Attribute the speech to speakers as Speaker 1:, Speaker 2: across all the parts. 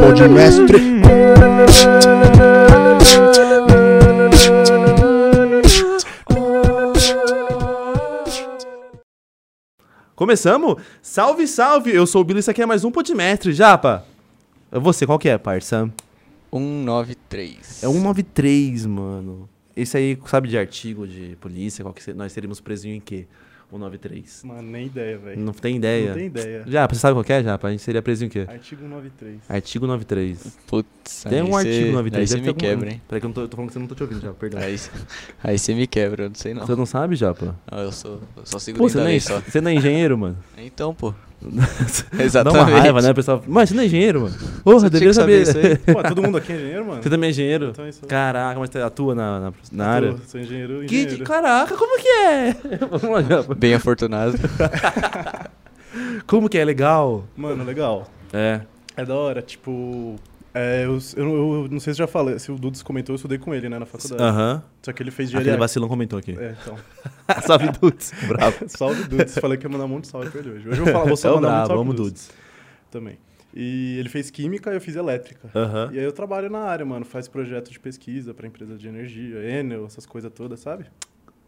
Speaker 1: Pode mestre.
Speaker 2: Começamos? Salve, salve! Eu sou o Bilo, isso aqui é mais um Podmestre, Japa. Você, qual que é, parça?
Speaker 3: 193.
Speaker 2: É 193, mano. Esse aí, sabe de artigo de polícia, qual que se- nós teríamos preso em quê? 193.
Speaker 4: Mano, nem ideia, velho.
Speaker 2: Não tem ideia.
Speaker 4: Não tem ideia.
Speaker 2: Japa, você sabe qual que é, Japa? A gente seria preso em quê?
Speaker 4: Artigo 93.
Speaker 2: Artigo 93.
Speaker 3: Putz,
Speaker 2: tem
Speaker 3: aí
Speaker 2: um artigo
Speaker 3: cê-
Speaker 2: 93.
Speaker 3: Aí você
Speaker 2: deve
Speaker 3: me
Speaker 2: ter algum-
Speaker 3: quebra, hein?
Speaker 2: Peraí que eu não tô, eu tô falando que você não tô te ouvindo, Japa, perdão.
Speaker 3: Aí, cê- aí você me quebra, eu não sei não.
Speaker 2: Você não sabe, Japa?
Speaker 3: Ah, eu sou, eu só sigo
Speaker 2: Pô,
Speaker 3: dentro
Speaker 2: você
Speaker 3: da
Speaker 2: não, é,
Speaker 3: lei só.
Speaker 2: você não é engenheiro, mano.
Speaker 3: Então, pô.
Speaker 2: Dá
Speaker 3: Exatamente.
Speaker 2: uma raiva, né, pessoal? Mas você não é engenheiro, mano. Porra,
Speaker 3: tá Você
Speaker 2: deveria
Speaker 3: tinha
Speaker 2: saber.
Speaker 3: que saber isso
Speaker 4: Pô, todo mundo aqui é engenheiro, mano?
Speaker 2: Você também é engenheiro?
Speaker 4: Então é isso.
Speaker 2: Caraca, mas você atua na, na, na
Speaker 4: Sou-
Speaker 2: área?
Speaker 4: Sou, engenheiro,
Speaker 2: Que,
Speaker 4: engenheiro.
Speaker 2: caraca, como que é? Vamos lá, Japa.
Speaker 3: Bem afortunado.
Speaker 2: Como que é? Legal?
Speaker 4: Mano, legal.
Speaker 2: É.
Speaker 4: É da hora, tipo... é, eu, eu- eu não sei se já falei, se o Dudes comentou, eu estudei com ele, né, na faculdade.
Speaker 2: Aham.
Speaker 4: Só que ele fez
Speaker 2: Aquele
Speaker 4: engenharia...
Speaker 2: vacilão comentou aqui.
Speaker 4: É, então.
Speaker 2: Salve, Dudes. Bravo.
Speaker 4: Salve, Dudes. Falei que ia mandar um monte de salve pra ele hoje. Hoje eu vou falar, vou só
Speaker 2: é o
Speaker 4: mandar
Speaker 2: bravo,
Speaker 4: um
Speaker 2: amo
Speaker 4: monte de salve pro Dudes.
Speaker 2: Dudes.
Speaker 4: Também. E ele fez química e eu fiz elétrica.
Speaker 2: Aham.
Speaker 4: E aí eu trabalho na área, mano. Faz projeto de pesquisa pra empresa de energia, Enel, essas coisas todas, sabe?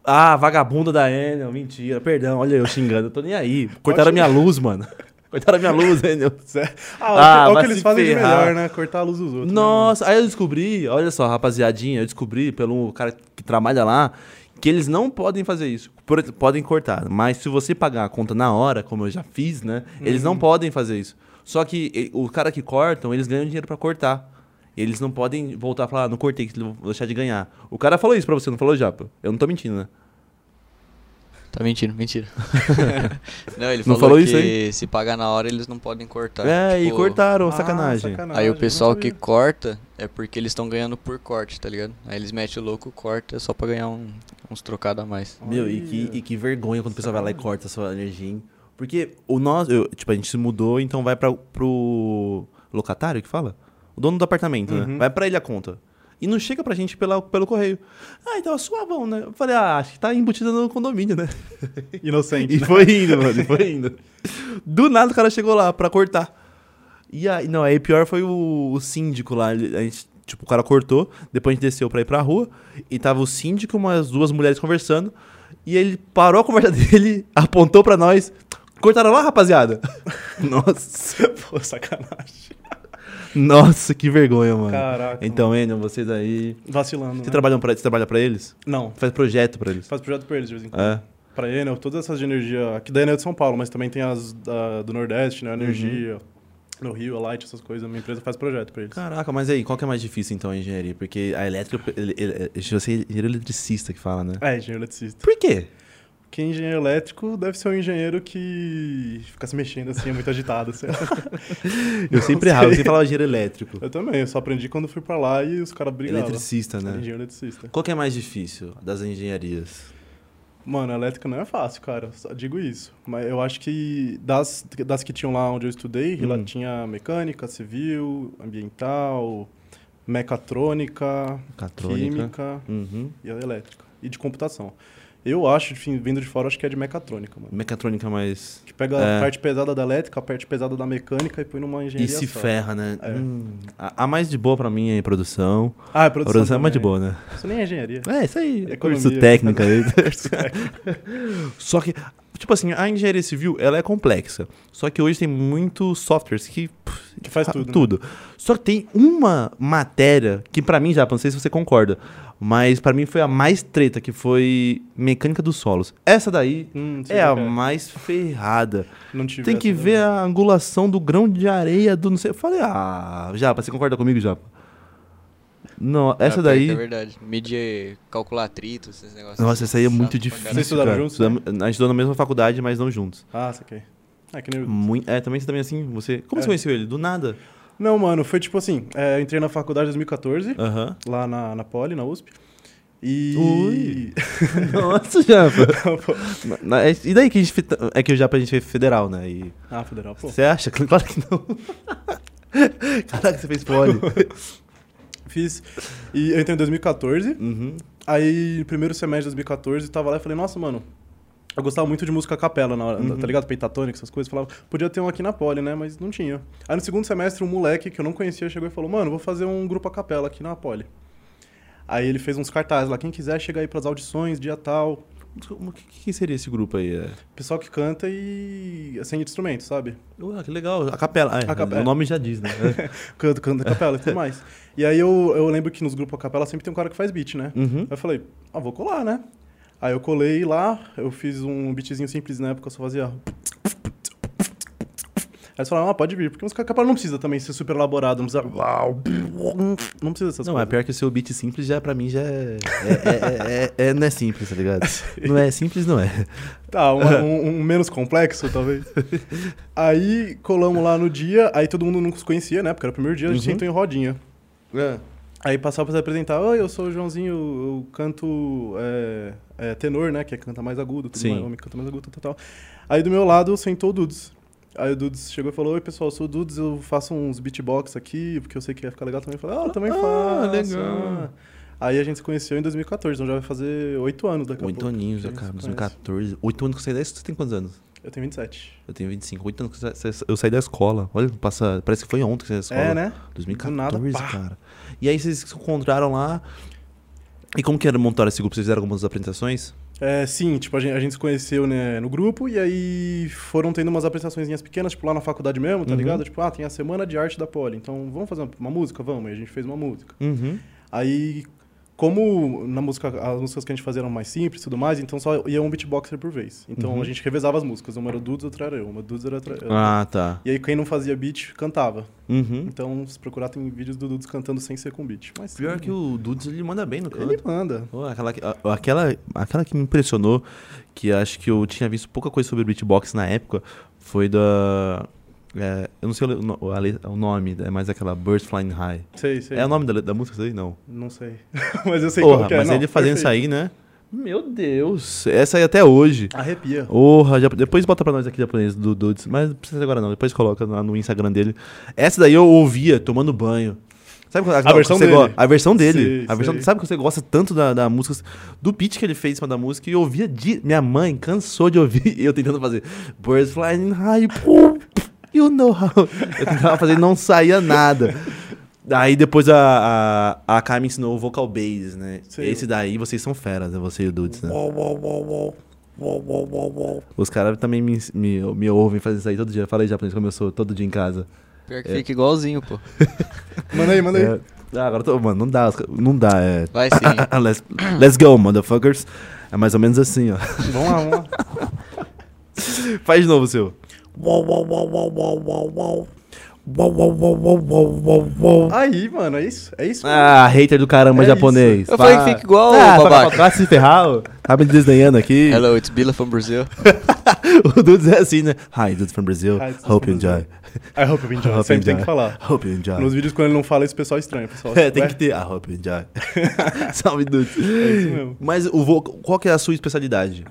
Speaker 2: Ah, vagabunda da Enel, mentira. Perdão, olha eu xingando, eu tô nem aí. Cortaram minha luz, mano. Cortaram minha luz, Enel.
Speaker 4: Cê- Ah,
Speaker 2: Ah,
Speaker 4: o que, é o
Speaker 2: vai
Speaker 4: que eles
Speaker 2: se
Speaker 4: fazem
Speaker 2: ferrar.
Speaker 4: de melhor, né? Cortar a luz dos outros. né, mano?
Speaker 2: Nossa, aí eu descobri, olha só, rapaziadinha, eu descobri pelo cara que trabalha lá que eles não podem fazer isso. Por ex- podem cortar, mas se você pagar a conta na hora, como eu já fiz, né? Eles não podem fazer isso. Só que e- o cara que cortam, eles ganham dinheiro pra cortar. Eles não podem voltar e falar, ah, não cortei, que eu vou deixar de ganhar. O cara falou isso pra você, não falou, Japa? Eu não tô mentindo, né?
Speaker 3: Tá mentindo, mentira. não, ele
Speaker 2: Não
Speaker 3: falou,
Speaker 2: falou
Speaker 3: que
Speaker 2: isso,
Speaker 3: se pagar na hora eles não podem cortar.
Speaker 2: é, e
Speaker 3: tipo,
Speaker 2: cortaram,
Speaker 4: Ah,
Speaker 2: sacanagem.
Speaker 3: Aí o
Speaker 4: não
Speaker 3: pessoal
Speaker 4: sabia.
Speaker 3: que corta é porque eles estão ganhando por corte, tá ligado? Aí eles metem o louco, corta só pra ganhar um- uns trocados a mais.
Speaker 2: Meu, e que, e que vergonha quando o pessoal vai lá e corta a sua energia. hein? Porque o nós, eu- tipo, a gente se mudou, então vai pra, pro locatário que fala? O dono do apartamento,
Speaker 4: Uhum.
Speaker 2: né? Vai pra ele a conta. E não chega pra gente pela, pelo correio. Ah, então é suavão, né? Eu falei, ah, acho que tá embutida no condomínio, né?
Speaker 4: Inocente.
Speaker 2: E
Speaker 4: né?
Speaker 2: foi indo, mano, e foi indo. Do nada o cara chegou lá pra cortar. E aí, não, aí pior foi o, o síndico lá. ele- A gente, tipo, o cara cortou, depois a gente desceu pra ir pra rua, e tava o síndico e umas duas mulheres conversando, e ele parou a conversa dele, apontou pra nós. Cortaram lá, rapaziada? Nossa,
Speaker 4: Pô, sacanagem.
Speaker 2: nossa, que vergonha, mano.
Speaker 4: Caraca,
Speaker 2: Então, Enio, vocês aí.
Speaker 4: Vacilando.
Speaker 2: Você,
Speaker 4: né?
Speaker 2: trabalham pra, você trabalha pra eles?
Speaker 4: Não.
Speaker 2: Faz projeto pra eles?
Speaker 4: Faz projeto pra eles de vez em quando.
Speaker 2: É.
Speaker 4: Pra Enel, todas essas de energia. Aqui da Enel é de São Paulo, mas também tem as da- do Nordeste, né? Energia.
Speaker 2: Uhum.
Speaker 4: No Rio, a Light, essas coisas. Minha empresa faz projeto pra eles.
Speaker 2: Caraca, mas aí, qual que é mais difícil então a engenharia? Porque a elétrica. ele- ele- ele- Você é engenheiro eletricista que fala, né?
Speaker 4: É, engenheiro eletricista.
Speaker 2: Por quê?
Speaker 4: Porque engenheiro elétrico deve ser um engenheiro que fica se mexendo assim, é muito agitado. sei lá.
Speaker 2: Eu sempre
Speaker 4: sei.
Speaker 2: errava, eu sempre falava engenheiro elétrico.
Speaker 4: Eu também, eu só aprendi quando fui pra lá e os caras brigavam.
Speaker 2: Eletricista, né?
Speaker 4: Engenheiro eletricista.
Speaker 2: Qual que é mais difícil das engenharias?
Speaker 4: Mano, elétrica não é fácil, cara. Só digo isso. Mas eu acho que das, das que tinham lá onde eu estudei, lá
Speaker 2: Hum.
Speaker 4: tinha mecânica, civil, ambiental, mecatrônica,
Speaker 2: Mecatrônica.
Speaker 4: química
Speaker 2: Uhum.
Speaker 4: e a elétrica. E de computação. Eu acho, enfim, vindo de fora, acho que é de mecatrônica, mano.
Speaker 2: Mecatrônica mais.
Speaker 4: Que pega
Speaker 2: É.
Speaker 4: a parte pesada da elétrica, a parte pesada da mecânica e põe numa
Speaker 2: E
Speaker 4: engenharia
Speaker 2: se
Speaker 4: só.
Speaker 2: ferra, né?
Speaker 4: É.
Speaker 2: Hum, a, a mais de boa pra mim é produção.
Speaker 4: Ah, é
Speaker 2: A
Speaker 4: produção,
Speaker 2: produção é mais de
Speaker 4: também.
Speaker 2: boa, né?
Speaker 4: Isso nem é engenharia.
Speaker 2: É, isso aí. É
Speaker 4: Economia.
Speaker 2: curso técnico aí. Só que, tipo assim, a engenharia civil, ela é complexa. Só que hoje tem muitos softwares que... pff,
Speaker 4: Que faz
Speaker 2: fa-
Speaker 4: tudo, né?
Speaker 2: ah, Tudo. Só que tem uma matéria que pra mim, já não sei se você concorda, mas pra mim foi a mais treta, que foi mecânica dos solos. Essa daí
Speaker 4: Hum, não sei
Speaker 2: é
Speaker 4: o
Speaker 2: a
Speaker 4: que é.
Speaker 2: mais ferrada.
Speaker 4: Não tive
Speaker 2: Tem que
Speaker 4: essa
Speaker 2: ver
Speaker 4: também.
Speaker 2: a angulação do grão de areia do não sei... Eu falei, ah, Japa, você concorda comigo, Japa? Não, essa
Speaker 3: Ah, pior
Speaker 2: daí...
Speaker 3: que É verdade. Medir calcular atrito, esses negócios.
Speaker 2: Nossa, essa aí é
Speaker 3: Chato
Speaker 2: muito
Speaker 3: pra
Speaker 2: difícil.
Speaker 4: Vocês
Speaker 3: caralho.
Speaker 4: estudaram
Speaker 2: cara.
Speaker 4: juntos, né?
Speaker 2: Estudamos- A gente estudou na mesma faculdade, mas não juntos.
Speaker 4: Ah, saquei. Ah, que nem eu.
Speaker 2: Muito, é, também você também assim, você. Como
Speaker 4: É.
Speaker 2: você conheceu ele? Do nada?
Speaker 4: Não, mano, foi tipo assim, é, eu entrei na faculdade em 2014,
Speaker 2: Aham.
Speaker 4: lá na, na Poli, na USP. E.
Speaker 2: Ui. Nossa, Japa.
Speaker 4: Não, pô.
Speaker 2: Na- na- é- e daí que a gente. fe- É que o Japa a gente fez federal, né? E
Speaker 4: ah, federal, pô.
Speaker 2: você acha? Claro que não. Caraca, você fez pole.
Speaker 4: Fiz. E eu entrei em 2014.
Speaker 2: Uhum.
Speaker 4: Aí, no primeiro semestre de 2014, eu tava lá e falei, nossa, mano, Eu gostava muito de música a capela na hora,
Speaker 2: Uhum.
Speaker 4: tá ligado? Pentatônica, essas coisas. Falava, podia ter um aqui na Poli, né? Mas não tinha. Aí no segundo semestre, um moleque que eu não conhecia chegou e falou, mano, vou fazer um grupo a capela aqui na Poli. Aí ele fez uns cartazes lá, quem quiser chega aí pras audições, dia tal.
Speaker 2: O que, que seria esse grupo aí? É...
Speaker 4: Pessoal que canta e acende instrumento, sabe?
Speaker 2: Ué, que legal. A capela. Ah, é,
Speaker 4: A capela.
Speaker 2: O nome já diz, né?
Speaker 4: Canto, canto na capela e tudo mais. E aí eu, eu lembro que nos grupos a capela sempre tem um cara que faz beat, né?
Speaker 2: uhum.
Speaker 4: Aí eu falei, ah, vou colar, né? Aí eu colei lá, eu fiz um beatzinho simples na época, eu só fazia. Aí eles falaram, ah, pode vir, porque música capela não precisa também ser super elaborado, não precisa. uau, Não precisa dessas
Speaker 2: Não, é
Speaker 4: coisas.
Speaker 2: pior que o seu beat simples já, pra mim, já é. é- é- é- é- não é simples, tá ligado? Não é simples, não é.
Speaker 4: Tá, um, um- um menos complexo, talvez. aí colamos lá no dia, aí todo mundo não nos conhecia, né? Porque era o primeiro dia, a gente
Speaker 2: Uhum. É.
Speaker 4: sentou em rodinha. Aí passava pra se apresentar, oi, eu sou o Joãozinho, eu canto é, é, tenor, né? Que é canta mais agudo, tudo
Speaker 2: Sim.
Speaker 4: mais, homem que canta mais agudo, tal, tal. Aí do meu lado sentou o Dudes. Aí o Dudes chegou e falou, oi pessoal, eu sou o Dudes, eu faço uns beatbox aqui, porque eu sei que ia ficar legal também. Eu falei, ah, eu também
Speaker 2: Ah,
Speaker 4: faço.
Speaker 2: legal.
Speaker 4: Aí a gente se conheceu em 2014, então já vai fazer oito anos daqui a
Speaker 2: Oito
Speaker 4: pouco.
Speaker 2: aninhos,
Speaker 4: Já
Speaker 2: já, cara.
Speaker 4: se
Speaker 2: 2014. Oito anos que eu saí da escola. Você tem quantos anos?
Speaker 4: Eu tenho 27.
Speaker 2: Eu tenho 25. Oito anos que eu sa- eu saí da escola. Olha, passa... parece que foi ontem que eu saí da escola.
Speaker 4: É, né?
Speaker 2: 2014,
Speaker 4: Do nada, pá.
Speaker 2: cara. E aí vocês se encontraram lá. E como que era montar esse grupo? Vocês fizeram algumas apresentações?
Speaker 4: É, sim, tipo, a gente, a gente se conheceu né, no grupo e aí foram tendo umas apresentaçõezinhas pequenas, tipo, lá na faculdade mesmo, tá
Speaker 2: Uhum.
Speaker 4: ligado? Tipo, ah, tem a semana de arte da Poli, então vamos fazer uma, uma música? Vamos. E a gente fez uma música.
Speaker 2: Uhum.
Speaker 4: Aí, como na música, as músicas que a gente fazia eram mais simples e tudo mais, então só ia um beatboxer por vez. Então
Speaker 2: Uhum.
Speaker 4: a gente revezava as músicas, uma era o Dudes, outra era eu, uma Dudes era outra eu.
Speaker 2: Ah, tá.
Speaker 4: E aí quem não fazia beat, cantava.
Speaker 2: Uhum.
Speaker 4: Então, se procurar, tem vídeos do Dudes cantando sem ser com beat. Mas
Speaker 2: Pior que o Dudes, ele manda bem no canto.
Speaker 4: Ele manda.
Speaker 2: Pô, aquela, que- a- aquela, aquela que me impressionou, que acho que eu tinha visto pouca coisa sobre beatbox na época, foi da. é, eu não sei o, no- a le- o nome, é mais aquela Birds Flying High.
Speaker 4: Sei, sei.
Speaker 2: É o nome da, le- da música isso aí? Não.
Speaker 4: Não sei. mas eu sei
Speaker 2: Porra,
Speaker 4: qual que é.
Speaker 2: mas
Speaker 4: Não,
Speaker 2: ele fazendo isso
Speaker 4: perfeito.
Speaker 2: aí, né? Meu Deus, essa aí é até hoje.
Speaker 4: Arrepia.
Speaker 2: Porra, já- depois bota pra nós aqui japonês do Dudes, mas não precisa agora não, depois coloca lá no Instagram dele. Essa daí eu ouvia tomando banho. Sabe quando- aquela-
Speaker 4: versão
Speaker 2: você
Speaker 4: dele.
Speaker 2: gosta- a versão dele.
Speaker 4: Sei,
Speaker 2: a versão,
Speaker 4: sei.
Speaker 2: sabe que você gosta tanto da, da música, do beat que ele fez em cima da música e eu ouvia de. Minha mãe cansou de ouvir e eu tentando fazer. Birds flying high, pô, you know how. Eu tentava fazer e não saía nada. Aí depois a, a, a Kai me ensinou o vocal bass, né?
Speaker 4: Sei.
Speaker 2: Esse daí vocês são feras, né? Você e o Dudes, né? Os caras também me, ens- me, me ouvem fazendo isso aí todo dia. Eu Falei japonês como eu sou todo dia em casa.
Speaker 3: Pior que fica igualzinho, pô.
Speaker 4: Manda aí, manda aí.
Speaker 2: É, ah, agora eu tô, mano, não dá, os ca- não dá, é.
Speaker 3: Vai sim.
Speaker 2: let's, let's go, motherfuckers. É mais ou menos assim, ó.
Speaker 4: Vamos lá, vamos lá.
Speaker 2: Faz de novo o seu.
Speaker 4: Aí, mano, é isso? É isso?
Speaker 2: Ah, hater do caramba
Speaker 4: É
Speaker 2: japonês.
Speaker 3: Eu falei
Speaker 2: Pá.
Speaker 3: que fica igual,
Speaker 2: ah,
Speaker 3: babaca.
Speaker 2: Pra, pra se ferrar, ó. tá me desdenhando aqui.
Speaker 3: Hello, it's Bila from Brazil.
Speaker 2: o Dudes é assim, né? Hi, Dudes from Brazil.
Speaker 4: Hi, Dudes
Speaker 2: Hope you
Speaker 4: from
Speaker 2: enjoy.
Speaker 4: I hope you enjoy.
Speaker 2: Hope
Speaker 4: Sempre tem
Speaker 2: enjoy.
Speaker 4: que falar.
Speaker 2: Hope you enjoy.
Speaker 4: Nos vídeos, quando ele não fala, esse pessoal estranha, pessoal.
Speaker 2: Ah. É, tem
Speaker 4: Ué,
Speaker 2: que ter. I hope you enjoy. Salve, Dudes. É
Speaker 4: isso mesmo.
Speaker 2: Mas o vo... qual que é a sua especialidade?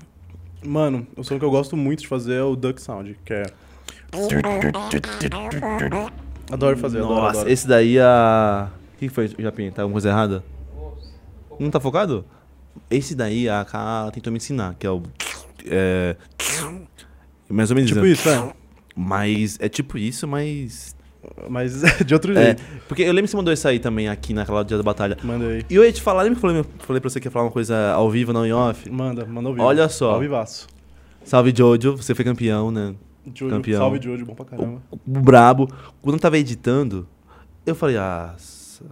Speaker 4: é- Mano, o som que eu gosto muito de fazer é o Duck Sound, que é. Adoro fazer, adoro,
Speaker 2: Nossa,
Speaker 4: adoro.
Speaker 2: esse daí é a. O que que foi, Japinha? Tá alguma coisa errada? Não tá focado? Esse daí a K ela tentou me ensinar, que é o. É. Mais ou menos
Speaker 4: Tipo isso, é.
Speaker 2: Mas é tipo isso, mas.
Speaker 4: Mas de outro
Speaker 2: É.
Speaker 4: jeito.
Speaker 2: Porque eu lembro que você mandou isso aí também aqui naquela dia da batalha.
Speaker 4: Manda aí.
Speaker 2: E eu ia te falar, lembra que eu falei, falei pra você que ia falar uma coisa ao vivo, não em off?
Speaker 4: Manda, manda ouvir.
Speaker 2: Olha só.
Speaker 4: Ao vivaço.
Speaker 2: Salve Jojo, você foi campeão, né?
Speaker 4: Jojo,
Speaker 2: Campeão.
Speaker 4: Salve, Jojo, bom pra caramba.
Speaker 2: o brabo. Quando eu tava editando, eu falei, ah. sa-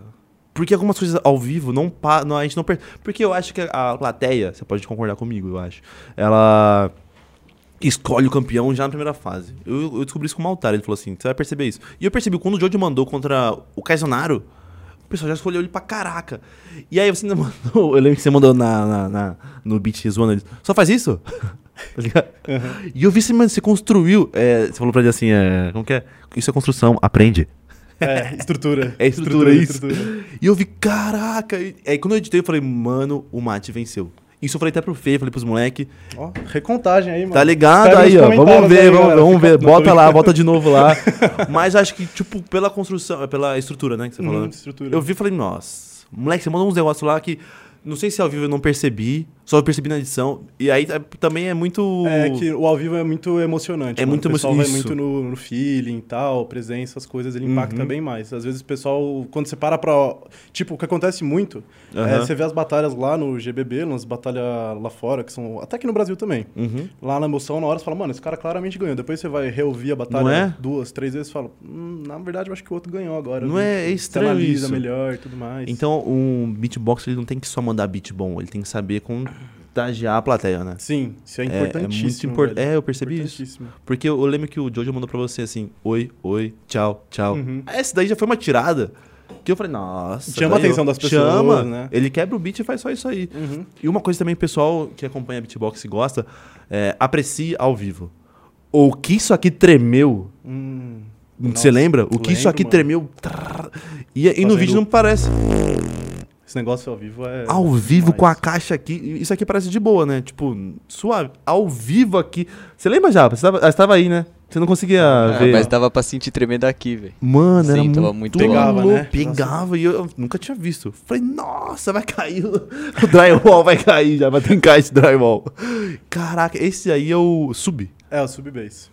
Speaker 2: Porque algumas coisas ao vivo não, pa- não a gente não per... Porque eu acho que a a plateia, você pode concordar comigo, eu acho. Ela escolhe o campeão já na primeira fase. Eu, eu descobri isso com o Maltar, ele falou assim, você vai perceber isso. E eu percebi quando o Jojo mandou contra o Caisonaro, o pessoal já escolheu ele pra caraca. E aí você ainda mandou, eu lembro que você mandou na, na- na- no beat zoando ele, só faz isso? Tá ligado? E eu vi você, mano, você construiu. é, você falou pra ele assim, é, como que é? Isso é construção, aprende.
Speaker 4: É, estrutura.
Speaker 2: É estrutura, isso.
Speaker 4: estrutura.
Speaker 2: E eu vi, caraca! E, aí quando eu editei, eu falei, mano, o Mate venceu. Isso eu falei até pro Fê, falei pros moleque.
Speaker 4: Ó, recontagem aí, mano.
Speaker 2: Tá ligado
Speaker 4: Escreve
Speaker 2: aí,
Speaker 4: nos
Speaker 2: ó. Vamos
Speaker 4: comentários
Speaker 2: ver,
Speaker 4: aí,
Speaker 2: vamos,
Speaker 4: galera.
Speaker 2: vamos ver.
Speaker 4: Fica-
Speaker 2: Bota lá, bota de novo lá. Mas acho que, tipo, pela construção, é pela estrutura, né? Que você falou.
Speaker 4: Uhum,
Speaker 2: né?
Speaker 4: estrutura.
Speaker 2: Eu vi e falei, nossa, moleque, você mandou uns negócios lá que. Não sei se ao vivo eu não percebi, Só eu percebi na edição. E aí é, também é muito.
Speaker 4: É que o ao vivo é muito
Speaker 2: É
Speaker 4: emocionante. mano.
Speaker 2: muito
Speaker 4: O pessoal
Speaker 2: emo-
Speaker 4: vai
Speaker 2: isso. Uhum.
Speaker 4: muito no, no feeling e tal, presença, as coisas, ele impacta bem mais. Às vezes o pessoal, quando você para pra. Tipo, o que acontece muito é
Speaker 2: Aham.
Speaker 4: você vê as batalhas lá no GBB, umas batalhas lá fora, que são. Até aqui no Brasil também.
Speaker 2: Uhum.
Speaker 4: Lá na emoção, na hora, você fala, mano, esse cara claramente ganhou. Depois você vai reouvir a
Speaker 2: Não
Speaker 4: batalha
Speaker 2: é?
Speaker 4: duas, três vezes e fala, hum, na verdade eu acho que o outro ganhou agora.
Speaker 2: Não
Speaker 4: né?
Speaker 2: é- é
Speaker 4: Tipo,
Speaker 2: estranho
Speaker 4: Você analisa
Speaker 2: isso.
Speaker 4: melhor e tudo mais.
Speaker 2: Então, um beatbox ele não tem que só mandar beat bom, ele tem que saber contagiar a plateia, né?
Speaker 4: Sim, isso é
Speaker 2: É, é muito
Speaker 4: importantíssimo.
Speaker 2: impor-
Speaker 4: velho.
Speaker 2: É, eu percebi isso.
Speaker 4: Importantíssimo.
Speaker 2: Porque eu lembro que o Jojo mandou pra você assim, oi, oi, tchau, tchau. Ah,
Speaker 4: Uhum.
Speaker 2: Essa daí já foi uma tirada. Que eu falei, nossa.
Speaker 4: Chama a
Speaker 2: ganhou.
Speaker 4: atenção das pessoas,
Speaker 2: Chama.
Speaker 4: né?
Speaker 2: Ele quebra o beat e faz só isso aí.
Speaker 4: Uhum.
Speaker 2: E uma coisa também, o pessoal que acompanha beatbox e gosta, é, aprecie ao vivo. O que isso aqui tremeu?
Speaker 4: Hum.
Speaker 2: você
Speaker 4: Nossa,
Speaker 2: lembra? O que isso
Speaker 4: lembro,
Speaker 2: aqui
Speaker 4: mano.
Speaker 2: tremeu? Trrr. E, e no
Speaker 4: Fazendo-
Speaker 2: vídeo não parece.
Speaker 4: Esse negócio ao vivo é.
Speaker 2: Ao vivo
Speaker 4: demais.
Speaker 2: com a caixa aqui. Isso aqui parece de boa, né? Tipo, suave. Ao vivo aqui. Você lembra já? Você tava, você tava aí, né? Você não conseguia
Speaker 3: Ah,
Speaker 2: ver.
Speaker 3: mas dava pra sentir tremer daqui, velho.
Speaker 2: Mano, era
Speaker 3: Sim,
Speaker 2: muito,
Speaker 3: tava muito
Speaker 4: Pegava,
Speaker 2: louco.
Speaker 4: né?
Speaker 2: Pegava e eu, eu nunca tinha visto. Falei, nossa, vai cair. o- O drywall vai cair já, vai trincar esse drywall. Caraca, esse aí eu subi.
Speaker 4: É, o sub-bass.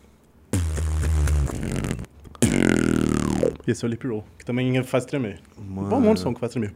Speaker 4: E esse é o lip roll, que também faz tremer. Bom, um monte de som que faz tremer.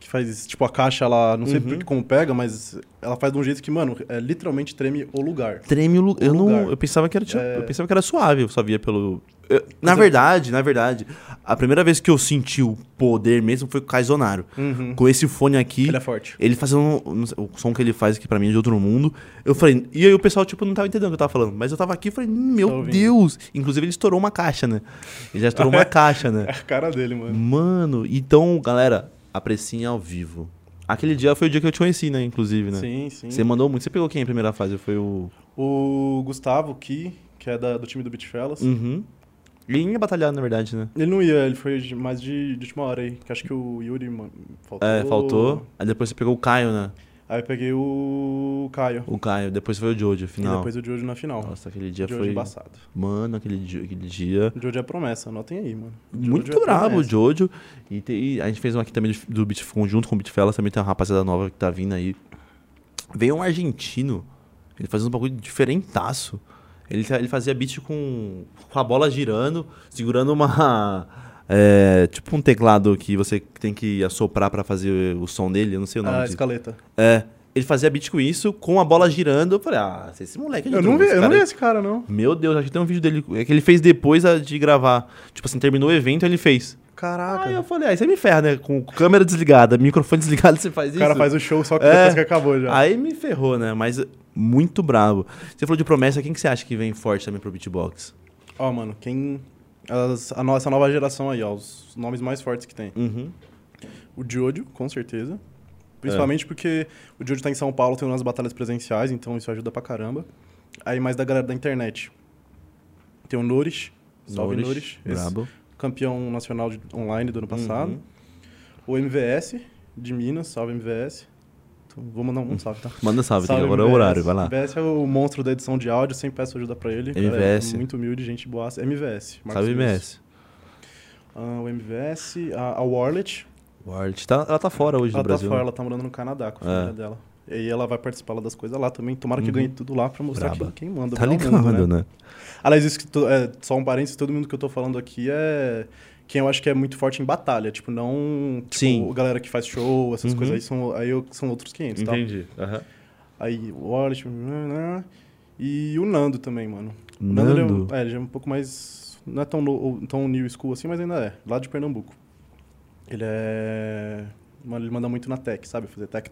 Speaker 4: Que faz, tipo, a caixa, ela, não sei
Speaker 2: Uhum.
Speaker 4: porque como pega, mas ela faz de um jeito que, mano, é, literalmente treme o lugar.
Speaker 2: Treme o lugar. Eu, não,
Speaker 4: lugar.
Speaker 2: eu, pensava que era, tipo,
Speaker 4: É.
Speaker 2: eu pensava que era suave, eu só via pelo. eu- na verdade, na verdade, a primeira vez que eu senti o poder mesmo foi com o Kaizonário.
Speaker 4: Uhum.
Speaker 2: Com esse fone aqui.
Speaker 4: Ele é forte.
Speaker 2: Ele fazendo um- não sei, o som que ele faz aqui pra mim é de outro mundo. Eu falei, e aí o pessoal, tipo, não tava entendendo o que eu tava falando. Mas eu tava aqui e falei, meu
Speaker 4: Tô ouvindo.
Speaker 2: Deus! Inclusive, ele estourou uma caixa, né? Ele já estourou uma caixa, né?
Speaker 4: É a cara dele, mano.
Speaker 2: Mano, então, galera, apreciem ao vivo. Aquele dia foi o dia que eu te conheci, né? Inclusive, né?
Speaker 4: Sim, sim.
Speaker 2: Você mandou muito. Você pegou quem em primeira fase? Foi o.
Speaker 4: O Gustavo, que, que é da- do time do Beat Fellas,
Speaker 2: Uhum. Ele ia batalhar, na verdade, né?
Speaker 4: ele não ia, ele foi de- mais de, de última hora aí, que acho que o Yuri man- faltou.
Speaker 2: É, faltou. Aí depois você pegou o Caio, né?
Speaker 4: Aí eu peguei o Caio.
Speaker 2: O Caio. Depois foi o Jojo,
Speaker 4: E
Speaker 2: final.
Speaker 4: depois o Jojo na final.
Speaker 2: Nossa, aquele dia
Speaker 4: Jojo
Speaker 2: foi.
Speaker 4: embaçado.
Speaker 2: Mano, aquele dia- aquele dia...
Speaker 4: O Jojo é promessa, anotem aí, mano. O Jojo
Speaker 2: Muito
Speaker 4: é
Speaker 2: brabo o
Speaker 4: promessa.
Speaker 2: Jojo. E, tem- e a gente fez um aqui também do, do Beat conjunto com o Beat Fellas, também tem uma rapaziada nova que tá vindo aí. Veio um argentino, ele fazia um bagulho diferentaço. Ele, fa- ele fazia beat com, com a bola girando, segurando uma. é, tipo um teclado que você tem que assoprar pra fazer o som dele, eu não sei o nome
Speaker 4: Ah,
Speaker 2: disso.
Speaker 4: escaleta.
Speaker 2: É. Ele fazia beat com isso, com a bola girando. Eu falei, ah, esse moleque é de
Speaker 4: Eu não,
Speaker 2: droga,
Speaker 4: vi,
Speaker 2: esse
Speaker 4: eu não
Speaker 2: cara
Speaker 4: vi
Speaker 2: é
Speaker 4: esse cara, não.
Speaker 2: meu Deus, acho que tem um vídeo dele. É que ele fez depois a- de gravar. Tipo assim, terminou o evento, ele fez.
Speaker 4: Caraca.
Speaker 2: Aí eu falei, aí você me ferra, né? Com câmera desligada, microfone desligado, você faz isso.
Speaker 4: o cara faz o show só que
Speaker 2: É.
Speaker 4: depois que acabou já.
Speaker 2: Aí me ferrou, né? Mas muito brabo. Você falou de promessa, quem que você acha que vem forte também pro beatbox?
Speaker 4: Ó, mano, quem... as- a nossa nova geração aí, ó, os nomes mais fortes que tem.
Speaker 2: Uhum.
Speaker 4: O Jojo, com certeza.
Speaker 2: É.
Speaker 4: Principalmente porque o Jojo tá em São Paulo, tem umas batalhas presenciais, então isso ajuda pra caramba. Aí mais da galera da internet. Tem o Nourish, salve Nourish, esse
Speaker 2: Brabo.
Speaker 4: campeão nacional de- online do ano passado.
Speaker 2: Uhum.
Speaker 4: O MVS, de Minas, salve MVS. Então, vou mandar um salve, tá?
Speaker 2: Manda salve, tem
Speaker 4: Salve,
Speaker 2: agora é o
Speaker 4: MVS.
Speaker 2: horário, vai lá.
Speaker 4: MVS é o monstro da edição de áudio, sempre peço ajuda pra ele. Cara,
Speaker 2: MVS.
Speaker 4: é muito humilde, gente boa. MVS. Marcos
Speaker 2: Salve,
Speaker 4: Minas.
Speaker 2: MS.
Speaker 4: Ah, o MVS, a, a Warlet.
Speaker 2: Ward, tá, ela tá fora hoje
Speaker 4: Ela
Speaker 2: do
Speaker 4: tá
Speaker 2: Brasil.
Speaker 4: fora,
Speaker 2: né?
Speaker 4: ela tá morando no Canadá com a família
Speaker 2: É.
Speaker 4: dela. E aí ela vai participar lá das coisas lá também. Tomara que
Speaker 2: Uhum.
Speaker 4: ganhe tudo lá pra mostrar quem,
Speaker 2: Braba.
Speaker 4: quem manda.
Speaker 2: Tá
Speaker 4: né, o
Speaker 2: ligado,
Speaker 4: mundo,
Speaker 2: né?
Speaker 4: Aliás, isso que to- é, só um parênteses, todo mundo que eu tô falando aqui é quem eu acho que é muito forte em batalha. Tipo, não. Tipo,
Speaker 2: Sim.
Speaker 4: a galera que faz show, essas
Speaker 2: Uhum.
Speaker 4: coisas aí são, aí eu- são outros 500, tá?
Speaker 2: Entendi. aham.
Speaker 4: Aí o Wallace, né, e o Nando também, mano. O Nando,
Speaker 2: Nando?
Speaker 4: Ele, é, ele já é um pouco mais. Não é tão, no- tão new school assim, mas ainda é. Lá de Pernambuco. Ele é. Mano, ele manda muito na tech, sabe? Fazer tech.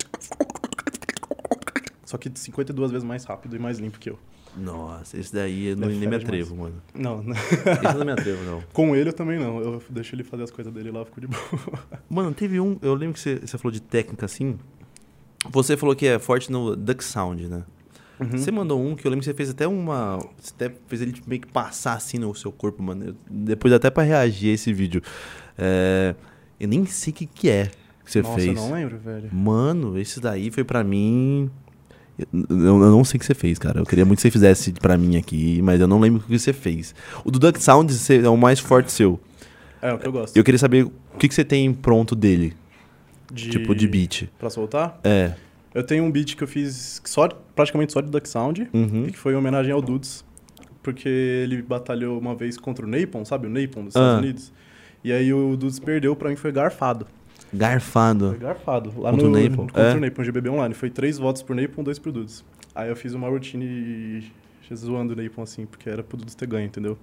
Speaker 4: Só que 52 vezes mais rápido e mais limpo que eu.
Speaker 2: Nossa, esse daí eu não-
Speaker 4: Ele é
Speaker 2: nem me
Speaker 4: fera demais.
Speaker 2: atrevo, mano.
Speaker 4: Não, né?
Speaker 2: Esse eu não me atrevo, não.
Speaker 4: com ele eu também não. Eu deixo ele fazer as coisas dele lá, eu fico de boa.
Speaker 2: Mano, teve um. Eu lembro que você, você falou de técnica assim. Você falou que é forte no Duck Sound, né?
Speaker 4: Uhum.
Speaker 2: Você mandou um que eu lembro que você fez até uma. Você até fez ele meio que passar assim no seu corpo, mano. Eu- depois até pra reagir a esse vídeo. É, eu nem sei o que, que é que você
Speaker 4: Nossa,
Speaker 2: fez.
Speaker 4: eu não lembro, velho.
Speaker 2: Mano, esse daí foi pra mim. Eu, eu- eu não sei o que você fez, cara. Eu queria muito que você fizesse pra mim aqui, mas eu não lembro o que você fez. O do Duck Sound você- é o mais forte seu.
Speaker 4: É, o que eu gosto.
Speaker 2: Eu queria saber o que, que você tem pronto dele, tipo de beat.
Speaker 4: Pra soltar?
Speaker 2: É.
Speaker 4: Eu tenho um beat que eu fiz só, praticamente só de Duck Sound,
Speaker 2: Uhum.
Speaker 4: e que foi em homenagem ao Dudes, porque ele batalhou uma vez contra o Napalm, sabe? O Napalm dos Estados
Speaker 2: Ah.
Speaker 4: Unidos. E aí o Dudes perdeu, pra mim foi garfado. Foi
Speaker 2: Garfado.
Speaker 4: garfado. Lá
Speaker 2: Ah. Contra
Speaker 4: no,
Speaker 2: o Napalm,
Speaker 4: Contra
Speaker 2: é.
Speaker 4: o Napalm, GBB Online. Foi três votos pro Napalm, dois pro Dudes. Aí eu fiz uma routine zoando o Napalm, assim, porque era pro Dudes ter ganho, entendeu?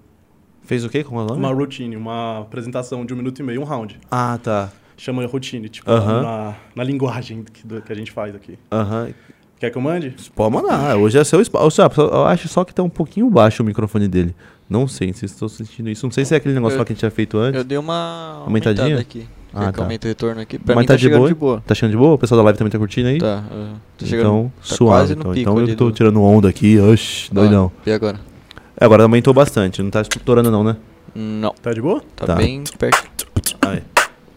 Speaker 2: Fez o quê? Como é o nome?
Speaker 4: Uma routine, uma apresentação de um minuto e meio, um round.
Speaker 2: Ah, tá.
Speaker 4: Chama routine, tipo,
Speaker 2: Aham.
Speaker 4: na, na linguagem que, do- que a gente faz aqui.
Speaker 2: Aham.
Speaker 4: Quer que eu mande?
Speaker 2: Pode mandar. Hoje é seu espaço. Eu acho só que tá um pouquinho baixo o microfone dele. Não sei se estou sentindo isso. Não sei se é aquele negócio
Speaker 3: Eu-
Speaker 2: lá que a gente tinha feito antes.
Speaker 3: Eu dei uma
Speaker 2: Aumentadinha?
Speaker 3: aumentada aqui.
Speaker 2: Ah,
Speaker 3: Quer que
Speaker 2: tá.
Speaker 3: aumente o retorno aqui? Pra
Speaker 2: Mas
Speaker 3: mim
Speaker 2: tá
Speaker 3: tá,
Speaker 2: de
Speaker 3: chegando
Speaker 2: boa?
Speaker 3: de boa.
Speaker 2: Tá achando de boa? O pessoal da live também tá curtindo aí?
Speaker 3: Tá, ah, tá chegando.
Speaker 2: Então,
Speaker 3: tá
Speaker 2: suave.
Speaker 3: quase no
Speaker 2: Então,
Speaker 3: pico
Speaker 2: então eu
Speaker 3: ali
Speaker 2: tô
Speaker 3: do-
Speaker 2: tirando onda aqui. Oxi, doidão.
Speaker 3: Ó, e agora?
Speaker 2: É, agora aumentou bastante. Não tá estourando não, né?
Speaker 3: Não,
Speaker 4: Tá de boa?
Speaker 3: tá,
Speaker 2: Tá.
Speaker 3: bem perto.
Speaker 2: Aí.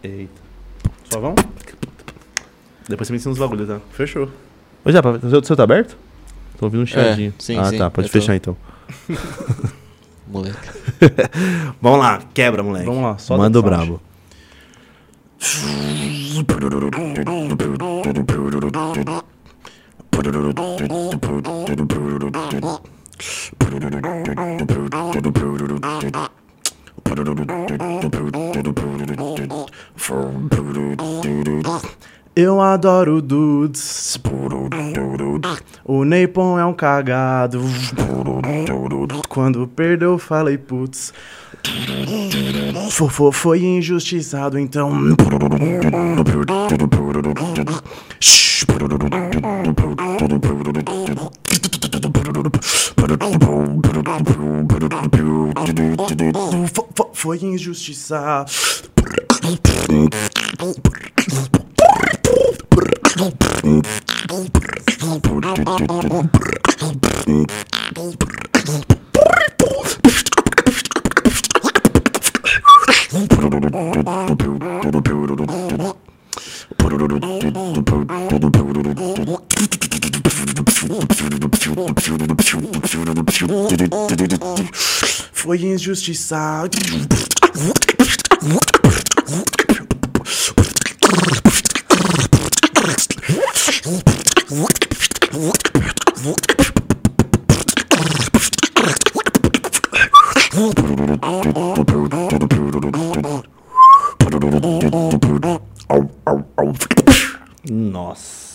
Speaker 2: Eita.
Speaker 4: Suavão?
Speaker 2: Depois você me ensina uns bagulhos, tá?
Speaker 4: Fechou.
Speaker 2: Ô, Japa, o seu, o seu tá aberto? Tô ouvindo um chiadinho.
Speaker 3: É, sim,
Speaker 2: ah,
Speaker 3: sim,
Speaker 2: tá. Pode
Speaker 3: eu tô.
Speaker 2: fechar então.
Speaker 3: Moleque.
Speaker 2: Vamos lá. Quebra, moleque.
Speaker 4: Vamos lá, só
Speaker 2: Manda o
Speaker 4: Duck Sound.
Speaker 2: brabo.
Speaker 4: Eu adoro o Dudes. O Napalm é um cagado. Quando perdeu, falei putz. Fofo foi injustiçado, então. Fo- fo- Foi injustiçado. Foi injustiçado.
Speaker 2: Nossa.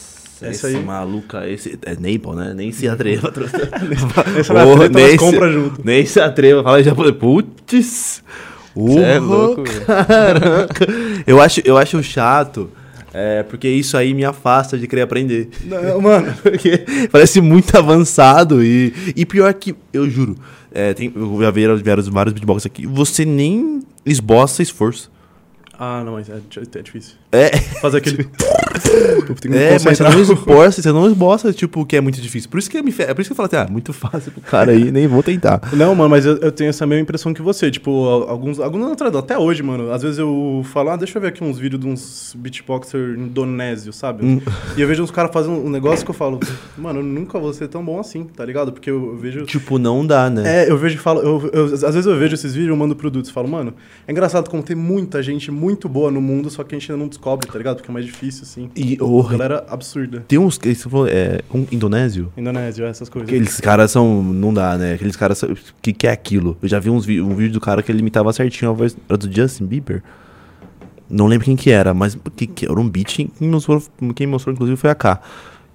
Speaker 4: Esse
Speaker 2: Esse,
Speaker 4: aí.
Speaker 2: maluca, esse. É Naples, né? Nem se atreva a trazer.
Speaker 4: Essa vai
Speaker 2: Porra,
Speaker 4: treta, nós
Speaker 2: nem se,
Speaker 4: compra tá junto.
Speaker 2: Nem se atreva. Fala já falei, putz. Você
Speaker 3: é louco, velho.
Speaker 2: Caraca. Eu acho, eu acho chato. É, porque isso aí me afasta de querer aprender.
Speaker 4: Não, mano.
Speaker 2: Porque parece muito avançado e, e pior que, eu juro, é, tem, eu já vieram, vieram vários beatbox aqui, você nem esboça esforço.
Speaker 4: Ah, não, mas é, é difícil.
Speaker 2: É,
Speaker 4: Fazer aquele. Tem que
Speaker 2: é mas você
Speaker 4: concentrar.
Speaker 2: não esboça, você não esboça, tipo, que é muito difícil. Por isso que, me, fe- é por isso que eu falo assim, ah, muito fácil pro cara aí, nem vou tentar.
Speaker 4: Não, mano, mas eu, eu tenho essa mesma impressão que você. Tipo, a- alguns, alguns anos atrás, até hoje, mano. Às vezes eu falo, ah, deixa eu ver aqui uns vídeos de uns beatboxer indonésio, sabe?
Speaker 2: Hum.
Speaker 4: E eu vejo uns caras fazendo um negócio que eu falo, mano, eu nunca vou ser tão bom assim, tá ligado? Porque eu, eu vejo.
Speaker 2: Tipo, não dá, né?
Speaker 4: É, eu vejo e falo. eu- eu- às vezes eu vejo esses vídeos, eu mando pro Dudes e falo, mano, é engraçado como tem muita gente muito boa no mundo, só que a gente ainda não descobre, tá ligado? Porque é mais difícil, assim.
Speaker 2: E oh,
Speaker 4: Galera absurda.
Speaker 2: tem uns que você falou, é, um indonésio?
Speaker 4: Indonésio, essas coisas. É
Speaker 2: Aqueles caras são. Não dá, né? Aqueles caras. são- Que que é aquilo? Eu já vi uns vi- um vídeo do cara que ele imitava certinho a voz era do Justin Bieber. Não lembro quem que era, mas que, que era um beat. Quem mostrou, quem mostrou inclusive, foi a K.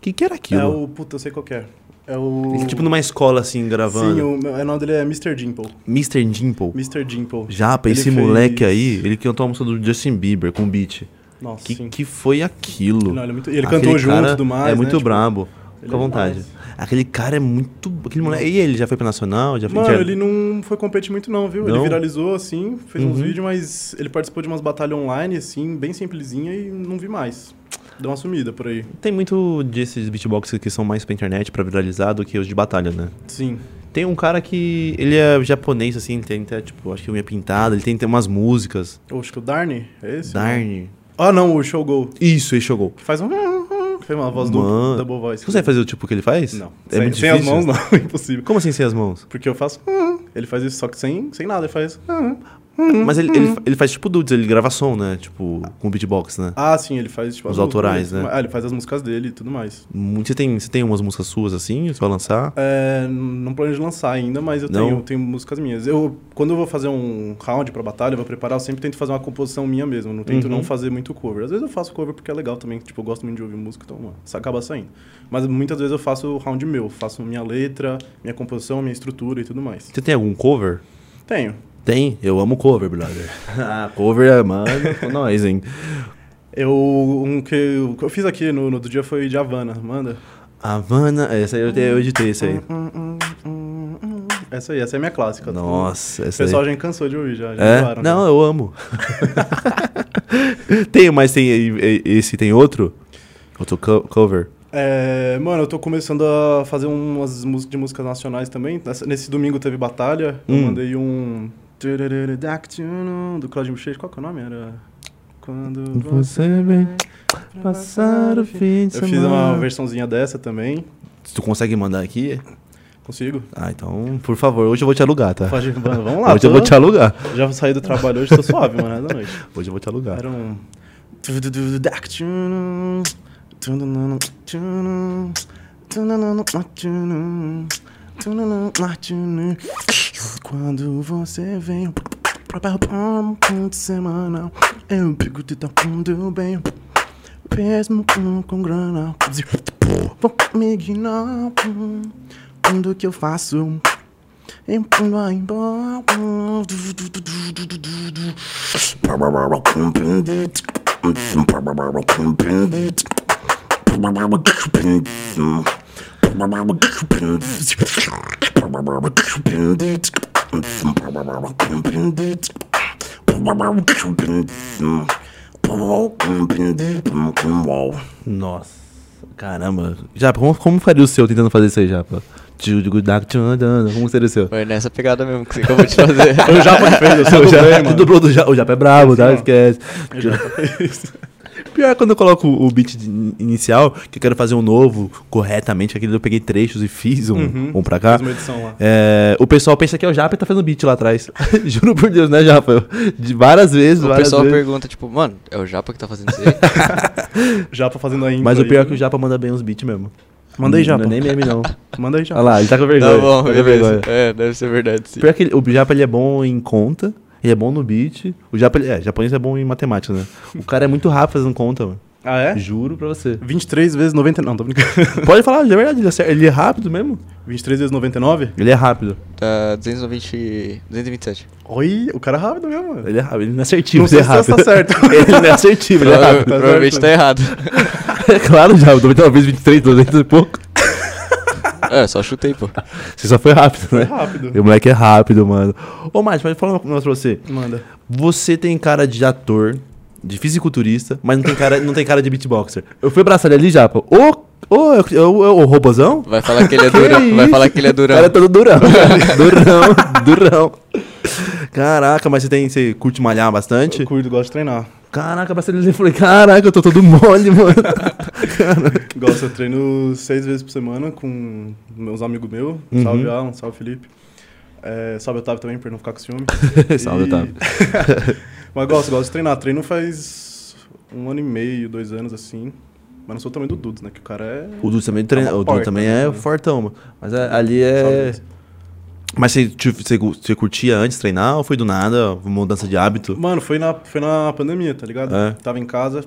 Speaker 2: Que que era
Speaker 4: É
Speaker 2: aquilo?
Speaker 4: o. Puta, eu sei qual que é. É o.
Speaker 2: Ele, tipo numa escola assim, gravando.
Speaker 4: Sim, o, meu- o nome dele é Mr. Dimple.
Speaker 2: Mr. Dimple.
Speaker 4: Mr. Dimple.
Speaker 2: Japa,
Speaker 4: Ele
Speaker 2: esse
Speaker 4: fez-
Speaker 2: moleque aí, ele cantou a música do Justin Bieber com beat.
Speaker 4: Nossa,
Speaker 2: Que,
Speaker 4: sim.
Speaker 2: que foi aquilo?
Speaker 4: Não, ele é muito- e ele
Speaker 2: Aquele
Speaker 4: cantou junto
Speaker 2: cara
Speaker 4: e tudo mais,
Speaker 2: É
Speaker 4: né?
Speaker 2: muito
Speaker 4: Tipo,
Speaker 2: brabo.
Speaker 4: ele
Speaker 2: Fica à
Speaker 4: é
Speaker 2: vontade. Aquele cara é muito. Aquele moleque. E ele já foi pra Nacional? Já foi
Speaker 4: Mano,
Speaker 2: inter-
Speaker 4: ele não foi competir muito não, viu? Ele
Speaker 2: tá Não?
Speaker 4: viralizou, assim, fez uns
Speaker 2: Uhum.
Speaker 4: vídeos, mas ele participou de umas batalhas online, assim, bem simplesinha e não vi mais. Deu uma sumida por aí.
Speaker 2: Tem muito desses beatboxers que são mais pra internet, pra viralizar, do que os de batalha, né?
Speaker 4: Sim.
Speaker 2: Tem um cara que. Ele é japonês, assim, tem até, tipo, acho que unha pintada, ele tem, tem umas músicas.
Speaker 4: Eu acho que o Darny, é esse?
Speaker 2: Darn.
Speaker 4: Ah, não, o Showgol.
Speaker 2: Isso, ele jogou.
Speaker 4: Que faz um... que Fez uma voz dupla,
Speaker 2: Mano.
Speaker 4: double voice.
Speaker 2: Você consegue fazer o tipo que ele faz?
Speaker 4: Não.
Speaker 2: É
Speaker 4: sem,
Speaker 2: muito
Speaker 4: sem
Speaker 2: difícil.
Speaker 4: as mãos não, impossível.
Speaker 2: Como assim sem as mãos?
Speaker 4: Porque eu faço... Ele faz isso, só que sem, sem nada, ele faz...
Speaker 2: Mas ele, ele, ele faz tipo dudes, ele grava som, né? Tipo, com beatbox, né?
Speaker 4: Ah, sim, ele faz tipo,
Speaker 2: Os
Speaker 4: as músicas
Speaker 2: autorais,
Speaker 4: dele.
Speaker 2: né?
Speaker 4: Ah, ele faz as músicas dele e tudo mais.
Speaker 2: Mu- Você tem, você tem umas músicas suas assim? Você vai lançar?
Speaker 4: É, não planejo lançar ainda, mas eu
Speaker 2: Não?
Speaker 4: tenho, tenho músicas minhas. Eu, quando eu vou fazer um round pra batalha, eu vou preparar, eu sempre tento fazer uma composição minha mesmo. Não tento
Speaker 2: Uhum.
Speaker 4: não fazer muito cover. Às vezes eu faço cover porque é legal também, tipo, eu gosto muito de ouvir música, então mano, isso acaba saindo. Mas muitas vezes eu faço o round meu, faço minha letra, minha composição, minha estrutura e tudo mais.
Speaker 2: Você tem algum cover?
Speaker 4: Tenho.
Speaker 2: Tem, eu amo cover, brother. ah, cover é, mano, com nós, hein?
Speaker 4: Eu, um que eu, que eu fiz aqui no, no outro dia foi Javana, manda.
Speaker 2: Havana, essa aí eu, eu editei essa aí.
Speaker 4: Essa aí, essa é a minha clássica.
Speaker 2: Uhum. Nossa,
Speaker 4: O
Speaker 2: essa aí.
Speaker 4: pessoal já cansou de ouvir, já. já
Speaker 2: É?
Speaker 4: zoaram,
Speaker 2: Não,
Speaker 4: né?
Speaker 2: eu amo. tem, mas tem e- e- esse, tem outro? Outro co- cover?
Speaker 4: É, mano, eu tô começando a fazer umas músicas de músicas nacionais também. Nessa- Nesse domingo teve batalha, eu
Speaker 2: Hum.
Speaker 4: mandei um... Do Claudio Buchecha, qual que é o nome? Era... Quando
Speaker 2: Você vem passar o fim de
Speaker 4: Eu fiz uma
Speaker 2: semana.
Speaker 4: versãozinha dessa também.
Speaker 2: Se tu consegue mandar aqui?
Speaker 4: Consigo?
Speaker 2: Ah, então, por favor, hoje eu vou te alugar, tá?
Speaker 4: Pode, mano, vamos lá.
Speaker 2: hoje eu
Speaker 4: tô-
Speaker 2: vou te alugar.
Speaker 4: Já saí do trabalho hoje, tô suave, mano, é da noite.
Speaker 2: Hoje eu vou te alugar.
Speaker 4: Era um. Quando você vem para o fim de semana, eu pico de tá tudo bem. Mesmo com- com grana, vou me ignorar. Quando que eu faço? Eu vai embora.
Speaker 2: Nossa, caramba. Japa, como, como faria o seu tentando fazer isso aí, Japa? Tio de Gudak, tio andando, Como seria o seu?
Speaker 3: Foi nessa pegada mesmo que você acabou de fazer.
Speaker 4: Eu já fez, eu
Speaker 2: O
Speaker 4: sou
Speaker 2: Japa-
Speaker 4: bem,
Speaker 2: tu
Speaker 4: mano.
Speaker 2: dublou do Japa, o Japa é brabo, tá?
Speaker 4: Sim, ó.
Speaker 2: Esquece. Pior é quando eu coloco o beat de- inicial, que eu quero fazer um novo corretamente, aquele eu peguei trechos e fiz um, um pra cá.
Speaker 4: Uhum. Fiz uma edição lá.
Speaker 2: É, o pessoal pensa que é o Japa e tá fazendo beat lá atrás. Juro por Deus, né, Japa? Eu- De várias vezes,
Speaker 3: O
Speaker 2: várias
Speaker 3: pessoal
Speaker 2: vezes.
Speaker 3: pergunta, tipo, mano, é o Japa que tá fazendo isso aí?
Speaker 4: Japa fazendo ainda.
Speaker 2: Mas o pior é que o Japa manda bem os beats mesmo.
Speaker 4: Manda aí,
Speaker 2: Não
Speaker 4: Japa.
Speaker 2: é nem meme, não.
Speaker 4: Manda aí,
Speaker 2: Olha
Speaker 4: Japa.
Speaker 2: lá, ele tá com vergonha.
Speaker 3: Tá bom,
Speaker 2: tá com
Speaker 3: beleza.
Speaker 2: vergonha.
Speaker 3: É, deve ser verdade, sim.
Speaker 2: Pior que ele- o Japa ele é bom em conta, ele é bom no beat. O Japa, ele- é, japonês é bom em matemática, né? O cara é muito rápido fazendo conta, mano.
Speaker 4: Ah, é?
Speaker 2: Juro pra você.
Speaker 4: 23 vezes 90. Não, tô brincando.
Speaker 2: Pode falar, é verdade, ele acerta- ele é rápido mesmo.
Speaker 4: 23 vezes 99?
Speaker 2: Ele é rápido.
Speaker 3: Tá 290... 227.
Speaker 4: Oi, o cara é rápido mesmo. mano.
Speaker 2: Ele é rápido, ele não é assertivo,
Speaker 4: Não sei
Speaker 2: ele é
Speaker 4: se tá
Speaker 2: rápido.
Speaker 4: certo.
Speaker 2: ele não é assertivo, ele é
Speaker 3: Prova-
Speaker 2: rápido.
Speaker 3: Provavelmente tá errado.
Speaker 2: É claro, já, 90 vezes 23, 200 e pouco.
Speaker 3: É, só chutei, pô.
Speaker 2: Você só foi rápido, né?
Speaker 4: rápido.
Speaker 2: E o moleque é rápido, mano. Ô, Márcio, mas fala um negócio pra você.
Speaker 4: Manda.
Speaker 2: Você tem cara de ator, de fisiculturista, mas não tem cara, não tem cara de beatboxer. Eu fui abraçar ele ali, Japa. Ô, ô, é o- é o robozão?
Speaker 3: Vai falar que ele é
Speaker 2: Que
Speaker 3: durão. Vai
Speaker 2: isso?
Speaker 3: falar que ele é
Speaker 2: O cara é
Speaker 3: durão.
Speaker 2: todo durão. durão, durão. Caraca, mas você tem. Você curte malhar bastante?
Speaker 4: Eu curto, gosto de treinar.
Speaker 2: Caraca, bastante. Eu falei, caraca, eu tô todo mole, mano.
Speaker 4: Gosto, eu treino seis vezes por semana com meus amigos meus.
Speaker 2: Uhum.
Speaker 4: Salve Alan, salve Felipe. É, salve Otávio também, pra não ficar com ciúme.
Speaker 2: Salve,
Speaker 4: E-
Speaker 2: Otávio.
Speaker 4: Mas gosto, gosto de treinar. Treino faz um ano e meio, dois anos assim. Mas não sou também do Dudes, né? Que o cara é.
Speaker 2: O Dudu também treina.
Speaker 4: É uma
Speaker 2: o Dudu
Speaker 4: porta,
Speaker 2: também
Speaker 4: né,
Speaker 2: é
Speaker 4: mano?
Speaker 2: fortão, mano. Mas é- ali é.
Speaker 4: Salve.
Speaker 2: Mas você, te- você, gu- você curtia antes treinar ou foi do nada? Mudança de hábito?
Speaker 4: Mano, foi na, foi na pandemia, tá ligado?
Speaker 2: É.
Speaker 4: Tava em casa,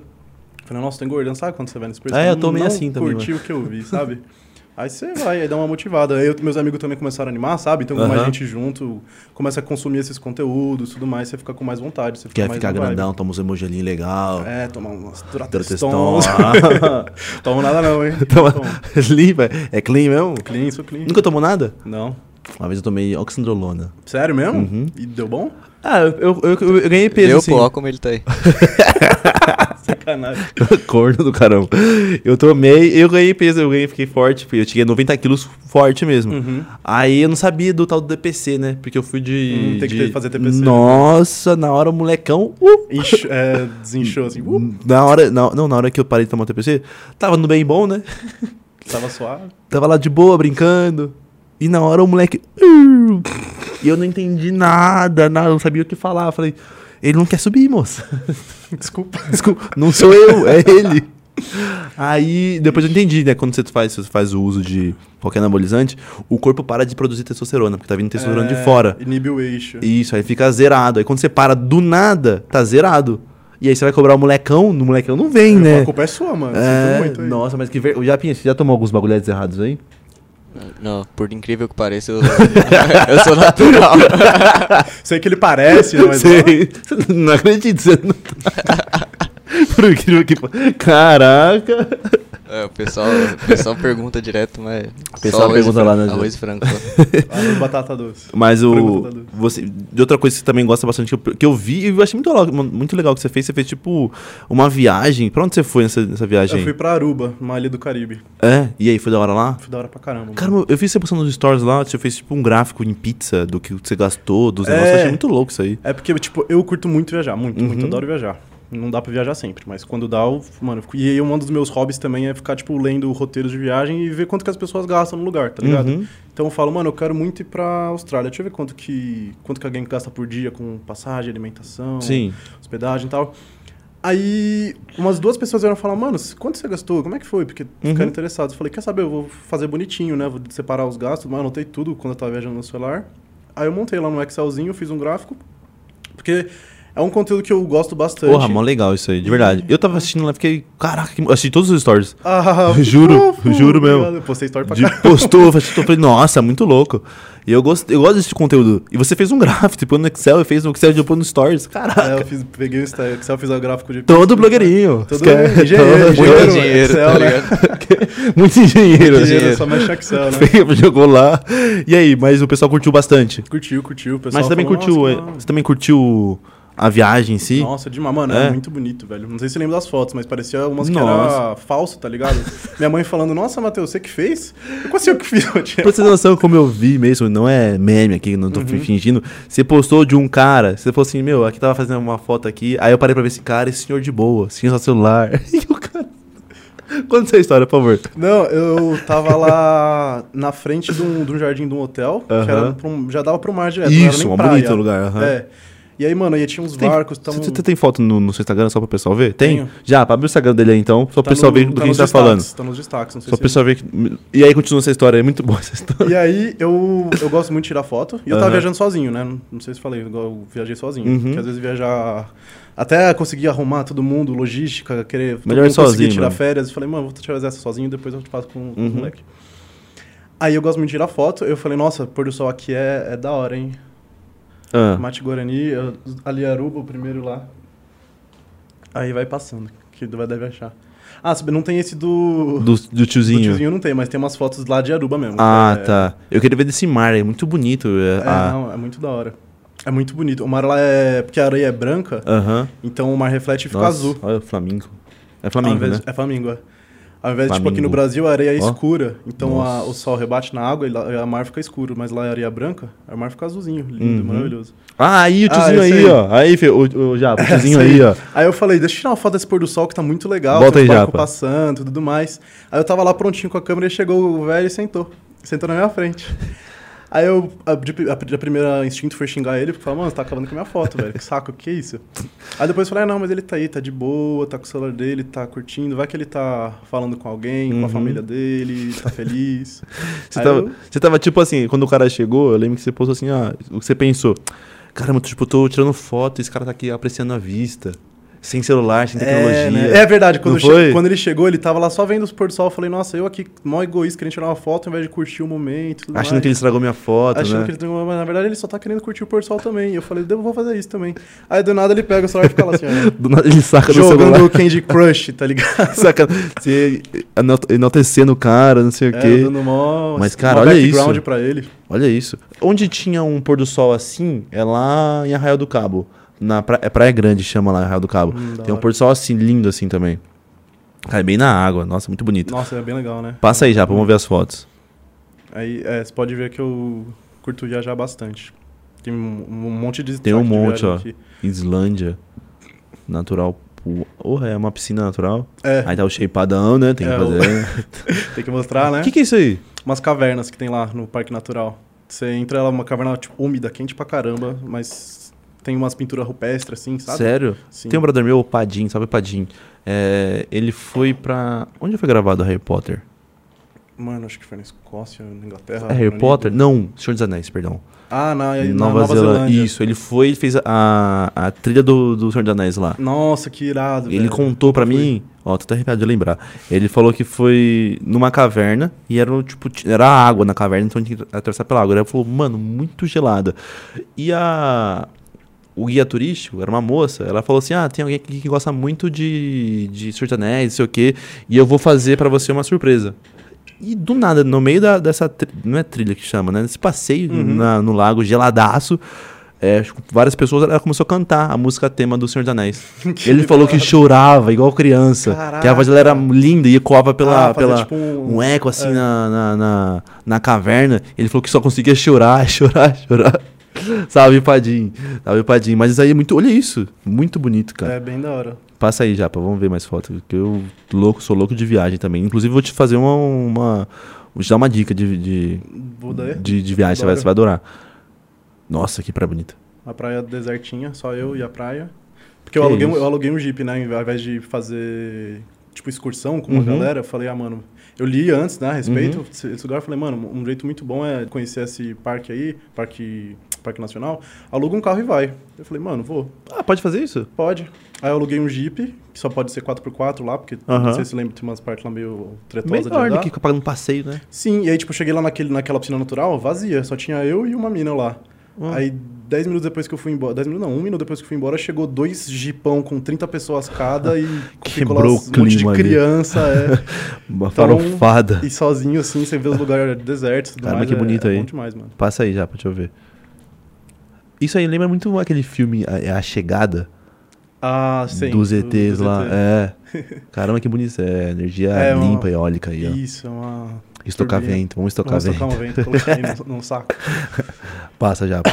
Speaker 4: falei, nossa, tô engordando, sabe quando você vai no espelho?
Speaker 2: É,
Speaker 4: você
Speaker 2: eu tô meio
Speaker 4: não
Speaker 2: assim também,
Speaker 4: curti o que eu vi, sabe? Aí você vai, aí dá uma motivada. Aí eu- meus amigos também começaram a animar, sabe? Então mais
Speaker 2: Aham.
Speaker 4: gente junto, começa a consumir esses conteúdos, tudo mais, você fica com mais vontade. Você fica
Speaker 2: Quer
Speaker 4: mais
Speaker 2: ficar
Speaker 4: na vibe.
Speaker 2: grandão, toma uns emogelinhos legal.
Speaker 4: É, tomar umas
Speaker 2: Durateston.
Speaker 4: duratestons. Tomo nada não, hein?
Speaker 2: Toma-
Speaker 4: Tomo.
Speaker 2: Limpa. É clean mesmo?
Speaker 4: Clean, sou clean.
Speaker 2: Nunca tomou nada?
Speaker 4: Não.
Speaker 2: Uma vez eu tomei oxandrolona.
Speaker 4: Sério mesmo?
Speaker 2: Uhum.
Speaker 4: E deu bom?
Speaker 2: Ah, eu, eu, eu- eu ganhei peso,
Speaker 3: Deu,
Speaker 2: assim.
Speaker 3: pô, ó como ele tá aí.
Speaker 4: Sacanagem.
Speaker 2: Corno do caramba. Eu tomei, eu ganhei peso, eu ganhei, fiquei forte. Eu cheguei a 90 quilos forte mesmo.
Speaker 4: Uhum.
Speaker 2: Aí eu não sabia do tal do DPC, né? Porque eu fui de...
Speaker 4: Hum, tem que
Speaker 2: de-
Speaker 4: ter- fazer TPC, né?
Speaker 2: Nossa, na hora o molecão... uh!
Speaker 4: Incho- é, desinchou assim. Uh,
Speaker 2: Na hora... na- não, na hora que eu parei de tomar o TPC, tava no bem bom, né?
Speaker 4: tava suave.
Speaker 2: Tava lá de boa, brincando. E na hora o moleque. "Uh", E eu não entendi nada, nada, não sabia o que falar. Eu Falei, ele não quer subir, moça.
Speaker 4: Desculpa.
Speaker 2: Desculpa, não sou eu, é ele. Aí, depois eu entendi, né? Quando você faz, você faz o uso de qualquer anabolizante, o corpo para de produzir testosterona, porque tá vindo testosterona
Speaker 4: É.
Speaker 2: de fora.
Speaker 4: Inibe o eixo.
Speaker 2: Isso, aí fica zerado. Aí quando você para do nada, tá zerado. E aí você vai cobrar o molecão, no molecão não vem, né?
Speaker 4: A culpa é sua, mano.
Speaker 2: É,
Speaker 4: Você muito aí.
Speaker 2: nossa, mas que ver... O Japinha, você já tomou alguns bagulhetes errados aí?
Speaker 3: Não, por incrível que pareça, eu, eu sou natural.
Speaker 4: Sei que ele parece, né, mas...
Speaker 2: Você- você não acredito, você não tá. Por incrível que fa- Caraca!
Speaker 3: É, o, pessoal, o pessoal pergunta direto, mas. O
Speaker 2: pessoal pergunta lá, né,
Speaker 3: Arroz e frango.
Speaker 4: Arroz e batata doce.
Speaker 2: Mas o.
Speaker 4: Pergunta da Lu.
Speaker 2: Você, de outra coisa que você também gosta bastante, que eu, que eu vi e eu achei muito legal, muito legal que você fez. Você fez, tipo, uma viagem. Pra onde você foi nessa, nessa viagem?
Speaker 4: Eu fui pra Aruba, uma ilha do Caribe.
Speaker 2: É? E aí, foi da hora lá?
Speaker 4: Fui da hora pra caramba. mano.
Speaker 2: Caramba, eu vi você postando nos stories lá, você fez tipo um gráfico em pizza do que você gastou, dos
Speaker 4: É.
Speaker 2: negócios. Eu achei muito louco isso aí.
Speaker 4: É porque, tipo, eu curto muito viajar, muito, muito,
Speaker 2: Uhum.
Speaker 4: adoro viajar. Não dá pra viajar sempre, mas quando dá, eu, mano, eu fico- e aí um dos meus hobbies também é ficar, tipo, lendo roteiros de viagem e ver quanto que as pessoas gastam no lugar, tá ligado?
Speaker 2: Uhum.
Speaker 4: Então eu falo, mano, eu quero muito ir pra Austrália. Deixa eu ver quanto que, quanto que alguém gasta por dia com passagem, alimentação,
Speaker 2: Sim.
Speaker 4: hospedagem e tal. Aí umas duas pessoas vieram falar, mano, quanto você gastou? Como é que foi? Porque
Speaker 2: Uhum.
Speaker 4: ficaram interessados. Eu falei, quer saber, eu vou fazer bonitinho, né? Vou separar os gastos, mas eu anotei tudo quando eu tava viajando no celular. Aí eu montei lá no Excelzinho, fiz um gráfico, porque é um conteúdo que então eu gosto bastante.
Speaker 2: Porra, mó legal isso aí, de verdade. Eu tava assistindo lá e fiquei, caraca, que... eu assisti todos os stories.
Speaker 4: Ah, que
Speaker 2: Juro,
Speaker 4: fofo!
Speaker 2: juro mesmo.
Speaker 4: Obrigado. Eu postei story pra
Speaker 2: De,
Speaker 4: cá.
Speaker 2: postou, assistiu, eu falei, nossa, é muito louco. E eu gosto, eu gosto desse conteúdo. E você fez um gráfico, tipo, no Excel, e fez um Excel de pôr no Stories.
Speaker 4: É,
Speaker 2: Caraca,
Speaker 4: eu fiz, peguei o Excel, fiz o gráfico de...
Speaker 2: todo blogueirinho.
Speaker 4: Todo
Speaker 2: Esque-
Speaker 4: engenheiro,
Speaker 2: todo-
Speaker 4: engenheiro,
Speaker 3: Muito dinheiro,
Speaker 4: Excel,
Speaker 3: tá
Speaker 4: né?
Speaker 3: ligado?
Speaker 2: Muito engenheiro. assim.
Speaker 4: Engenheiro, só mexe no Excel, né?
Speaker 2: Jogou lá. E aí, mas o pessoal curtiu bastante.
Speaker 4: Curtiu, curtiu. O pessoal
Speaker 2: Mas você também
Speaker 4: falou,
Speaker 2: curtiu,
Speaker 4: "Nossa,
Speaker 2: eh,
Speaker 4: mano."
Speaker 2: você também curtiu a viagem em si?
Speaker 4: Nossa, demais, mano, é.
Speaker 2: É.
Speaker 4: muito bonito, velho. Não sei se você lembra das fotos, mas parecia umas que era
Speaker 2: Nossa.
Speaker 4: falso, tá ligado? Minha mãe falando, nossa, Matheus, você que fez? Eu quase eu que fiz, eu tinha-
Speaker 2: Pra você ter noção, como eu vi mesmo, não é meme aqui, não tô
Speaker 4: Uhum.
Speaker 2: fi- fingindo. Você postou de um cara, você falou assim, meu, aqui tava fazendo uma foto aqui, aí eu parei pra ver esse cara, esse senhor de boa, sem só celular. E o cara. Conta essa história, por favor.
Speaker 4: Não, eu tava lá na frente de um, de um jardim de um hotel, que era
Speaker 2: Aham.
Speaker 4: pra um- já dava pro mar direto, não era
Speaker 2: Isso,
Speaker 4: nem
Speaker 2: um
Speaker 4: praia.
Speaker 2: bonito lugar. aham.
Speaker 4: É. E aí, mano, aí tinha uns
Speaker 2: Tem-
Speaker 4: barcos, tá tão...
Speaker 2: Você tá você tem foto no, no seu Instagram só pro pessoal ver? Tem?
Speaker 4: Tenho.
Speaker 2: Já, pra abrir o Instagram dele aí então, só pro
Speaker 4: tá
Speaker 2: pessoal
Speaker 4: no-
Speaker 2: ver do que a gente
Speaker 4: nos
Speaker 2: tá falando.
Speaker 4: destaques, Tá nos destaques, não sei
Speaker 2: Só pro
Speaker 4: se...
Speaker 2: pessoal ver. que- E aí continua essa história, é muito boa essa história.
Speaker 4: E aí, eu, eu gosto muito de tirar foto. E eu tava
Speaker 2: Aham.
Speaker 4: viajando sozinho, né? Não- Não sei se falei, igual eu viajei sozinho.
Speaker 2: Uhum.
Speaker 4: Porque às vezes viajar. Até conseguir arrumar todo mundo, logística, querer. todo
Speaker 2: Melhor
Speaker 4: mundo conseguir
Speaker 2: sozinho,
Speaker 4: tirar
Speaker 2: mano.
Speaker 4: férias. Eu falei, mano, vou tirar essa sozinho, depois eu te faço com, com o
Speaker 2: Uhum.
Speaker 4: moleque. Aí eu gosto muito de tirar foto. Eu falei, nossa, pôr do sol aqui é, é da hora, hein?
Speaker 2: Ah.
Speaker 4: Mate Guarani, eu- ali é Aruba, o primeiro lá. Aí vai passando, que vai deve achar. Ah, sabe, não tem esse do.
Speaker 2: Do, do
Speaker 4: do
Speaker 2: tiozinho.
Speaker 4: tiozinho não tem, mas tem umas fotos lá de Aruba mesmo.
Speaker 2: Ah,
Speaker 4: É-
Speaker 2: tá. Eu queria ver desse mar, é muito bonito. é,
Speaker 4: É,
Speaker 2: a-
Speaker 4: não, é muito da hora. É muito bonito. O mar lá é. Porque a areia é branca,
Speaker 2: Aham.
Speaker 4: então o mar reflete e fica
Speaker 2: Nossa,
Speaker 4: azul.
Speaker 2: Olha o Flamingo. É
Speaker 4: Ao
Speaker 2: Flamingo,
Speaker 4: invés-
Speaker 2: né?
Speaker 4: É flamingo, é. Ao invés de, tipo, aqui
Speaker 2: Flamingo.
Speaker 4: no Brasil, a areia é
Speaker 2: Ó.
Speaker 4: escura. Então a-
Speaker 2: Nossa.
Speaker 4: o sol rebate na água e lá- e a mar fica escuro. Mas lá é areia branca, a mar fica azulzinho. Lindo,
Speaker 2: Uhum.
Speaker 4: maravilhoso.
Speaker 2: Ah, aí o
Speaker 4: Ah,
Speaker 2: tiozinho
Speaker 4: esse
Speaker 2: aí,
Speaker 4: aí.
Speaker 2: ó. Aí, Fê, o, o Japa, o tiozinho
Speaker 4: Sim.
Speaker 2: aí, ó.
Speaker 4: Aí eu falei, deixa eu tirar uma foto desse pôr do sol que tá muito legal.
Speaker 2: Volta
Speaker 4: tem os
Speaker 2: aí,
Speaker 4: barcos
Speaker 2: Japa.
Speaker 4: passando e tudo mais. Aí eu tava lá prontinho com a câmera e chegou o velho e sentou. Sentou na minha frente. Aí eu, a, de- a, de- a primeira instinto foi xingar ele, porque eu falei, mano, você tá acabando com a minha foto, velho. Que saco, que isso? Aí depois eu falei, ah, não, mas ele tá aí, tá de boa, tá com o celular dele, tá curtindo. Vai que ele tá falando com alguém, com a
Speaker 2: Uhum.
Speaker 4: família dele, tá feliz.
Speaker 2: Você
Speaker 4: Aí
Speaker 2: tava,
Speaker 4: eu-
Speaker 2: você tava tipo assim, quando o cara chegou, eu lembro que você postou assim, ó. O que você pensou? Caramba, tipo, eu tô tirando foto, esse cara tá aqui apreciando a vista. Sem celular, sem tecnologia.
Speaker 4: É, né? É verdade, quando,
Speaker 2: Não
Speaker 4: eu che-
Speaker 2: foi?
Speaker 4: quando ele chegou, ele tava lá só vendo os pôr do sol. Eu falei, nossa, eu aqui, mó egoísta, querendo tirar uma foto ao invés de curtir o momento. e Tudo
Speaker 2: Achando
Speaker 4: mais.
Speaker 2: que ele estragou minha foto,
Speaker 4: Achando
Speaker 2: né?
Speaker 4: que ele tem uma- mas na verdade ele só tá querendo curtir o pôr do sol também. E eu falei, eu vou fazer isso também. Aí do nada ele pega o celular e fica lá assim, ó.
Speaker 2: Do nada ele saca do celular.
Speaker 4: jogando Candy Crush, tá ligado?
Speaker 2: Saca, você enaltecendo o cara, não sei o
Speaker 4: É,
Speaker 2: quê.
Speaker 4: dando mó,
Speaker 2: Mas, cara,
Speaker 4: mó
Speaker 2: olha
Speaker 4: background
Speaker 2: isso.
Speaker 4: pra ele.
Speaker 2: Olha isso. Onde tinha um pôr do sol assim, é lá em Arraial do Cabo. Na pra- é Praia Grande, chama lá Arraial do Cabo.
Speaker 4: Hum, da
Speaker 2: Tem um
Speaker 4: hora.
Speaker 2: pôr do sol assim, lindo assim também. Cai bem na água. Nossa, muito bonito.
Speaker 4: Nossa, é bem legal, né?
Speaker 2: Passa aí já, vamos ver as fotos.
Speaker 4: Aí é, você pode ver que eu curto viajar bastante. Tem um, um monte de
Speaker 2: Tem um
Speaker 4: destaque de
Speaker 2: monte,
Speaker 4: viagem
Speaker 2: ó.
Speaker 4: aqui.
Speaker 2: Islândia. Natural tipo, porra, é uma piscina natural.
Speaker 4: É.
Speaker 2: Aí tá o shapeadão, né? Tem que
Speaker 4: É, o-
Speaker 2: fazer.
Speaker 4: Tem que mostrar, né?
Speaker 2: O que, que é isso aí?
Speaker 4: Umas cavernas que tem lá no Parque Natural. Você entra lá, uma caverna tipo, úmida, quente pra caramba, mas tem umas pinturas rupestres, assim, sabe?
Speaker 2: Sério?
Speaker 4: Sim.
Speaker 2: Tem um brother meu, o Padim, sabe o Padim? É, ele foi pra. Onde foi gravado Harry Potter?
Speaker 4: Mano, acho que foi na Escócia, na Inglaterra.
Speaker 2: É Harry
Speaker 4: Ah, no
Speaker 2: Potter?
Speaker 4: Nível.
Speaker 2: Não, Senhor dos Anéis, perdão.
Speaker 4: Ah, na, na
Speaker 2: É, Nova, Zelândia. Isso, ele foi e fez a, a trilha do, do Senhor dos Anéis lá.
Speaker 4: Nossa, que irado.
Speaker 2: Ele
Speaker 4: velho.
Speaker 2: contou pra
Speaker 4: Nunca fui.
Speaker 2: mim, ó, tô até arrepiado de lembrar. Ele falou que foi numa caverna e era um tipo, ti- era água na caverna, então tinha que atravessar pela água. Ele falou, mano, muito gelada. E a o guia turístico era uma moça, ela falou assim: "Ah, tem alguém aqui que gosta muito de de Senhor dos Anéis, não sei o quê, e eu vou fazer pra você uma surpresa". E do nada, no meio da- dessa. tri- Não é trilha que chama, né? Nesse passeio
Speaker 4: Uhum.
Speaker 2: na- no lago geladaço, é, acho que várias pessoas. Ela começou a cantar a música tema do Senhor dos Anéis. Ele falou que chorava, igual criança. Que a voz dela era linda e ecoava pela,
Speaker 4: Ah, fazia
Speaker 2: pela
Speaker 4: tipo
Speaker 2: um,
Speaker 4: um-
Speaker 2: eco assim
Speaker 4: é.
Speaker 2: na, na, na, na caverna. Ele falou que só conseguia chorar, chorar, chorar. Salve, Padim. Salve, Padim. Mas isso aí é muito. Olha isso. Muito bonito, cara.
Speaker 4: É bem da hora.
Speaker 2: Passa aí, Japa, vamos ver mais fotos. Que eu louco, sou louco de viagem também. Inclusive, vou te fazer uma. uma vou te dar uma dica de, de,
Speaker 4: Buda é
Speaker 2: de, de viagem, você vai,
Speaker 4: Adoro.
Speaker 2: você vai adorar. Nossa, que praia bonita.
Speaker 4: uma praia desertinha, só eu e a praia. Porque eu
Speaker 2: Que
Speaker 4: aluguei, um-
Speaker 2: isso.
Speaker 4: eu aluguei um jeep, né? Ao invés de fazer, tipo, excursão com uma
Speaker 2: Uhum.
Speaker 4: galera, eu falei, ah, mano, eu li antes, né, a respeito desse desse lugar. Eu falei, mano, um jeito muito bom é conhecer esse parque aí, parque, parque nacional. Aluga um carro e vai. Eu falei, mano, vou.
Speaker 2: Ah, pode fazer isso?
Speaker 4: Pode. Aí eu aluguei um Jeep, que só pode ser 4x4 lá, porque
Speaker 2: Aham.
Speaker 4: não sei se você lembra, tem umas partes lá meio
Speaker 2: Bem
Speaker 4: tretosa de
Speaker 2: melhor do
Speaker 4: andar.
Speaker 2: que ficar pagando passeio, né?
Speaker 4: Sim, e aí tipo, eu cheguei lá naquele, naquela piscina natural, vazia, só tinha eu e uma mina lá.
Speaker 2: Ah.
Speaker 4: Aí 10 minutos depois que eu fui embora, 10 minutos não, um minuto depois que eu fui embora, chegou dois jipão com 30 pessoas cada e ficou lá
Speaker 2: Quebrou
Speaker 4: um
Speaker 2: o
Speaker 4: monte de
Speaker 2: clima ali.
Speaker 4: criança, é.
Speaker 2: Uma
Speaker 4: Então,
Speaker 2: farofada.
Speaker 4: e sozinho assim, você vê os lugares desertos e tudo
Speaker 2: Caramba,
Speaker 4: mais.
Speaker 2: que
Speaker 4: é-
Speaker 2: bonito
Speaker 4: é
Speaker 2: aí.
Speaker 4: bom demais, mano.
Speaker 2: Passa aí, Japa, deixa eu ver. Isso aí lembra muito aquele filme A, A Chegada
Speaker 4: Ah, sim.
Speaker 2: dos
Speaker 4: do-
Speaker 2: ETs lá.
Speaker 4: ETs.
Speaker 2: É. Caramba, que bonito. isso É energia
Speaker 4: É, uma-
Speaker 2: limpa, eólica aí, ó.
Speaker 4: Isso, é uma...
Speaker 2: Estocar
Speaker 4: turbina.
Speaker 2: vento, vamos estocar
Speaker 4: Vamos
Speaker 2: vento.
Speaker 4: tocar um vento, coloquei num- num saco.
Speaker 2: Passa, Japa.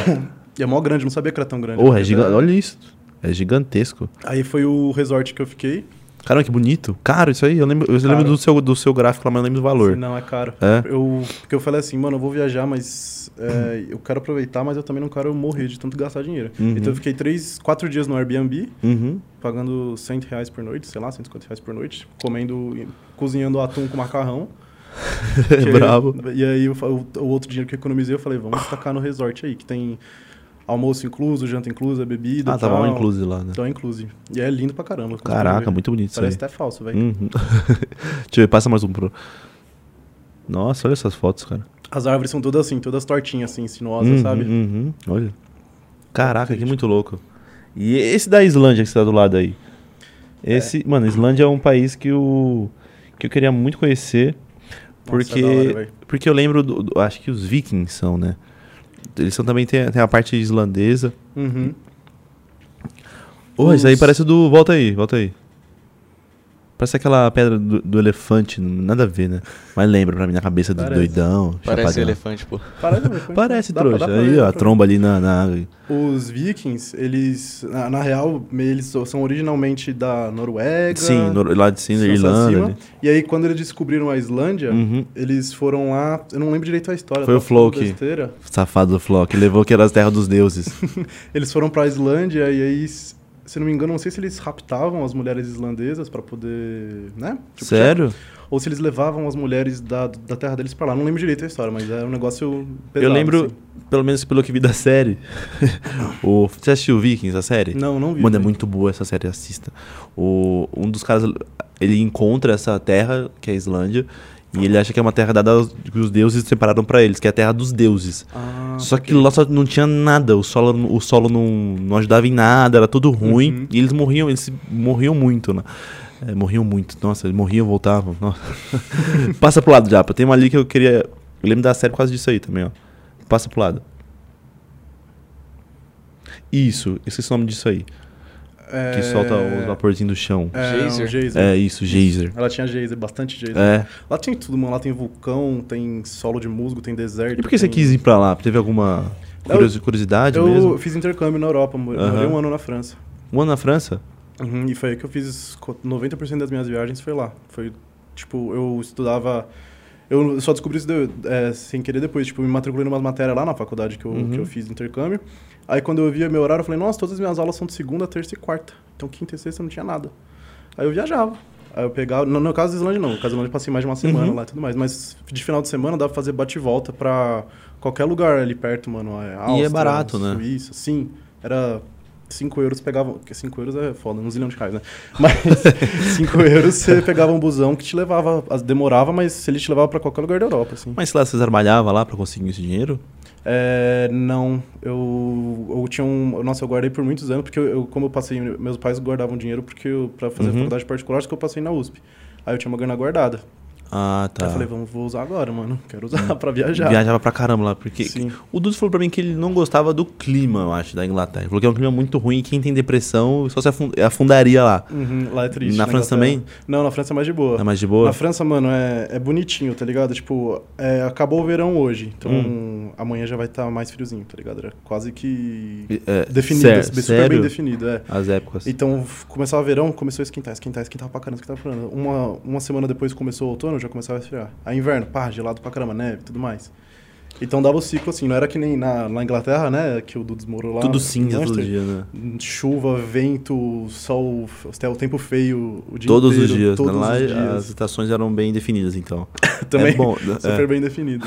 Speaker 4: E é mó grande, não sabia que era tão grande. né?
Speaker 2: Porra, é giga- olha isso. É gigantesco.
Speaker 4: Aí foi o resort que eu fiquei.
Speaker 2: Caramba, que bonito. Caro isso aí. Eu lembro, eu lembro
Speaker 4: Caro.
Speaker 2: do, seu, do seu gráfico lá, mas não lembro do valor.
Speaker 4: Não, é caro.
Speaker 2: É?
Speaker 4: Eu, porque eu falei assim, mano, eu vou viajar, mas é, eu quero aproveitar, mas eu também não quero morrer de tanto gastar dinheiro.
Speaker 2: Uhum.
Speaker 4: Então eu fiquei três, quatro dias no Airbnb,
Speaker 2: Uhum.
Speaker 4: pagando 100 reais por noite, sei lá, 150 reais por noite, comendo, cozinhando atum com macarrão.
Speaker 2: É
Speaker 4: Que-
Speaker 2: Bravo.
Speaker 4: E aí eu fa- o, o outro dinheiro que eu economizei, eu falei, vamos tacar no resort aí, que tem almoço incluso, janta inclusa, bebida.
Speaker 2: Ah, tava
Speaker 4: tal.
Speaker 2: all inclusive lá, né?
Speaker 4: Então é inclusive. E é lindo pra caramba. como você pode
Speaker 2: Caraca,
Speaker 4: ver.
Speaker 2: muito bonito isso aí.
Speaker 4: Parece até falso, velho.
Speaker 2: Uhum. Deixa eu ver, passa mais um pro. Nossa, olha essas fotos, cara.
Speaker 4: As árvores são todas assim, todas tortinhas, assim, sinuosas,
Speaker 2: Uhum,
Speaker 4: sabe?
Speaker 2: uhum. Olha. Caraca, que muito louco. E esse da Islândia que você tá do lado aí? Esse, mano, Islândia é um país que eu, que eu queria muito conhecer. Porque,
Speaker 4: é da hora, velho.
Speaker 2: porque eu lembro, do, do- acho que os vikings são, né? Eles são também, tem, a- tem a parte islandesa.
Speaker 4: Uhum.
Speaker 2: Ô, isso aí
Speaker 4: Os-
Speaker 2: parece do... Volta aí, volta aí. Parece aquela pedra do, do elefante, nada a ver, né? Mas lembra pra mim, na cabeça do
Speaker 4: Parece.
Speaker 2: doidão,
Speaker 3: Parece
Speaker 2: chapadão.
Speaker 3: elefante, pô.
Speaker 4: Parece, velho.
Speaker 2: Parece,
Speaker 4: Dá pra-
Speaker 2: trouxa.
Speaker 4: dá pra né?
Speaker 2: aí,
Speaker 4: ver,
Speaker 2: ó,
Speaker 4: dá
Speaker 2: a
Speaker 4: pra-
Speaker 2: tromba ali na... na...
Speaker 4: Os vikings, eles, na, na real, me- eles so- são originalmente da Noruega.
Speaker 2: Sim, no- lá de
Speaker 4: são-
Speaker 2: cima,
Speaker 4: são
Speaker 2: Irlanda. né?
Speaker 4: cima.
Speaker 2: ali.
Speaker 4: E aí, quando eles descobriram a Islândia,
Speaker 2: Uhum.
Speaker 4: eles foram lá. Eu não lembro direito a história.
Speaker 2: Foi
Speaker 4: tá?
Speaker 2: o Flow que-
Speaker 4: besteira.
Speaker 2: Safado do Flock, levou que era as terras dos deuses.
Speaker 4: Tipo, Eles foram pra Islândia e aí, s- se não me engano, não sei se eles raptavam as mulheres islandesas pra poder. né? Tipo,
Speaker 2: Sério?
Speaker 4: Ou se eles levavam as mulheres da, da terra deles pra lá. Não lembro direito a história, mas era um negócio pesado.
Speaker 2: eu lembro,
Speaker 4: assim.
Speaker 2: pelo menos pelo que vi da série. o, você assistiu Vikings, a série?
Speaker 4: Não, não vi.
Speaker 2: Mano, é
Speaker 4: velho.
Speaker 2: muito boa essa série, assista. O, um dos caras, ele encontra essa terra, que é a Islândia, e ele acha que é uma terra dada aos- que os deuses separaram pra eles, que é a terra dos deuses.
Speaker 4: Ah,
Speaker 2: só que lá só não tinha nada, o solo, o solo não, não ajudava em nada, era tudo ruim,
Speaker 4: Uhum.
Speaker 2: e eles morriam, eles se- morriam muito, né? É, morriam muito, nossa, eles morriam, voltavam. nossa. Passa pro lado, Japa, tem uma ali que eu queria. Eu lembro da série por causa disso aí também, ó. Passa pro lado. Isso, esqueci o nome disso aí.
Speaker 4: é...
Speaker 2: Que solta os vaporzinhos do chão.
Speaker 4: É,
Speaker 3: Geyser?
Speaker 4: um geyser.
Speaker 2: É isso, geyser.
Speaker 4: Ela tinha geyser, bastante geyser.
Speaker 2: É.
Speaker 4: Lá tem tudo, mano. Lá tem vulcão, tem solo de musgo, tem deserto.
Speaker 2: É. E por que você
Speaker 4: tem...
Speaker 2: quis ir pra lá? Teve alguma curiosi- curiosidade
Speaker 4: Eu
Speaker 2: mesmo?
Speaker 4: fiz intercâmbio na Europa, mo- morei
Speaker 2: Aham.
Speaker 4: um ano na França.
Speaker 2: Um ano na França?
Speaker 4: Uhum, e foi aí que eu fiz co- 90% das minhas viagens foi lá. Foi tipo, eu estudava eu só descobri isso de- é, sem querer depois, tipo, me matriculei numa matéria lá na faculdade que eu, que
Speaker 2: Uhum.
Speaker 4: eu fiz intercâmbio. Aí quando eu via meu horário, eu falei: "Nossa, todas as minhas aulas são de segunda, terça e quarta. Então quinta e sexta não tinha nada". Aí eu viajava. Aí eu pegava, no, no caso da Islândia não, no caso da Islândia eu passei mais de uma semana
Speaker 2: Uhum.
Speaker 4: lá e tudo mais, mas de final de semana dá pra fazer bate e volta pra qualquer lugar ali perto, mano, é Áustria,
Speaker 2: barato, né?
Speaker 4: Suíça, sim. Era 5 euros pegava. Porque 5 euros é foda, uns zilhão de reais, né? Mas 5 euros você pegava um busão que te levava. as- Demorava, mas ele te levava pra qualquer lugar da Europa, assim.
Speaker 2: Mas sei lá, você trabalhava lá pra conseguir esse dinheiro?
Speaker 4: É, não, eu, eu tinha um. Nossa, eu guardei por muitos anos, porque eu, eu- como eu passei. Meus pais guardavam dinheiro porque eu, pra fazer
Speaker 2: Uhum.
Speaker 4: a faculdade particular, acho que eu passei na USP. Aí eu tinha uma grana guardada.
Speaker 2: Ah, tá.
Speaker 4: Aí eu falei, vamos, vou usar agora, mano. Quero usar pra viajar.
Speaker 2: Viajava pra caramba lá, porque
Speaker 4: Sim.
Speaker 2: o Dudu falou pra mim que ele não gostava do clima, eu acho, da Inglaterra. Ele falou que é um clima muito ruim, quem tem depressão só se afun- afundaria lá.
Speaker 4: Uhum, lá é triste.
Speaker 2: Na França também?
Speaker 4: Inglaterra. Não, na França é mais de boa.
Speaker 2: É mais de boa?
Speaker 4: Na França, mano, é, é bonitinho, tá ligado? Tipo, é, acabou o verão hoje, então
Speaker 2: Hum.
Speaker 4: amanhã já vai estar mais friozinho, tá ligado? Era quase que
Speaker 2: É,
Speaker 4: definido,
Speaker 2: sé-
Speaker 4: super
Speaker 2: sério?
Speaker 4: bem definido, é.
Speaker 2: As épocas.
Speaker 4: Então, f- começava o verão, começou a esquentar, esquentar, esquentar pra caramba, esquentar pra caramba. Uma, uma semana depois começou o outono, já começava a esfriar. Aí inverno, pá, gelado pra caramba, neve e tudo mais. Então dava o ciclo assim, não era que nem na, na Inglaterra, né, que o Dudes morou lá.
Speaker 2: Tudo
Speaker 4: em
Speaker 2: cinza todo
Speaker 4: Manchester.
Speaker 2: dia, né?
Speaker 4: Chuva, vento, sol, até o tempo feio o dia
Speaker 2: Todos
Speaker 4: inteiro,
Speaker 2: os dias. né?
Speaker 4: Todos
Speaker 2: lá é
Speaker 4: os
Speaker 2: as
Speaker 4: dias.
Speaker 2: estações eram bem definidas, então.
Speaker 4: Também
Speaker 2: É bom,
Speaker 4: super
Speaker 2: é.
Speaker 4: bem definido.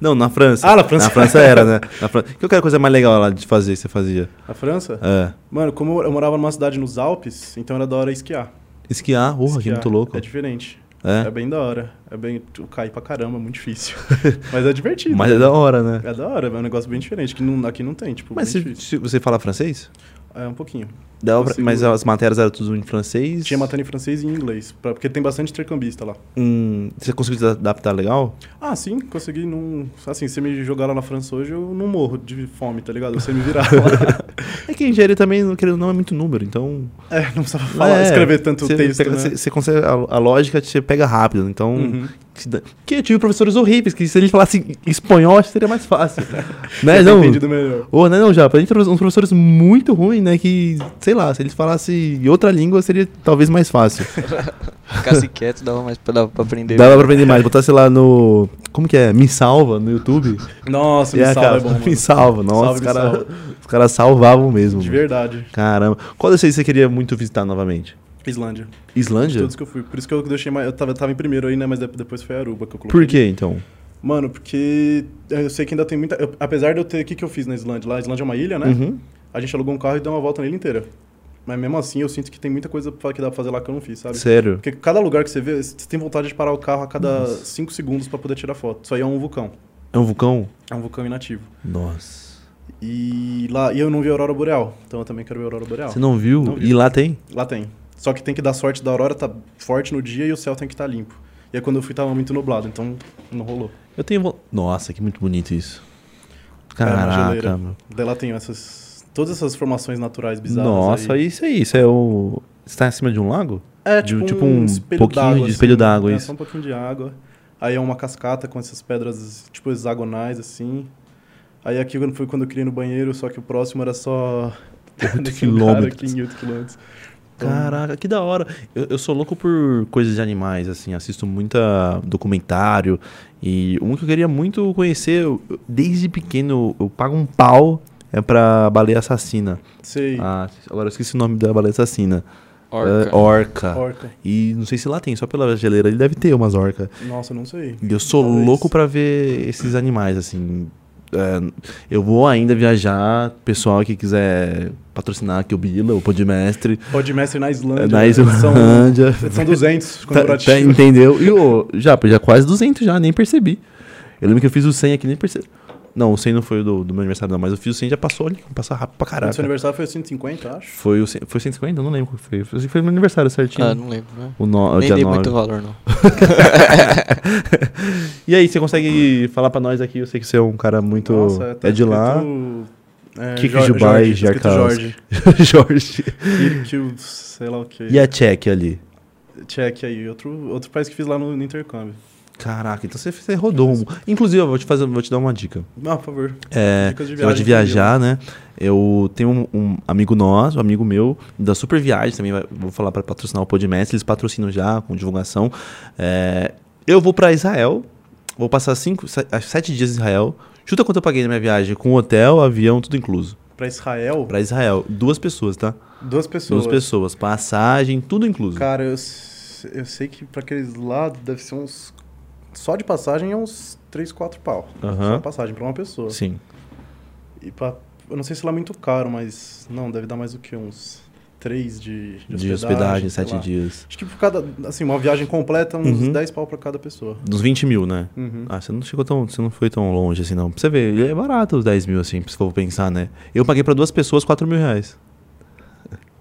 Speaker 2: Não, na França.
Speaker 4: Ah, na França.
Speaker 2: Na França era, né? Na Fran... Que era a coisa mais legal lá de fazer, que você fazia?
Speaker 4: A França?
Speaker 2: É.
Speaker 4: Mano, como eu morava numa cidade nos Alpes, então era da hora esquiar.
Speaker 2: Esquiar, porra, que
Speaker 4: Esquiar
Speaker 2: muito louco.
Speaker 4: É diferente. É,
Speaker 2: É.
Speaker 4: bem da hora. É bem. Tu cai pra caramba, é muito difícil. Mas é divertido.
Speaker 2: Mas é da hora, né?
Speaker 4: É da hora, é um negócio bem diferente, que não, aqui não tem, tipo,
Speaker 2: Mas
Speaker 4: bem
Speaker 2: se,
Speaker 4: difícil.
Speaker 2: se você fala francês?
Speaker 4: É, um pouquinho.
Speaker 2: Dá pra-
Speaker 4: Consigo.
Speaker 2: Mas as matérias eram tudo em francês?
Speaker 4: Tinha matéria em francês e em inglês, pra- porque tem bastante intercambista lá.
Speaker 2: Hum, você conseguiu se adaptar legal?
Speaker 4: Ah, sim, consegui não... Assim, se me jogar lá na França hoje, eu não morro de fome, tá ligado? Você me virar lá.
Speaker 2: É que a engenharia também, não- querendo ou não, é muito número, então...
Speaker 4: É, não precisava falar,
Speaker 2: É,
Speaker 4: escrever tanto
Speaker 2: você
Speaker 4: texto,
Speaker 2: pega-
Speaker 4: né?
Speaker 2: Você, você consegue, a, a lógica te pega rápido, então...
Speaker 4: Uhum.
Speaker 2: te dá- Porque eu tive professores horríveis, que se eles falassem espanhol, acho que seria mais fácil. né,
Speaker 4: Você
Speaker 2: não?
Speaker 4: tem entendido melhor.
Speaker 2: Ô, né, não, já, pra gente tem uns professores muito ruins, né, que, sei lá, se eles falassem outra língua, seria talvez mais fácil.
Speaker 3: Ficasse quieto, dava mais pra, dava pra aprender. né?
Speaker 2: Dava pra aprender mais, botasse lá no... Como que é? Me Salva, no YouTube.
Speaker 4: Nossa,
Speaker 2: E
Speaker 4: me
Speaker 2: é,
Speaker 4: salva,
Speaker 2: cara,
Speaker 4: é bom, mano.
Speaker 2: me salva, nossa,
Speaker 4: Salve,
Speaker 2: os
Speaker 4: me
Speaker 2: caras os cara salvavam mesmo.
Speaker 4: De
Speaker 2: mano.
Speaker 4: verdade.
Speaker 2: Caramba. Qual desses você queria muito visitar novamente?
Speaker 4: Islândia.
Speaker 2: Islândia?
Speaker 4: Todos que eu fui. Por isso que eu deixei mais... Eu tava, tava em primeiro aí, né? Mas de- depois foi Aruba que eu coloquei.
Speaker 2: Por que então?
Speaker 4: Mano, porque eu sei que ainda tem muita. eu- apesar de eu ter. O que, que eu fiz na Islândia? Lá, a Islândia é uma ilha, né?
Speaker 2: Uhum.
Speaker 4: A gente alugou um carro e deu uma volta nele inteira. Mas mesmo assim, eu sinto que tem muita coisa pra- que dá pra fazer lá que eu não fiz, sabe?
Speaker 2: Sério?
Speaker 4: Porque cada lugar que você vê, você tem vontade de parar o carro a cada 5 segundos pra poder tirar foto. Isso aí é um vulcão.
Speaker 2: É um vulcão?
Speaker 4: É um vulcão inativo.
Speaker 2: Nossa.
Speaker 4: E lá. E eu não vi a Aurora Boreal. Então eu também quero ver a Aurora Boreal.
Speaker 2: Você não viu?
Speaker 4: Não vi.
Speaker 2: E lá tem?
Speaker 4: Lá tem. Só que tem que dar sorte da Aurora tá forte no dia e o céu tem que estar limpo. E aí quando eu fui tava muito nublado, então não rolou.
Speaker 2: Eu tenho. vo- Nossa, que muito bonito isso.
Speaker 4: É, na
Speaker 2: Caraca,
Speaker 4: geleira.
Speaker 2: meu.
Speaker 4: Daí lá tem essas. Todas essas formações naturais bizarras.
Speaker 2: Nossa,
Speaker 4: aí.
Speaker 2: isso aí. Isso é o. Você tá em cima de um lago?
Speaker 4: É
Speaker 2: de-
Speaker 4: tipo,
Speaker 2: tipo
Speaker 4: um,
Speaker 2: um
Speaker 4: espelho
Speaker 2: pouquinho
Speaker 4: d'água,
Speaker 2: de espelho d'água,
Speaker 4: é,
Speaker 2: isso.
Speaker 4: Só um pouquinho de água. Aí é uma cascata com essas pedras, tipo, hexagonais, assim. Aí aqui quando foi quando eu queria ir no banheiro, só que o próximo era só. nesse lugar
Speaker 2: quilômetros.
Speaker 4: Aqui em 8 quilômetros. Então,
Speaker 2: Caraca, que da hora. Eu, eu sou louco por coisas de animais, assim, assisto muita documentário. E um que eu queria muito conhecer, eu- eu- desde pequeno, eu pago um pau é pra baleia assassina.
Speaker 4: Sei.
Speaker 2: Ah, agora eu esqueci o nome da baleia assassina.
Speaker 3: Orca.
Speaker 2: É, orca.
Speaker 4: Orca.
Speaker 2: E não sei se lá tem, só pela geleira ele deve ter umas orcas.
Speaker 4: Nossa, eu não sei.
Speaker 2: E eu sou
Speaker 4: Talvez.
Speaker 2: louco pra ver esses animais, assim. É, eu vou ainda viajar, pessoal que quiser patrocinar aqui o Bila, o Podmestre,
Speaker 4: Podmestre na Islândia.
Speaker 2: É, na
Speaker 4: né? São,
Speaker 2: Islândia.
Speaker 4: são 200
Speaker 2: Tá, tá,
Speaker 4: comemorativos.
Speaker 2: entendeu? E o já, já quase 200 já, nem percebi. Eu lembro que eu fiz o 100 aqui, nem percebi. Não, o 100 não foi o do, do meu aniversário, não, mas eu fiz o 100 já passou ali, passou rápido pra
Speaker 4: O seu
Speaker 2: caraca.
Speaker 4: aniversário foi 150, acho.
Speaker 2: Foi o 100, foi 150? Eu não lembro qual que foi. Foi, foi meu aniversário certinho.
Speaker 3: Ah, não lembro, né?
Speaker 2: o no, o
Speaker 3: Nem
Speaker 2: dia
Speaker 3: dei
Speaker 2: 9.
Speaker 3: muito valor, não.
Speaker 2: E aí, você consegue falar pra nós aqui? Eu sei que você é um cara muito.
Speaker 4: Nossa, tá
Speaker 2: é de lá.
Speaker 4: escrito, É,
Speaker 2: Kiko
Speaker 4: Jor-
Speaker 2: Jubai,
Speaker 4: Jorge, tá escrito
Speaker 2: Jarkaus.
Speaker 4: Jorge.
Speaker 2: Jorge.
Speaker 4: Kiko, sei lá o que.
Speaker 2: E a Tchek ali?
Speaker 4: Tchequia aí, outro, outro país que fiz lá no, no intercâmbio.
Speaker 2: Caraca, então você, você rodou. um- Inclusive, eu vou te, fazer, vou te dar uma dica.
Speaker 4: Ah, por favor.
Speaker 2: É,
Speaker 4: Dicas de
Speaker 2: você gosta de
Speaker 4: viagem,
Speaker 2: viajar, né? Eu tenho um, um amigo nosso, um amigo meu, da Super Viagem, também vai- vou falar para patrocinar o Podmestre, eles patrocinam já com divulgação. É, eu vou para Israel, vou passar cinco, se- acho que sete dias em Israel. Chuta quanto eu paguei na minha viagem, com hotel, avião, tudo incluso.
Speaker 4: Pra Israel,
Speaker 2: Para Israel, duas pessoas, tá?
Speaker 4: duas pessoas.
Speaker 2: Duas pessoas, passagem, tudo incluso.
Speaker 4: Cara, eu, s- eu sei que pra aqueles lados deve ser uns. Só de passagem é uns 3, 4 pau.
Speaker 2: Aham.
Speaker 4: Só a passagem pra uma pessoa.
Speaker 2: Sim.
Speaker 4: E pra, eu não sei se lá é muito caro, mas. Não, deve dar mais do que uns 3 de, de hospedagem.
Speaker 2: De hospedagem,
Speaker 4: sei
Speaker 2: sete
Speaker 4: lá.
Speaker 2: dias.
Speaker 4: Acho que por cada. Assim, uma viagem completa, uns
Speaker 2: Uhum.
Speaker 4: 10 pau pra cada pessoa.
Speaker 2: Dos 20 mil, né?
Speaker 4: Uhum.
Speaker 2: Ah, você não chegou tão. Você não foi tão longe assim, não. Pra você ver, ele é barato os 10 mil, assim, se for pensar, né? Eu paguei pra duas pessoas 4 mil reais.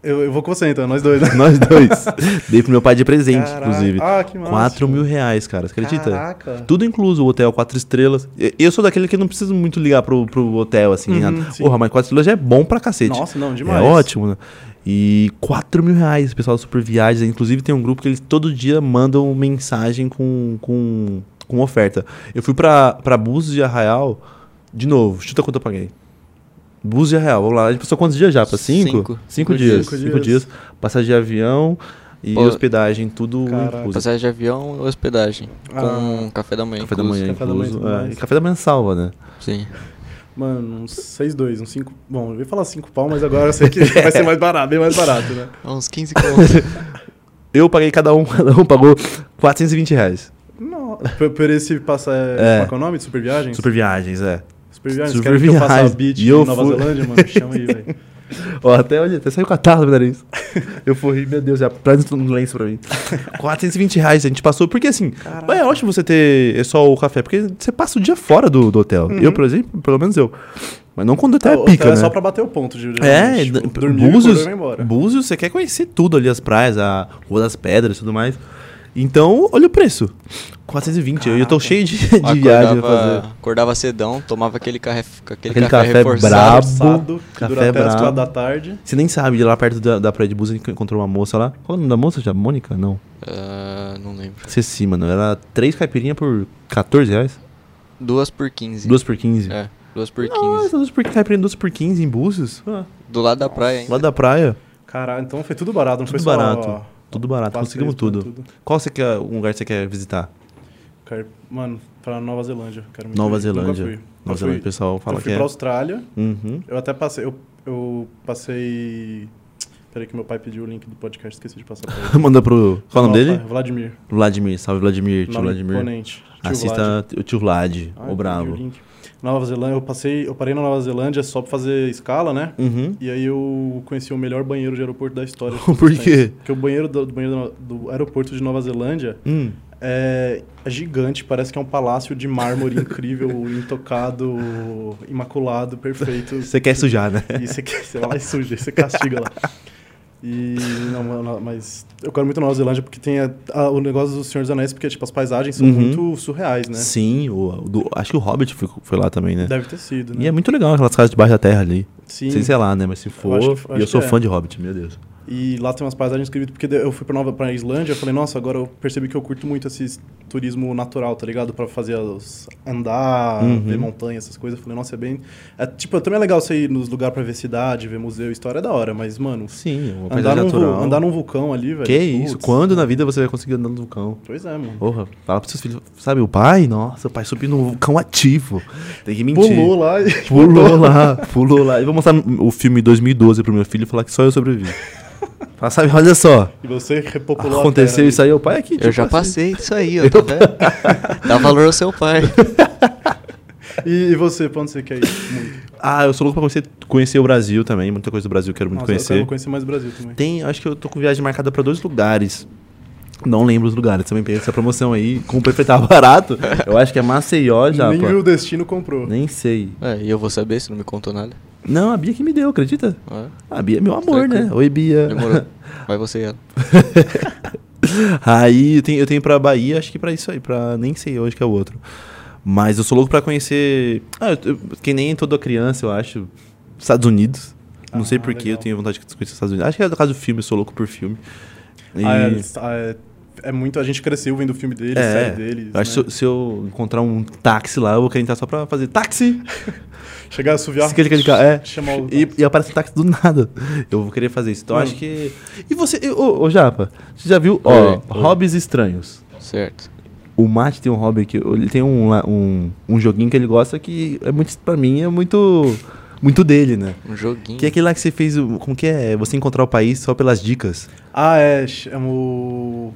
Speaker 4: Eu, eu vou com você então, nós dois.
Speaker 2: Nós dois. Dei pro meu pai de presente,
Speaker 4: Caraca.
Speaker 2: inclusive.
Speaker 4: Ah, que massa.
Speaker 2: 4 mil reais, cara. Você acredita?
Speaker 4: Caraca.
Speaker 2: Tudo incluso, o hotel, quatro estrelas. E- Eu sou daquele que não precisa muito ligar pro, pro hotel, assim, nem
Speaker 4: Uhum,
Speaker 2: nada.
Speaker 4: sim.
Speaker 2: Porra, mas quatro estrelas já é bom pra cacete.
Speaker 4: Nossa, não, demais.
Speaker 2: É ótimo, né? E 4 mil reais, o pessoal da Super Viagens. Inclusive, tem um grupo que eles todo dia mandam mensagem com, com, com oferta. Eu fui pra, pra Búzios de Arraial, de novo, chuta quanto eu paguei. Búzios de Arraial, vamos lá. A gente passou quantos dias já? Pra cinco?
Speaker 3: Cinco.
Speaker 2: Cinco,
Speaker 3: Cinco
Speaker 2: dias.
Speaker 4: dias.
Speaker 2: Cinco dias. Passagem de avião e
Speaker 3: Pô,
Speaker 2: hospedagem, tudo
Speaker 4: Caraca.
Speaker 2: incluso.
Speaker 3: Passagem de avião ou hospedagem? Com café da manhã.
Speaker 2: Ah. Café da
Speaker 3: incluso.
Speaker 2: manhã
Speaker 4: Café da manhã
Speaker 2: incluso.
Speaker 4: tudo
Speaker 2: é,
Speaker 4: mais.
Speaker 2: e café da manhã salva, né?
Speaker 3: Sim.
Speaker 4: Mano, uns 6, 2, uns 5. Bom, eu ia falar 5 pau, mas agora eu sei que vai ser mais barato, bem mais barato, né?
Speaker 3: É Uns 15 quilômetros.
Speaker 2: Eu paguei cada um, cada um pagou 420 reais.
Speaker 4: Não. Por, por esse passar.
Speaker 2: É.
Speaker 4: Qual que é o nome? De super viagens?
Speaker 2: Super viagens, é.
Speaker 4: Super viagens.
Speaker 2: Super
Speaker 4: Quero que eu faça a
Speaker 2: Viagens.
Speaker 4: beat
Speaker 2: E
Speaker 4: em
Speaker 2: eu
Speaker 4: Nova
Speaker 2: fui-
Speaker 4: Zelândia, mano. Chama aí, velho.
Speaker 2: Ó, até, olha, até saiu catarro do meu nariz. Eu fui, meu Deus, já traz um lenço pra mim. 420 reais a gente passou, porque assim, é ótimo você ter é só o café, porque você passa o dia fora do, do hotel. Eu, por exemplo, pelo menos eu. Mas não quando o hotel é
Speaker 4: Então,
Speaker 2: pica,
Speaker 4: então
Speaker 2: né?
Speaker 4: é só pra bater Uhum. o ponto, de
Speaker 2: É,
Speaker 4: tipo,
Speaker 2: d-
Speaker 4: dormiu, acordou e
Speaker 2: Búzios,
Speaker 4: vai embora.
Speaker 2: Búzios, você quer conhecer tudo ali, as praias, a Rua das Pedras e tudo mais. Então, olha o preço. 420, eu- eu tô cheio de, de viagem pra fazer.
Speaker 3: Acordava, acordava cedão, tomava aquele, café aquele,
Speaker 2: Aquele
Speaker 3: café,
Speaker 2: café
Speaker 3: reforçado.
Speaker 2: brabo.
Speaker 4: Assado, que
Speaker 2: Café
Speaker 4: dura até as
Speaker 2: brabo.
Speaker 4: 4 da tarde.
Speaker 2: Você nem sabe, de lá perto da, da praia de Búzios, a gente encontrou uma moça lá. Qual é o nome da moça? Já? Mônica? Não.
Speaker 3: Ah, não lembro.
Speaker 2: Ceci, mano. Era três caipirinhas por 14 reais?
Speaker 3: Duas por 15.
Speaker 2: Duas por 15?
Speaker 3: É, duas por 15.
Speaker 2: Nossa, duas por, caipirinha duas por 15 em Búzios? Ah,
Speaker 3: Do lado da praia, hein?
Speaker 2: lá da praia.
Speaker 4: Caralho, então foi tudo barato, não foi
Speaker 2: Tudo
Speaker 4: só,
Speaker 2: barato.
Speaker 4: ó,
Speaker 2: Tudo barato,
Speaker 4: quatro,
Speaker 2: conseguimos
Speaker 4: três,
Speaker 2: tudo. Qual você quer, um lugar que você quer visitar?
Speaker 4: Quero- Mano, pra Nova Zelândia. Quero muito
Speaker 2: Nova
Speaker 4: ir, nunca
Speaker 2: Zelândia.
Speaker 4: fui.
Speaker 2: Nova
Speaker 4: Eu
Speaker 2: Zelândia,
Speaker 4: fui-
Speaker 2: o pessoal fala
Speaker 4: eu
Speaker 2: que
Speaker 4: fui
Speaker 2: é.
Speaker 4: pra Austrália.
Speaker 2: Uhum.
Speaker 4: Eu até passei. Eu, eu passei. Peraí, que meu pai pediu o link do podcast, esqueci de passar pra ele.
Speaker 2: Manda pro. Qual é o nome
Speaker 4: Não,
Speaker 2: dele?
Speaker 4: pai, Vladimir.
Speaker 2: Vladimir. Salve, Vladimir. Tio
Speaker 4: nome
Speaker 2: Vladimir.
Speaker 4: imponente. Tio Vlad.
Speaker 2: Assista o tio Vlad,
Speaker 4: Ah,
Speaker 2: o
Speaker 4: eu perdi
Speaker 2: Bravo.
Speaker 4: link. Nova Zelândia, eu passei, eu parei na Nova Zelândia só pra fazer escala, né?
Speaker 2: Uhum.
Speaker 4: E aí eu conheci o melhor banheiro de aeroporto da história.
Speaker 2: Por quê?
Speaker 4: Porque o banheiro do, do banheiro do aeroporto de Nova Zelândia
Speaker 2: Hum.
Speaker 4: é gigante, parece que é um palácio de mármore incrível, intocado, imaculado, perfeito.
Speaker 2: Você quer sujar, né?
Speaker 4: E você, quer- você vai lá e suja, você castiga lá. E não, mano, mas eu quero muito Nova Zelândia porque tem a- a- o negócio dos Senhor dos Anéis, porque tipo, as paisagens são
Speaker 2: Uhum.
Speaker 4: muito surreais, né?
Speaker 2: Sim, o, o do- acho que o Hobbit foi, foi lá também, né?
Speaker 4: Deve ter sido, né?
Speaker 2: E é muito legal aquelas casas debaixo da terra ali.
Speaker 4: Sim.
Speaker 2: Sem sei lá, né? Mas se for.
Speaker 4: acho que-
Speaker 2: e eu
Speaker 4: acho
Speaker 2: sou
Speaker 4: que é.
Speaker 2: fã de Hobbit, meu Deus.
Speaker 4: E lá tem umas paisagens incríveis, porque eu fui pra Nova pra Islândia, eu falei, nossa, agora eu percebi que eu curto muito esse turismo natural, tá ligado? Pra fazer os andar,
Speaker 2: Uhum.
Speaker 4: ver montanha, essas coisas. Eu falei, nossa, é bem. É, tipo, também é legal você ir nos lugares pra ver cidade, ver museu, história é da hora, mas, mano,
Speaker 2: Sim, é uma
Speaker 4: andar
Speaker 2: paisagem
Speaker 4: num, vu-
Speaker 2: natural.
Speaker 4: andar num vulcão ali, velho.
Speaker 2: Que isso?
Speaker 4: putz.
Speaker 2: Quando na vida você vai conseguir andar no vulcão?
Speaker 4: Pois é, mano.
Speaker 2: Porra, fala pros seus filhos. Sabe o pai? Nossa, o pai subiu num vulcão ativo. Tem que mentir.
Speaker 4: Pulou lá e.
Speaker 2: Pulou lá, pulou lá. Eu vou mostrar o filme 2012 pro meu filho e falar que só eu sobrevivi. Fala, sabe, olha só.
Speaker 4: E você repopulou
Speaker 2: Aconteceu
Speaker 4: a terra.
Speaker 2: isso aí, o pai é aqui. tipo assim.
Speaker 3: Eu já passei disso aí, ó, tá vendo? Dá valor ao seu pai.
Speaker 4: E, e você, pra onde você quer ir? Muito.
Speaker 2: Ah, eu sou louco pra conhecer, conhecer o Brasil também. Muita coisa do Brasil eu quero muito
Speaker 4: Nossa, eu
Speaker 2: conhecer.
Speaker 4: quero conhecer mais o Brasil também.
Speaker 2: Tem, acho que eu tô com viagem marcada pra dois lugares. Não lembro os lugares, também peguei essa promoção aí. Como o prefeito tava barato, eu acho que é Maceió já.
Speaker 4: Nem
Speaker 2: pô.
Speaker 4: viu o destino comprou.
Speaker 2: Nem sei.
Speaker 3: É, e eu vou saber se não me contou nada.
Speaker 2: Não, a Bia que me deu, acredita?
Speaker 3: Ah,
Speaker 2: A Bia é meu amor,
Speaker 3: Tranquilo.
Speaker 2: né? Oi, Bia.
Speaker 3: Demorou. Vai você e ela.
Speaker 2: aí eu tenho, eu tenho pra Bahia, acho que pra isso aí, pra nem sei hoje que é o outro. Mas eu sou louco pra conhecer. Ah, eu, eu- que nem toda criança, eu acho. Estados Unidos. Não
Speaker 4: Ah,
Speaker 2: sei porquê, eu
Speaker 4: legal.
Speaker 2: tenho vontade de conhecer os Estados Unidos. Acho que é por causa do filme, eu sou louco por filme. E-
Speaker 4: Ah, é, ah, é, é muito. A gente cresceu vendo o filme dele,
Speaker 2: É,
Speaker 4: série né? dele.
Speaker 2: Eu acho que se eu- se eu encontrar um táxi lá, eu vou querer entrar só pra fazer táxi!
Speaker 4: Chegar a suviar.
Speaker 2: Esse que ele quer ligar, é.
Speaker 4: Chamar o. Hum.
Speaker 2: E, e aparece um táxi do nada. Eu vou querer fazer isso. Então
Speaker 4: Mano.
Speaker 2: acho que. E você, e- ô, ô, Japa, você já viu? Ó,
Speaker 3: Oi, oi.
Speaker 2: hobbies estranhos.
Speaker 3: Certo.
Speaker 2: O Mate tem um hobby que. Ele tem um, la- um, um joguinho que ele gosta que é muito. Pra mim, é muito. Muito dele, né?
Speaker 3: Um joguinho.
Speaker 2: Que é aquele lá que você fez. o- Como que é? Você encontrar o país só pelas dicas.
Speaker 4: Ah, é. Chama o.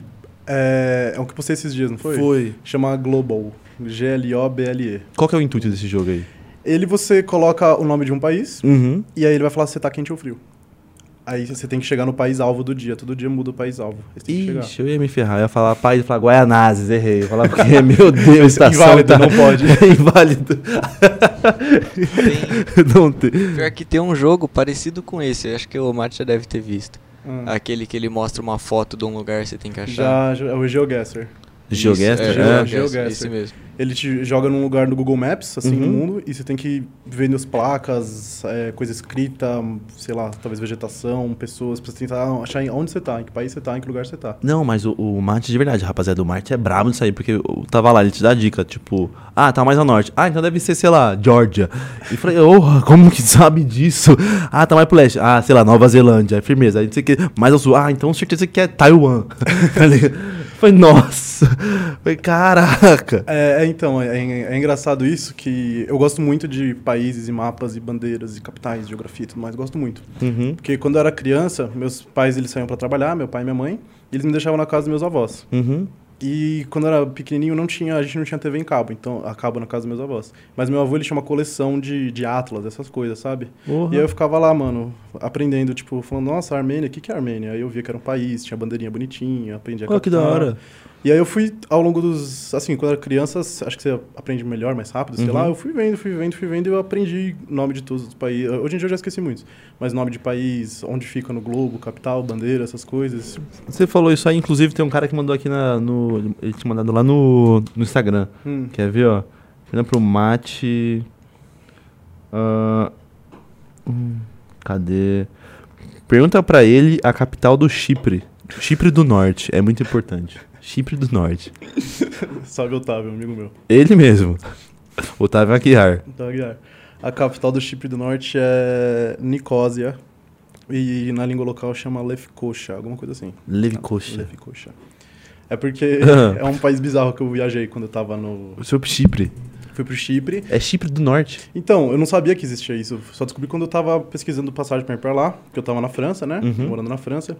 Speaker 4: É, é o que postei esses dias, não foi?
Speaker 2: Foi.
Speaker 4: Chama Global. G-L-O-B-L-E.
Speaker 2: Qual que é o intuito desse jogo aí?
Speaker 4: Ele você coloca o nome de um país
Speaker 2: Uhum.
Speaker 4: e aí ele vai falar se tá quente ou frio. Aí você tem que chegar no país alvo do dia. Todo dia muda o país alvo. Aí Você tem que chegar.
Speaker 2: Ixi, eu ia me ferrar. Eu ia falar país, eu ia falar Guaianazes, errei. Eu ia falar porque, meu Deus, estação
Speaker 4: Inválido,
Speaker 2: tá...
Speaker 4: não pode.
Speaker 2: É inválido.
Speaker 3: Tem-
Speaker 2: não tem.
Speaker 3: Pior que tem um jogo parecido com esse, eu acho que o Omar já deve ter visto.
Speaker 4: Ah,
Speaker 3: Aquele que ele mostra uma foto de um lugar que você tem que achar.
Speaker 2: tá.
Speaker 4: já, já- é o GeoGuessr.
Speaker 2: Geoguest,
Speaker 3: Isso,
Speaker 2: né?
Speaker 4: é.
Speaker 3: GeoGuessr,
Speaker 4: GeoGuessr.
Speaker 3: Isso mesmo.
Speaker 4: Ele te joga num lugar no Google Maps, assim, no
Speaker 2: Uhum.
Speaker 4: mundo, e você tem que ver nas placas, é, coisa escrita, sei lá, talvez vegetação, pessoas, pra você tentar achar em onde você tá, em que país você tá, em que lugar você tá.
Speaker 2: Não, mas o, o Marte de verdade, rapaziada, o Marte é brabo nisso aí, porque eu tava lá, ele te dá dica, tipo, ah, tá mais ao norte. Ah, então deve ser, sei lá, Georgia. E eu falei, oh, como que sabe disso? Ah, tá mais pro leste. Ah, sei lá, Nova Zelândia, firmeza. Aí não sei o que, mais ao sul. Ah, então certeza que é Taiwan. Tá ligado? Foi, nossa. Foi, caraca.
Speaker 4: É, é, então, é, é engraçado isso, que eu gosto muito de países e mapas e bandeiras e capitais, geografia e tudo mais, gosto muito.
Speaker 2: Uhum.
Speaker 4: Porque quando eu era criança, meus pais eles saíam pra trabalhar, meu pai e minha mãe, e eles me deixavam na casa dos meus avós.
Speaker 2: Uhum.
Speaker 4: E quando eu era pequenininho, não tinha, a gente não tinha TV em cabo, então a cabo na casa dos meus avós. Mas meu avô, ele tinha uma coleção de, de atlas, essas coisas, sabe?
Speaker 2: Porra.
Speaker 4: E aí eu ficava lá, mano, aprendendo, tipo, falando, nossa, Armênia, o que, que é Armênia? Aí eu via que era um país, tinha bandeirinha bonitinha, aprendi a
Speaker 2: Olha que da
Speaker 4: capital.
Speaker 2: hora.
Speaker 4: E aí eu fui, ao longo dos. Assim, quando eu era criança, acho que você aprende melhor, mais rápido, sei
Speaker 2: Uhum.
Speaker 4: lá. Eu fui vendo, fui vendo, fui vendo e eu aprendi nome de todos os países. Hoje em dia eu já esqueci muitos. Mas nome de país, onde fica no globo, capital, bandeira, essas coisas.
Speaker 2: Você falou isso aí, inclusive tem um cara que mandou aqui na, no. Ele tinha mandado lá no, no Instagram.
Speaker 4: Hum.
Speaker 2: Quer ver, ó? Olhando pro mate. Ah, hum, cadê? Pergunta pra ele a capital do Chipre. Chipre do Norte, é muito importante. Chipre do Norte.
Speaker 4: Salve Otávio, amigo meu.
Speaker 2: Ele mesmo. Otávio Aguiar.
Speaker 4: Otávio Aguiar. Então, A capital do Chipre do Norte é Nicósia. E na língua local chama Lefkocha, alguma coisa assim.
Speaker 2: Levicocha.
Speaker 4: Lefkocha. É porque
Speaker 2: Ah.
Speaker 4: é um país bizarro que eu viajei quando eu tava no.
Speaker 2: Seu Chipre.
Speaker 4: Fui pro Chipre.
Speaker 2: É Chipre do Norte.
Speaker 4: Então, eu não sabia que existia isso. Só descobri quando eu tava pesquisando passagem pra ir pra lá, porque eu tava na França, né?
Speaker 2: Uhum.
Speaker 4: Morando na França.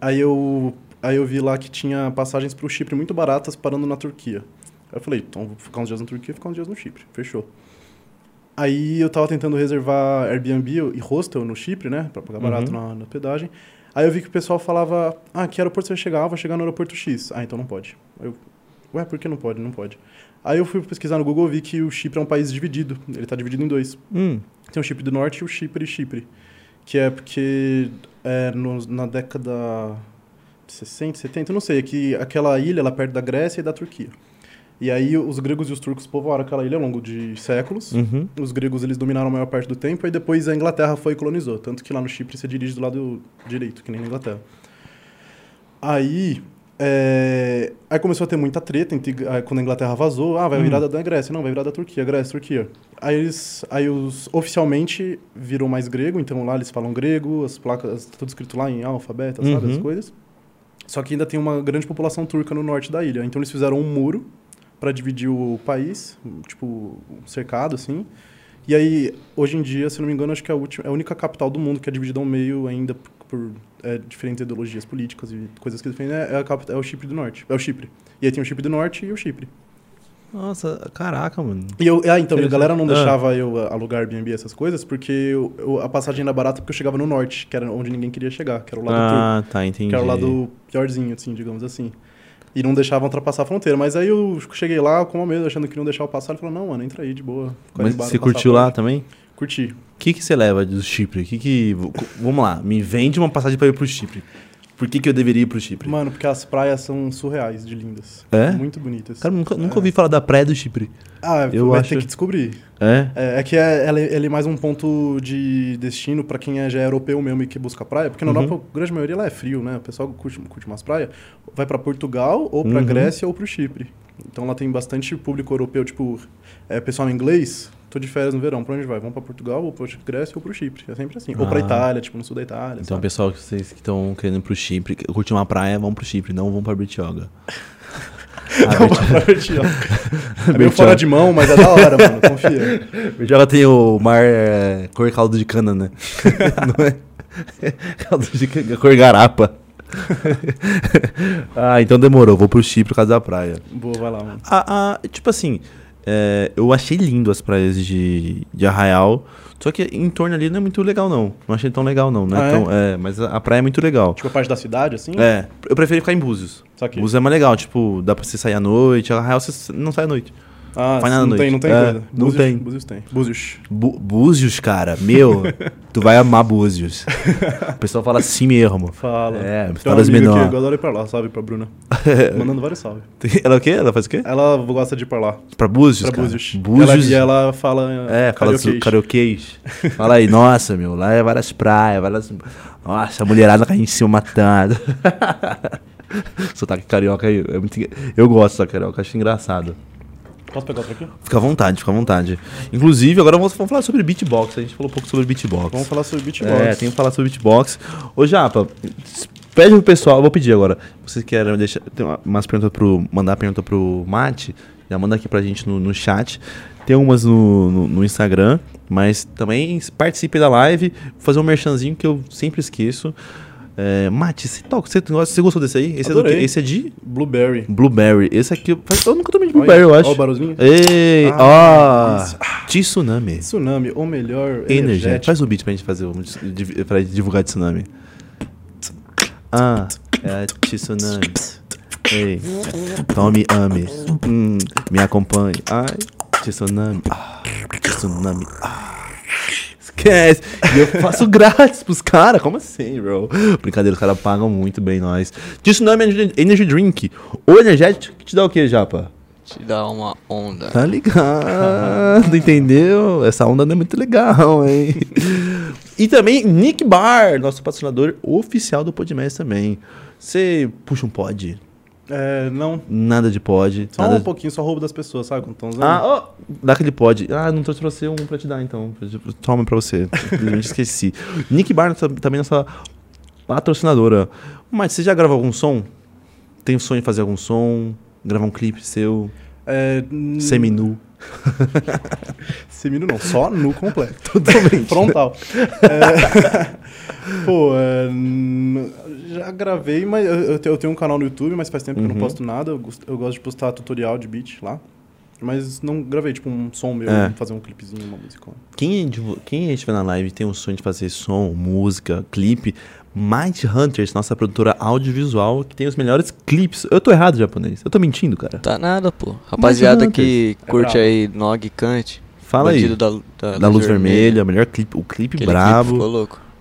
Speaker 4: Aí eu, aí eu vi lá que tinha passagens pro Chipre muito baratas parando na Turquia. Aí eu falei, então vou ficar uns dias na Turquia e ficar uns dias no Chipre. Fechou. Aí eu tava tentando reservar Airbnb e hostel no Chipre, né? Pra pagar barato na, na hospedagem. Aí eu vi que o pessoal falava, ah, que aeroporto você vai chegar? Ah, vou chegar no aeroporto X. Ah, então não pode. Aí eu, ué, por que não pode? Não pode. Aí eu fui pesquisar no Google e vi que o Chipre é um país dividido. Ele tá dividido em dois.
Speaker 2: Hum.
Speaker 4: Tem o Chipre do Norte e o Chipre Chipre. Que é porque é, no- na década de 60, 70, eu não sei, é que aquela ilha ela perto da Grécia e da Turquia. E aí os gregos e os turcos povoaram aquela ilha ao longo de séculos.
Speaker 2: Uhum.
Speaker 4: Os gregos eles dominaram a maior parte do tempo e depois a Inglaterra foi e colonizou. Tanto que lá no Chipre você dirige do lado direito, que nem na Inglaterra. Aí. é, Aí começou a ter muita treta entre- ah, quando a Inglaterra vazou. Ah, vai virar da- da Grécia. Não, vai virar da Turquia. Grécia, Turquia. Aí eles. Aí os oficialmente virou mais grego, então lá eles falam grego, as placas, tá tudo escrito lá em alfabeto, sabe? As
Speaker 2: Uhum.
Speaker 4: coisas. Só que ainda tem uma grande população turca no norte da ilha. Então eles fizeram um muro para dividir o país, tipo, um cercado, assim. E aí, hoje em dia, se não me engano, acho que é a, última, é a única capital do mundo que é dividida ao meio ainda por, por, é, diferentes ideologias políticas e coisas que defendem, é, a capital, é o Chipre do Norte. É o Chipre. E aí tem o Chipre do Norte e o Chipre.
Speaker 2: Nossa, caraca, mano.
Speaker 4: E eu, ah, então, e a
Speaker 2: Interessante.
Speaker 4: galera não
Speaker 2: Ah.
Speaker 4: deixava eu ah, alugar Airbnb essas coisas, porque eu- eu- a passagem era barata porque eu chegava no Norte, que era onde ninguém queria chegar, que era o lado turco.
Speaker 2: Ah, tá, entendi.
Speaker 4: Que era o lado piorzinho, assim, digamos assim. E não deixavam ultrapassar a fronteira. Mas aí eu cheguei lá com uma medo, achando que não deixava eu passar. Ele falou, não, mano, entra aí de boa. Fica aí
Speaker 2: Mas
Speaker 4: embaixo,
Speaker 2: você
Speaker 4: passa
Speaker 2: curtiu
Speaker 4: a
Speaker 2: lá
Speaker 4: porta."
Speaker 2: também?
Speaker 4: Curti.
Speaker 2: O que, que você leva do Chipre? Que que, v- co- vamos lá, me vende uma passagem pra ir pro Chipre. Por que, que eu deveria ir pro Chipre?
Speaker 4: Mano, porque as praias são surreais de lindas.
Speaker 2: É?
Speaker 4: Muito bonitas.
Speaker 2: Cara, nunca, nunca ouvi falar da praia do Chipre.
Speaker 4: Ah,
Speaker 2: eu
Speaker 4: vai
Speaker 2: acho-
Speaker 4: ter que descobrir.
Speaker 2: É?
Speaker 4: É, é que é, ela, ele é mais um ponto de destino pra quem é, já é europeu mesmo e que busca praia, porque na
Speaker 2: Uhum.
Speaker 4: Europa, a grande maioria lá é frio, né? O pessoal curte, curte umas praias, vai pra Portugal, ou pra
Speaker 2: Uhum.
Speaker 4: Grécia, ou pro Chipre. Então lá tem bastante público europeu, tipo, é, pessoal inglês, tô de férias no verão, pra onde vai? Vão pra Portugal, ou pra Grécia, ou pro Chipre. É sempre assim. Ou pra
Speaker 2: Ah.
Speaker 4: Itália, tipo, no sul da Itália.
Speaker 2: Então,
Speaker 4: sabe?
Speaker 2: pessoal, que vocês que estão querendo ir pro Chipre, que curtir uma praia, vão pro Chipre, não vão pra Bertioga. A
Speaker 4: Não,
Speaker 2: Berti-
Speaker 4: pra Bertioga. É meio
Speaker 2: Bertioga.
Speaker 4: fora de mão, mas é da hora, mano. Confia.
Speaker 2: Bertioga tem o mar é, cor caldo de cana, né? não é? Caldo de cana, cor garapa. ah, então demorou, vou pro Chipre por causa da praia.
Speaker 4: Boa, vai lá, mano.
Speaker 2: A- a- tipo assim, é, eu achei lindo as praias de, de Arraial, só que em torno ali não é muito legal, não. Não achei tão legal, não. não é
Speaker 4: Ah, é?
Speaker 2: tão- é, mas a, a praia é muito legal.
Speaker 4: Tipo, a parte da cidade, assim?
Speaker 2: É, eu preferi ficar em Búzios.
Speaker 4: Só que...
Speaker 2: Búzios é mais legal, tipo, dá pra você sair à noite. Arraial você não sai à noite.
Speaker 4: Ah,
Speaker 2: Vai na
Speaker 4: não
Speaker 2: noite.
Speaker 4: tem, não tem
Speaker 2: É,
Speaker 4: coisa.
Speaker 2: não
Speaker 4: Búzios-
Speaker 2: tem.
Speaker 4: Búzios tem. Búzios.
Speaker 2: Bu- Búzios, cara, meu, tu vai amar Búzios. O pessoal fala assim mesmo.
Speaker 4: Fala.
Speaker 2: É,
Speaker 4: Tem uma
Speaker 2: histórias
Speaker 4: amiga que
Speaker 2: menores.
Speaker 4: adora ir pra lá, salve pra Bruna. Tá Mandando vários salve.
Speaker 2: Ela é o quê? Ela faz o quê?
Speaker 4: Ela gosta de ir pra lá,
Speaker 2: Pra Búzios,
Speaker 4: pra
Speaker 2: cara.
Speaker 4: Búzios. Ela, e ela fala.
Speaker 2: É, fala do
Speaker 4: carioquês.
Speaker 2: karaokês. Fala aí, nossa, meu, lá é várias praias, várias. Nossa, a mulherada caindo em cima matando. Sotaque carioca aí. É muito... engra- Eu gosto da carioca, acho engraçado.
Speaker 4: Posso pegar outra aqui?
Speaker 2: Fica à vontade, fica à vontade. Inclusive, agora vamos vamos falar sobre beatbox. A gente falou um pouco sobre beatbox.
Speaker 4: Vamos falar sobre beatbox.
Speaker 2: É, tem que falar sobre beatbox. Ô, Japa, pede pro pessoal, vou pedir agora. Vocês querem deixar. Tem uma- umas perguntas pro. Mandar pergunta pro Mate, já manda aqui pra gente no, no chat. Tem umas no, no- no Instagram, mas também participe da live, vou fazer um merchanzinho que eu sempre esqueço. É, Mate, você, toca, você, gosta- você gostou desse aí? Esse é do
Speaker 4: Adorei.
Speaker 2: quê? Esse é de
Speaker 4: Blueberry.
Speaker 2: Blueberry. Esse aqui. eu- Eu nunca tomei de Blueberry, eu
Speaker 4: Olha o
Speaker 2: acho. É.
Speaker 4: barulhinho.
Speaker 2: Ei,
Speaker 4: Ah,
Speaker 2: ó!
Speaker 4: isso. Ah.
Speaker 2: Tsunami.
Speaker 4: Tsunami, ou melhor,
Speaker 2: Energético.
Speaker 4: energético.
Speaker 2: Faz um beat pra gente fazer um, div- pra divulgar tsunami. Ah, é tsunami. Ei, tome ame. Hum, me acompanhe. Ai, tsunami. Ah, tsunami. Ah. Esquece. E eu faço grátis pros caras. Como assim, bro? Brincadeira, os caras pagam muito bem nós. Tsunami Energy- Energy Drink. O energético que te dá o que, Japa?
Speaker 3: Te dá uma onda.
Speaker 2: Tá ligado, entendeu? Essa onda não é muito legal, hein? e também Nick Bar, nosso patrocinador oficial do Podmess também. Você puxa um pod?
Speaker 4: É, não.
Speaker 2: Nada de pod.
Speaker 4: Só
Speaker 2: nada
Speaker 4: um pouquinho, só roubo das pessoas, sabe? Quando estão usando.
Speaker 2: Ah, ó, dá aquele pod. Ah, não trouxe pra você um pra te dar, então. Toma pra você. Simplesmente esqueci. Nick Bar nossa- também é nossa patrocinadora. Mas você já gravou algum som? Tem o sonho de fazer algum som? Gravar um clipe seu?
Speaker 4: É, hum,
Speaker 2: Seminu?
Speaker 4: Seminu não, só nu completo.
Speaker 2: Totalmente.
Speaker 4: Frontal. É, Pô, é, n- já gravei, mas eu, eu te- eu tenho um canal no YouTube, mas faz tempo que eu
Speaker 2: Uhum.
Speaker 4: não posto nada. Eu, gost- eu gosto de postar tutorial de beat lá. Mas não gravei, tipo, um som meu,
Speaker 2: É.
Speaker 4: fazer um clipezinho, uma música.
Speaker 2: Quem, divu- quem estiver na live e tem o sonho de fazer som, música, clipe, Mind Hunters, nossa produtora audiovisual, que tem os melhores clipes. Eu tô errado, japonês. Eu tô mentindo, cara.
Speaker 3: Tá nada, pô. Rapaziada
Speaker 2: Mas,
Speaker 3: que
Speaker 4: É
Speaker 3: curte
Speaker 4: brabo.
Speaker 3: aí Nog e Kant,
Speaker 2: Fala aí.
Speaker 3: Bandido da, da,
Speaker 2: Da Luz Vermelha, melhor clipe, o clipe
Speaker 3: Aquele clipe
Speaker 2: brabo.
Speaker 3: ficou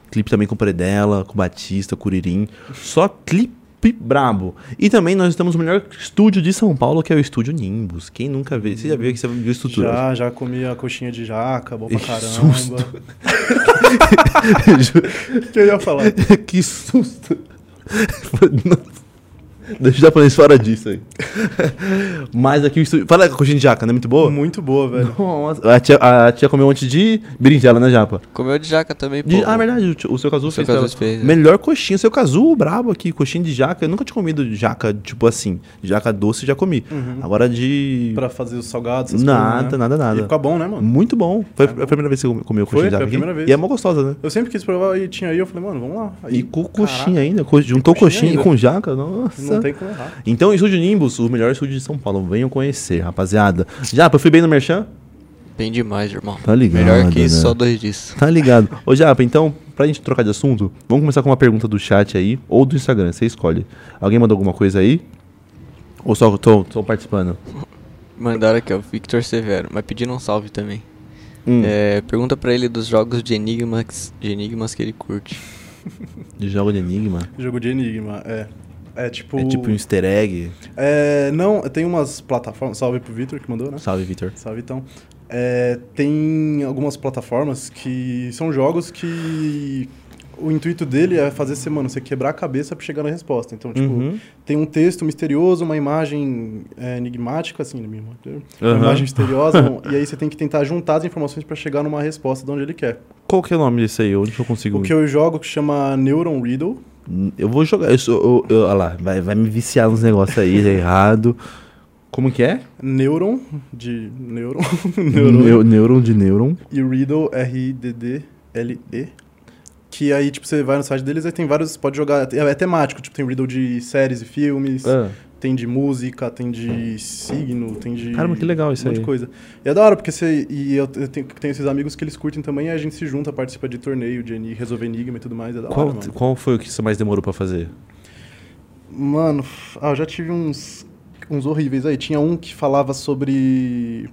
Speaker 2: Clipe,
Speaker 3: louco.
Speaker 2: também com Predella, com Batista, Curirim. Só clipe brabo. E também nós temos o melhor estúdio de São Paulo, que é o estúdio Nimbus. Quem nunca viu? Você já viu que você viu a estrutura?
Speaker 4: Já, já comi a coxinha de jaca, bom pra
Speaker 2: Ih,
Speaker 4: caramba.
Speaker 2: susto.
Speaker 4: O que que eu ia falar?
Speaker 2: que susto! Nossa. Deixa o japonês fora disso aí. Mas aqui o estúdio. Fala com a coxinha de jaca, não é muito boa?
Speaker 4: Muito boa, velho.
Speaker 2: Nossa. A tia, a tia comeu um monte de berinjela, né, Japa?
Speaker 3: Comeu de jaca também, pô.
Speaker 2: De- ah, verdade, o, tio- o seu casu
Speaker 3: O
Speaker 2: fez.
Speaker 3: seu
Speaker 2: pra
Speaker 3: Cazu
Speaker 2: ela.
Speaker 3: fez, é.
Speaker 2: Melhor coxinha, o seu casu brabo aqui, coxinha de jaca. Eu nunca tinha comido de jaca, tipo assim. Jaca doce já comi. Agora de.
Speaker 4: Uhum. Pra fazer os salgados, essas
Speaker 2: Nada,
Speaker 4: coisas, né?
Speaker 2: nada, nada.
Speaker 4: E fica bom, né, mano?
Speaker 2: Muito bom. Foi a primeira vez que você comeu coxinha
Speaker 4: Tá
Speaker 2: de jaca.
Speaker 4: Foi, foi a primeira
Speaker 2: aqui.
Speaker 4: vez.
Speaker 2: E é mó gostosa, né?
Speaker 4: Eu sempre quis provar e tinha aí, eu falei, mano, vamos lá. Aí,
Speaker 2: E com coxinha ainda, co- juntou
Speaker 4: coxinha
Speaker 2: coxinha,
Speaker 4: ainda.
Speaker 2: com jaca, nossa.
Speaker 4: não tem como errar.
Speaker 2: Então, Estúdio Nimbus, o melhor estúdio de São Paulo. Venham conhecer, rapaziada. Japa, eu fui bem no Merchan?
Speaker 3: Bem demais, irmão.
Speaker 2: Tá ligado,
Speaker 3: Melhor que isso,
Speaker 2: né?
Speaker 3: só dois disso.
Speaker 2: Tá ligado. Ô, Japa, então, pra gente trocar de assunto, vamos começar com uma pergunta do chat aí, ou do Instagram, você escolhe. Alguém mandou alguma coisa aí? Ou só eu tô, tô participando?
Speaker 3: Mandaram aqui, ó, Victor Severo, mas pedindo um salve também.
Speaker 2: Hum.
Speaker 3: É, pergunta pra ele dos jogos de enigmas, de enigmas que ele curte.
Speaker 2: De jogo de enigma.
Speaker 4: Jogo de enigma, é. É tipo.
Speaker 2: É tipo um easter egg.
Speaker 4: é, não, tem umas plataformas. Salve pro Vitor que mandou, né?
Speaker 2: Salve, Vitor.
Speaker 4: Salve então. É, tem algumas plataformas que são jogos que o intuito dele é fazer você, mano, você quebrar a cabeça pra chegar na resposta. Então, tipo,
Speaker 2: Uhum.
Speaker 4: tem um texto misterioso, uma imagem é, enigmática, assim, uma ima- uma
Speaker 2: Aham.
Speaker 4: imagem misteriosa, um- e aí você tem que tentar juntar as informações pra chegar numa resposta de onde ele quer.
Speaker 2: Qual que é o nome disso aí? Onde que eu consigo...
Speaker 4: O que eu jogo que chama Neuron Riddle.
Speaker 2: Eu vou jogar... Eu sou, eu, eu- olha lá, vai, vai me viciar nos negócios aí, é errado. Como que é?
Speaker 4: Neuron, de Neuron. Neuron.
Speaker 2: Neu- Neuron de Neuron.
Speaker 4: e Riddle, R-I-D-D-L-E. Que aí, tipo, você vai no site deles, aí tem vários, você pode jogar, é, é temático, tipo, tem Riddle de séries e filmes,
Speaker 2: Ah,
Speaker 4: tem de música, tem de signo, tem de...
Speaker 2: Caramba, que legal isso
Speaker 4: um monte
Speaker 2: aí.
Speaker 4: de coisa. E é da hora, porque você, e eu te- eu tenho, tenho esses amigos que eles curtem também, e a gente se junta, participa de torneio, de eni- resolver enigma e tudo mais, é da
Speaker 2: qual,
Speaker 4: hora, mano.
Speaker 2: qual foi o que você mais demorou pra fazer?
Speaker 4: Mano, ah, eu já tive uns, uns horríveis aí, tinha um que falava sobre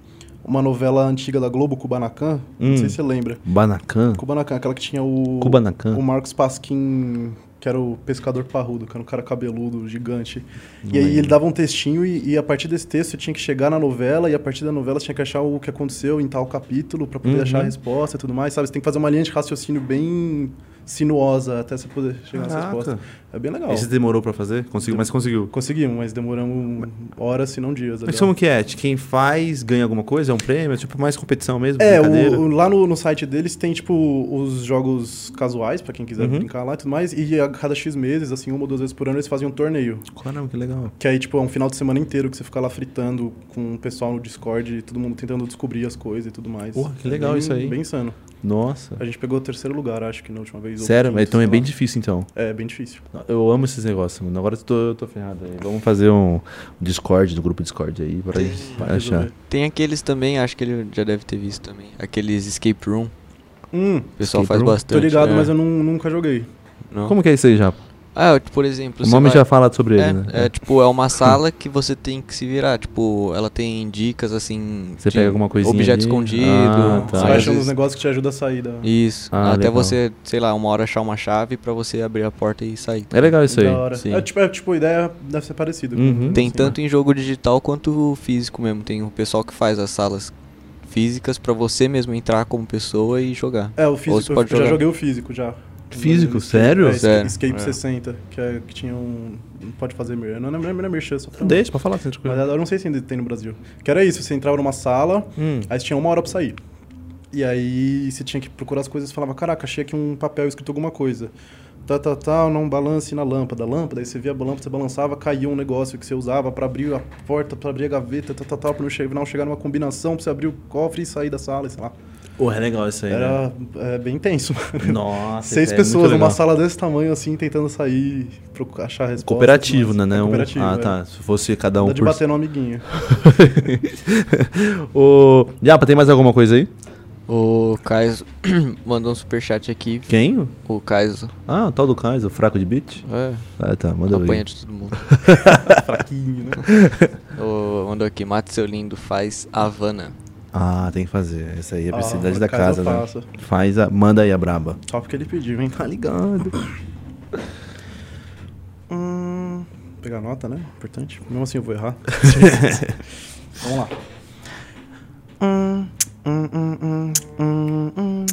Speaker 4: uma novela antiga da Globo, Kubanacan,
Speaker 2: Hum.
Speaker 4: não sei se você lembra.
Speaker 2: Banacan?
Speaker 4: Kubanacan, aquela que tinha o.
Speaker 2: Hum. Kubanacan?
Speaker 4: O Marcos Pasquim, que era o pescador parrudo, que era um cara cabeludo, gigante. E aí ele dava um textinho e, e a partir desse texto você tinha que chegar na novela e a partir da novela você tinha que achar o que aconteceu em tal capítulo pra poder
Speaker 2: Uhum.
Speaker 4: achar a resposta e tudo mais, sabe? Você tem que fazer uma linha de raciocínio bem sinuosa até você poder chegar nessa
Speaker 2: Caraca.
Speaker 4: resposta. É bem legal.
Speaker 2: Esse demorou pra fazer? Conseguiu, mas conseguiu.
Speaker 4: Conseguimos, mas demoramos horas, se não dias.
Speaker 2: Mas
Speaker 4: aliás.
Speaker 2: como que é? De Quem faz ganha alguma coisa? É um prêmio? É tipo mais competição mesmo?
Speaker 4: É,
Speaker 2: brincadeira?
Speaker 4: o- o- lá no, no site deles tem, tipo, os jogos casuais, pra quem quiser
Speaker 2: Uhum.
Speaker 4: brincar lá e tudo mais. E a cada X meses, assim, uma ou duas vezes por ano, eles fazem um torneio.
Speaker 2: Caramba, que legal.
Speaker 4: Que aí, tipo, é um final de semana inteiro que você fica lá fritando com o pessoal no Discord, todo mundo tentando descobrir as coisas e tudo mais.
Speaker 2: Porra, que
Speaker 4: É
Speaker 2: legal
Speaker 4: bem-
Speaker 2: isso aí.
Speaker 4: Bem insano.
Speaker 2: Nossa.
Speaker 4: A gente pegou o terceiro lugar, acho que na última vez. ou
Speaker 2: Sério?
Speaker 4: quinto,
Speaker 2: Então é
Speaker 4: sei
Speaker 2: bem
Speaker 4: lá.
Speaker 2: difícil, então.
Speaker 4: É, bem difícil.
Speaker 2: Eu amo esses negócios, mano. Agora eu tô, eu tô ferrado aí. Vamos fazer um Discord, do grupo Discord aí, pra
Speaker 3: Tem.
Speaker 4: Vai
Speaker 2: pra achar.
Speaker 4: resolver.
Speaker 3: Tem aqueles também, acho que ele já deve ter visto também. Aqueles escape room.
Speaker 4: Hum,
Speaker 3: O pessoal
Speaker 2: Escape
Speaker 3: faz
Speaker 2: room? Tô
Speaker 3: bastante.
Speaker 4: tô ligado,
Speaker 2: é.
Speaker 3: né?
Speaker 4: mas eu nu- nunca joguei.
Speaker 3: Não?
Speaker 2: Como que é isso aí, Japa?
Speaker 3: Ah, tipo, por exemplo.
Speaker 2: O
Speaker 3: você
Speaker 2: nome
Speaker 3: vai-
Speaker 2: já fala sobre ele,
Speaker 3: é,
Speaker 2: né?
Speaker 3: é, tipo, é uma sala que você tem que se virar. Tipo, ela tem dicas assim.
Speaker 2: Você
Speaker 3: de
Speaker 2: pega alguma coisinha
Speaker 3: Objeto
Speaker 2: ali?
Speaker 3: escondido.
Speaker 2: Ah, tá.
Speaker 4: Você
Speaker 3: Aí,
Speaker 4: vai
Speaker 3: às
Speaker 4: achando uns
Speaker 3: vezes-
Speaker 4: negócios que te ajudam a sair da...
Speaker 3: Isso.
Speaker 2: Ah,
Speaker 3: Até
Speaker 2: legal.
Speaker 3: você, sei lá, uma hora achar uma chave pra você abrir a porta e sair.
Speaker 2: É legal isso aí.
Speaker 4: da hora.
Speaker 3: sim.
Speaker 4: É, tipo, é, tipo, a ideia deve ser parecida.
Speaker 2: Uhum.
Speaker 3: Tem
Speaker 4: Assim,
Speaker 3: tanto em jogo digital quanto físico mesmo. Tem o pessoal que faz as salas físicas pra você mesmo entrar como pessoa e jogar.
Speaker 4: É, o
Speaker 3: Ou você
Speaker 4: físico, eu
Speaker 3: pode
Speaker 4: já
Speaker 3: jogar.
Speaker 4: joguei o físico já.
Speaker 2: Físico?
Speaker 4: É,
Speaker 2: Sério?
Speaker 4: é,
Speaker 3: Sério.
Speaker 4: Escape
Speaker 3: É.
Speaker 4: 60, que, é, que tinha um. Não pode fazer merda. Não, não, é- não é merchan, só pra.
Speaker 2: Deixa, pra falar. Assim,
Speaker 4: Mas eu não sei se ainda tem no Brasil. Que era isso, você entrava numa sala,
Speaker 2: hum.
Speaker 4: aí você tinha uma hora pra sair. E aí você tinha que procurar as coisas e falava, caraca, achei aqui um papel escrito alguma coisa. Tá, tá, tá, não balance na lâmpada. Lâmpada, aí você via a lâmpada, você balançava, caía um negócio que você usava pra abrir a porta, pra abrir a gaveta, tá, tá, tá, pra não chegar, não chegar numa combinação, pra você abrir o cofre e sair da sala, sei lá.
Speaker 2: Pô, é legal isso aí, né?
Speaker 4: Era é, bem tenso.
Speaker 2: Nossa,
Speaker 4: Seis
Speaker 2: isso é muito
Speaker 4: pessoas
Speaker 2: legal.
Speaker 4: numa sala desse tamanho, assim, tentando sair, procu- achar a resposta.
Speaker 2: Cooperativo,
Speaker 4: mas-
Speaker 2: né? né?
Speaker 4: É
Speaker 2: Um-
Speaker 4: cooperativo,
Speaker 2: ah,
Speaker 4: é.
Speaker 2: tá. Se fosse cada um
Speaker 4: Dá de
Speaker 2: por-
Speaker 4: bater no amiguinho.
Speaker 2: Ô, Japa, tem mais alguma coisa aí?
Speaker 3: O Kaiso mandou um superchat aqui.
Speaker 2: Quem?
Speaker 3: O Kaiso
Speaker 2: Ah, o tal do Kaiser, o fraco de beat?
Speaker 3: é,
Speaker 2: Ah, tá, manda
Speaker 3: apanha
Speaker 2: ver.
Speaker 3: de todo mundo.
Speaker 4: Fraquinho, né?
Speaker 3: O, mandou aqui, mate seu lindo, faz Havana.
Speaker 2: Ah, tem que fazer. Essa aí é a
Speaker 4: Ah,
Speaker 2: prioridade
Speaker 4: o
Speaker 2: da
Speaker 4: Kaiser
Speaker 2: casa,
Speaker 4: eu
Speaker 2: né?
Speaker 4: faço.
Speaker 2: Faz a... Manda aí a braba.
Speaker 4: Só porque ele pediu, hein?
Speaker 2: Tá ligado.
Speaker 4: Hum, pegar nota, né? Importante. Mesmo assim eu vou errar. Vamos lá. Hum, hum, hum, hum, hum, hum.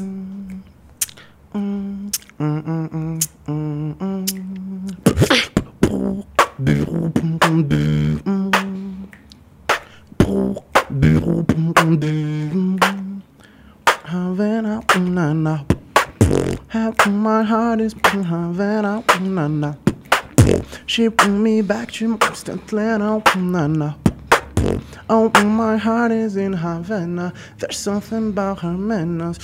Speaker 4: Hum, hum, hum, hum, hum, hum. Havana, na, na. My heart is Havana, na, na. She bring me back to Atlanta. Na, na. Oh, my heart is in Havana. There's something about her manners.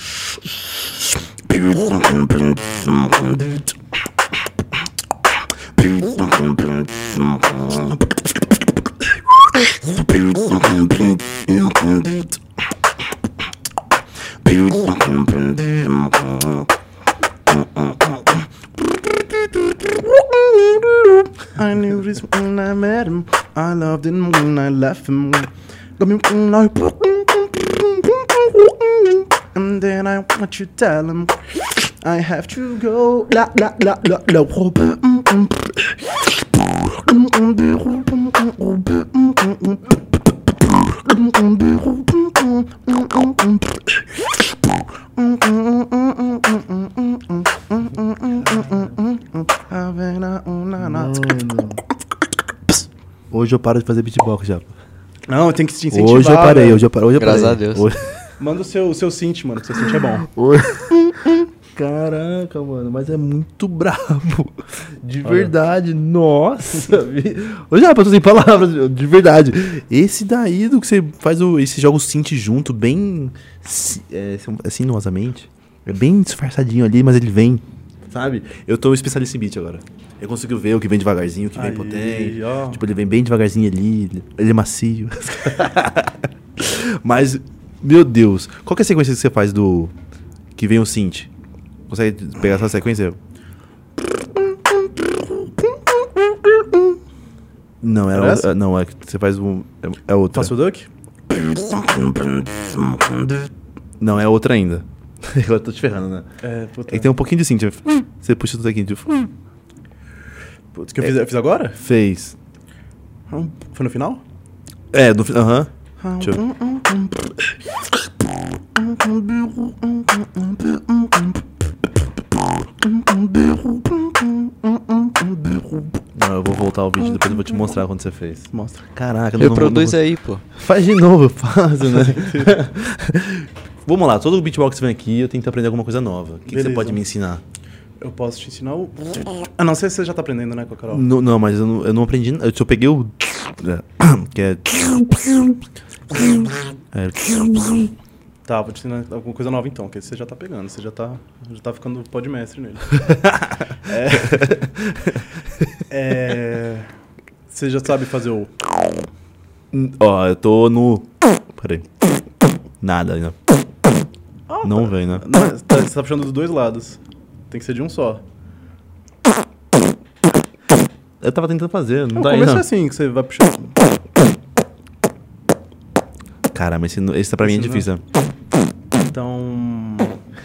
Speaker 4: I knew this when I met him. I loved him when I left him. Got me when I- And then I want you to tell him. I have to go. Lá, lá, lá, lá, lá.
Speaker 2: Hoje eu paro de fazer beatbox já.
Speaker 4: Não, tem que se incentivar.
Speaker 2: Hoje eu parei,
Speaker 4: velho.
Speaker 2: hoje eu parei. Hoje eu
Speaker 3: Graças
Speaker 2: parei.
Speaker 3: a Deus.
Speaker 2: Hoje-
Speaker 4: Manda o seu, o seu synth, mano, que seu synth é bom.
Speaker 2: hoje- Caraca, mano, mas é muito brabo. De verdade, nossa. vi- Hoje já passou sem palavras, meu, de verdade. Esse daí do que você faz, o, esse joga o synth junto, bem si- é, assim, sinuosamente. É bem disfarçadinho ali, mas ele vem. Sabe? Eu tô especialista em beat agora. Eu consigo ver o que vem devagarzinho, o que vem
Speaker 4: Aí,
Speaker 2: potente.
Speaker 4: ó.
Speaker 2: Tipo, ele vem bem devagarzinho ali, ele- ele é macio. Mas, meu Deus, qual que é a sequência que você faz do. Que vem o synth? Consegue pegar essa sequência? Não,
Speaker 4: Era
Speaker 2: era
Speaker 4: essa?
Speaker 2: o, Não, é que você faz um. É, é outra.
Speaker 4: Faço o duck?
Speaker 2: Não, é outra ainda. Agora eu tô te ferrando, né?
Speaker 4: É, puta.
Speaker 2: É que tem um pouquinho de synth. tipo, Você puxa tudo aqui, tipo,
Speaker 4: Putz, que eu fiz, eu fiz agora?
Speaker 2: fez.
Speaker 4: Foi no final?
Speaker 2: É, no final. Aham. Deixa eu- Não, eu vou voltar ao vídeo depois eu vou te mostrar quando você fez.
Speaker 4: Mostra.
Speaker 2: Caraca, não, não-
Speaker 3: Reproduz
Speaker 2: não-
Speaker 3: aí, pô.
Speaker 2: Faz de novo, eu faço, né? Vamos lá, todo beatbox vem aqui, eu tento aprender alguma coisa nova. O que, que você
Speaker 4: Beleza.
Speaker 2: pode me ensinar?
Speaker 4: Eu posso te ensinar o. Ah, não, você, você já tá aprendendo, né, com a Carol?
Speaker 2: Não, não, mas eu não, eu não aprendi. Eu só peguei o. Que é. é
Speaker 4: Tá, vou te ensinar alguma coisa nova então, que você já tá pegando, você já tá, já tá ficando pó de mestre nele. é, é, você já sabe fazer o.
Speaker 2: Ó, eu tô no. Peraí. Nada ainda. Não vem, né?
Speaker 4: Não, você tá, você tá puxando dos dois lados. Tem que ser de um só.
Speaker 2: Eu tava tentando fazer,
Speaker 4: É,
Speaker 2: não
Speaker 4: o
Speaker 2: tá aí,
Speaker 4: começo é
Speaker 2: não.
Speaker 4: assim, que você vai puxando.
Speaker 2: Caramba, esse, no- esse pra mim é
Speaker 4: Esse não.
Speaker 2: difícil. né?
Speaker 4: Então.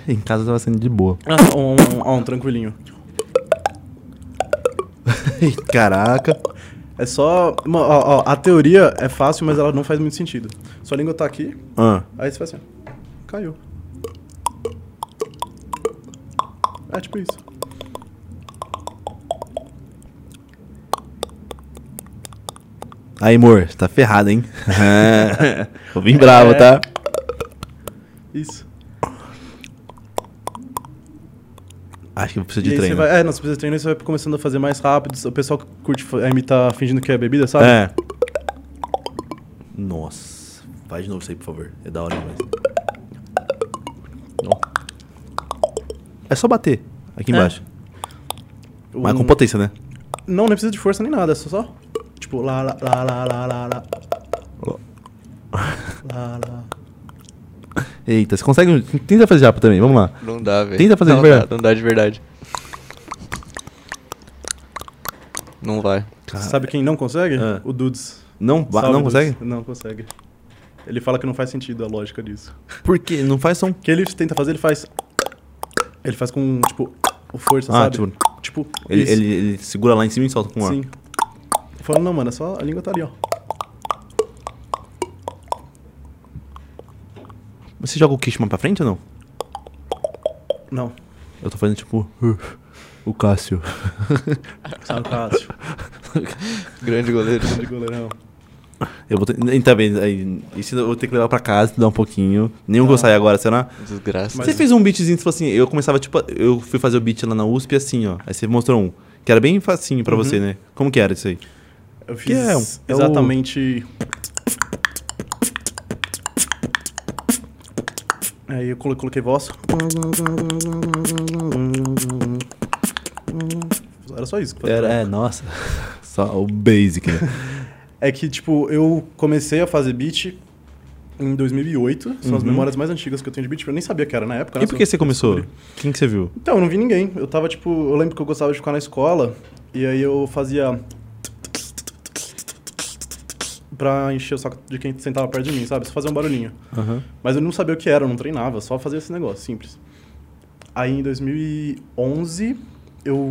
Speaker 2: Em casa tava sendo de boa.
Speaker 4: Ah, um, um, um, um tranquilinho.
Speaker 2: Caraca.
Speaker 4: É só. ma- Ó, ó, a teoria é fácil, mas ela não faz muito sentido. Sua língua tá aqui,
Speaker 2: Ah,
Speaker 4: aí você faz assim. ó. Caiu. É tipo isso.
Speaker 2: Aí, amor, tá ferrado, hein? Vou vir bravo,
Speaker 4: É.
Speaker 2: tá?
Speaker 4: Isso.
Speaker 2: Acho que eu preciso
Speaker 4: E
Speaker 2: de
Speaker 4: aí você
Speaker 2: treino.
Speaker 4: vai- é, não, você precisa de treino, aí você vai começando a fazer mais rápido. O pessoal que curte fa- imitar fingindo que é bebida, sabe?
Speaker 2: É. Nossa. Faz de novo isso aí, por favor. É da hora demais. Ó. É só bater aqui
Speaker 4: É.
Speaker 2: embaixo.
Speaker 4: Um-
Speaker 2: Mas com potência, né?
Speaker 4: Não, nem precisa de força nem nada, é só. só tipo, lá, lá, lá, lá, lá, lá, lá.
Speaker 2: Ó.
Speaker 4: Lá, lá.
Speaker 2: Eita, você consegue. um- Tenta fazer japa também, vamos lá.
Speaker 3: Não dá, velho.
Speaker 2: Tenta fazer de
Speaker 3: não
Speaker 2: verdade.
Speaker 3: Dá, não dá de verdade. Não vai.
Speaker 2: Cara,
Speaker 4: Sabe quem não consegue?
Speaker 2: Ah.
Speaker 4: O Dudes.
Speaker 2: Não, ba-
Speaker 4: Salve,
Speaker 2: não
Speaker 4: Dudes.
Speaker 2: consegue?
Speaker 4: Não consegue. Ele fala que não faz sentido a lógica disso.
Speaker 2: Por quê? Não faz som.
Speaker 4: O que ele tenta fazer, ele faz. Ele faz com, tipo, força,
Speaker 2: Ah,
Speaker 4: sabe?
Speaker 2: tipo-
Speaker 4: Tipo,
Speaker 2: Ele,
Speaker 4: isso.
Speaker 2: ele- ele segura lá em cima e solta com ar.
Speaker 4: Sim. Falando, não, mano, é só a língua tá ali, ó.
Speaker 2: Você joga o Kishman pra frente ou não?
Speaker 4: Não.
Speaker 2: Eu tô fazendo tipo. O Cássio.
Speaker 4: Sabe, Cássio?
Speaker 3: Grande goleiro.
Speaker 4: De é goleirão.
Speaker 2: Eu vou ter. Tá vendo? Aí, isso eu vou ter que levar pra casa, estudar um pouquinho. Nenhum que eu sair agora, será?
Speaker 3: Desgraça.
Speaker 4: Tá. Mas-
Speaker 2: Você fez um beatzinho, tipo assim, eu começava, tipo, eu fui fazer o beat lá na USP assim, ó. Aí você mostrou um. Que era bem facinho pra
Speaker 4: Uhum.
Speaker 2: você, né? Como que era isso aí?
Speaker 4: Eu fiz
Speaker 2: Que é um- é o-
Speaker 4: exatamente. Aí eu colo- coloquei voz. Era só isso. que eu fazia.
Speaker 2: Era, é, nossa. Só o basic, né?
Speaker 4: É que, tipo, eu comecei a fazer beat em 2008. São as memórias mais antigas que eu tenho de beat. porque Eu nem sabia que era na época. né?
Speaker 2: Uhum. e por que você começou? Quem que você viu?
Speaker 4: Então, eu não vi ninguém. Eu tava, tipo, eu lembro que eu gostava de ficar na escola e aí eu fazia. Pra encher o saco de quem sentava perto de mim, sabe? Só fazer um barulhinho.
Speaker 2: Aham.
Speaker 4: Mas eu não sabia o que era, eu não treinava, só fazia esse negócio, simples. Aí em 2011 eu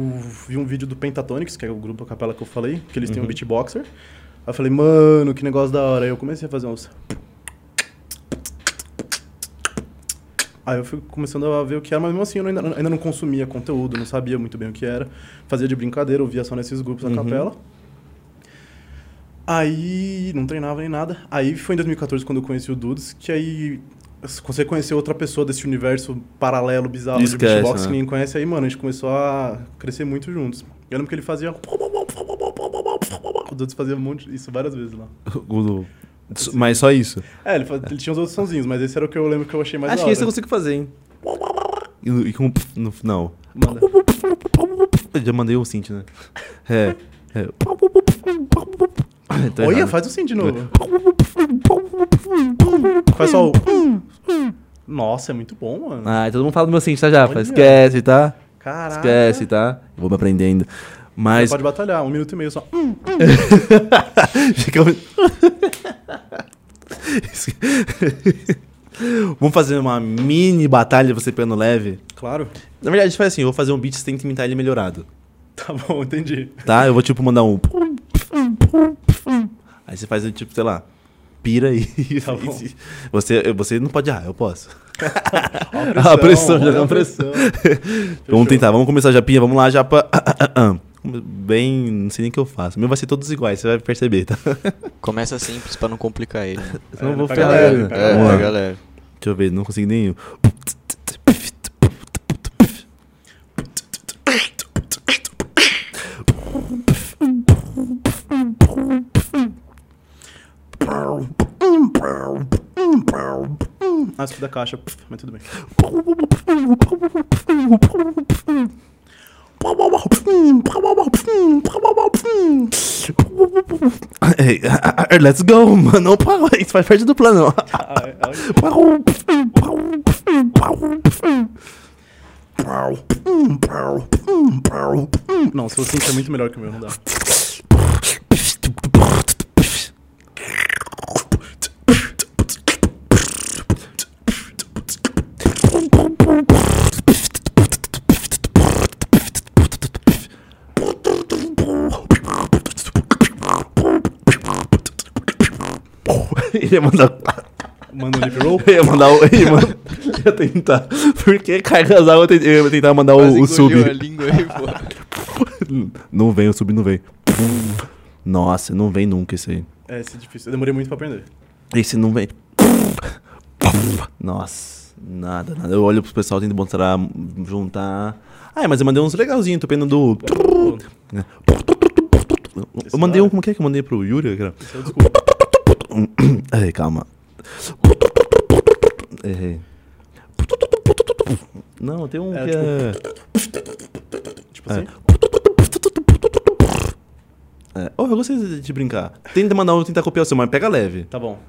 Speaker 4: vi um vídeo do Pentatonics, que é o grupo capela que eu falei, que eles têm um beatboxer. Aí eu falei, mano, que negócio da hora. Aí eu comecei a fazer uns. Aí eu fui começando a ver o que era, mas mesmo assim eu ainda, ainda não consumia conteúdo, não sabia muito bem o que era. Fazia de brincadeira, ouvia só nesses grupos
Speaker 2: Uhum.
Speaker 4: da capela. Aí não treinava nem nada. Aí foi em 2014 quando eu conheci o Dudes, que aí você conheceu outra pessoa desse universo paralelo, bizarro de
Speaker 2: Esquece,
Speaker 4: beatbox
Speaker 2: né?
Speaker 4: que ninguém conhece. Aí, mano, a gente começou a crescer muito juntos. Eu lembro que ele fazia. O Dudes fazia um monte isso várias vezes lá.
Speaker 2: O- o- Mas só isso.
Speaker 4: É, ele, faz- ele tinha os outros sonzinhos, mas esse era o que eu lembro que eu achei mais
Speaker 2: Acho
Speaker 4: da
Speaker 2: que
Speaker 4: hora.
Speaker 2: isso eu consigo fazer, hein? E, e com um pf no final.
Speaker 4: Manda.
Speaker 2: Eu já mandei um synth, né? É. é. Tá
Speaker 4: Olha,
Speaker 2: errado.
Speaker 4: faz o sim de novo. faz só o. Nossa, é muito bom, mano.
Speaker 2: Ah, todo mundo fala do meu synth, tá, Japa?
Speaker 4: Olha.
Speaker 2: Esquece, tá?
Speaker 4: Caraca.
Speaker 2: Esquece, tá? Eu Vou me aprender ainda. Mas.
Speaker 4: Pode batalhar, um minuto e meio só. Hum,
Speaker 2: Fica um- muito- Vamos fazer uma mini batalha você pegando leve?
Speaker 4: Claro.
Speaker 2: Na verdade, a gente faz assim: eu vou fazer um beat, você tem que imitar ele melhorado.
Speaker 4: Tá bom, entendi.
Speaker 2: Tá? Eu vou, tipo, mandar um. Aí você faz, tipo, sei lá. Pira e.
Speaker 4: Tá bom.
Speaker 2: você, você não pode errar, eu posso.
Speaker 4: Ó
Speaker 2: Ah, a pressão, já
Speaker 4: olha
Speaker 2: deu
Speaker 4: a
Speaker 2: uma pressão. vamos tentar, vamos começar, Japinha. Vamos lá, Japa. Ah, Bem, não sei nem o que eu faço. O meu vai ser todos iguais, você vai perceber, tá?
Speaker 3: Começa simples pra não complicar ele. né?
Speaker 2: Senão
Speaker 4: É,
Speaker 2: eu vou
Speaker 4: pega
Speaker 2: ferrar.
Speaker 4: leve,
Speaker 2: ele.
Speaker 4: pega
Speaker 3: É,
Speaker 2: Vamos lá.
Speaker 3: pega leve.
Speaker 2: Deixa eu ver, não consegui nenhum.
Speaker 4: Ah, isso da caixa, mas tudo bem.
Speaker 2: Hey, ah, Let's go, mano. Isso faz parte do plano.
Speaker 4: Ah, é, é, não, seu sync é muito melhor que o meu, não dá.
Speaker 2: Ele ia mandar.
Speaker 4: Manda um lip roll.
Speaker 2: Ele ia mandar o. Ele ia, mandar- ia tentar. Porque cargas água eu ia tentar mandar
Speaker 3: Quase
Speaker 2: o, o
Speaker 3: engoliu
Speaker 2: sub.
Speaker 3: a língua aí, pô.
Speaker 2: Não vem, o sub não vem. Nossa, não vem nunca esse aí.
Speaker 4: É, esse é difícil. Eu demorei muito pra aprender.
Speaker 2: Esse não vem. Nossa, nada, nada. Eu olho pro pessoal tentando botar, juntar. Ah, mas eu mandei uns legalzinhos, tô pegando do. Eu mandei um, como que é que eu mandei pro Yuri? Cara?
Speaker 4: Esse eu desculpa.
Speaker 2: Ai, calma. Errei. Não, tem um
Speaker 4: É,
Speaker 2: que
Speaker 4: Tipo assim.
Speaker 2: é... é. Oh, eu gostei de- de brincar. Tenta mandar um, tentar copiar o seu, mas pega leve.
Speaker 4: Tá bom.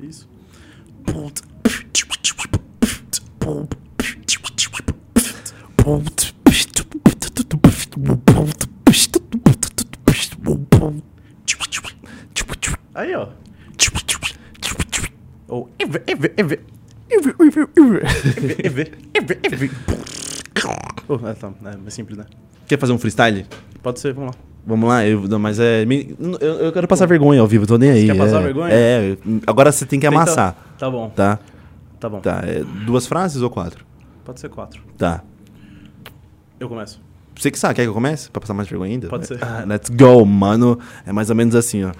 Speaker 4: Isso. Aí, ó. Ou ev, ev, ev. Ev, ev, ev. Ev, ev, ev, ev. Oh, é, tá. É mais simples, né?
Speaker 2: Quer fazer um freestyle?
Speaker 4: Pode ser, vamos lá.
Speaker 2: Vamos lá, eu, não, mas é. me- Eu, eu quero passar vergonha ao vivo, tô nem aí.
Speaker 4: quer passar
Speaker 2: é,
Speaker 4: vergonha?
Speaker 2: É, agora você tem que
Speaker 4: Tenta-
Speaker 2: amassar,
Speaker 4: Tá bom,
Speaker 2: tá?
Speaker 4: tá bom.
Speaker 2: Tá, é, duas frases ou quatro?
Speaker 4: Pode ser quatro.
Speaker 2: Tá.
Speaker 4: Eu começo.
Speaker 2: Você que sabe, quer que eu comece? Pra passar mais vergonha ainda?
Speaker 4: Pode ser.
Speaker 2: Ah, let's go, mano. É mais ou menos assim, ó.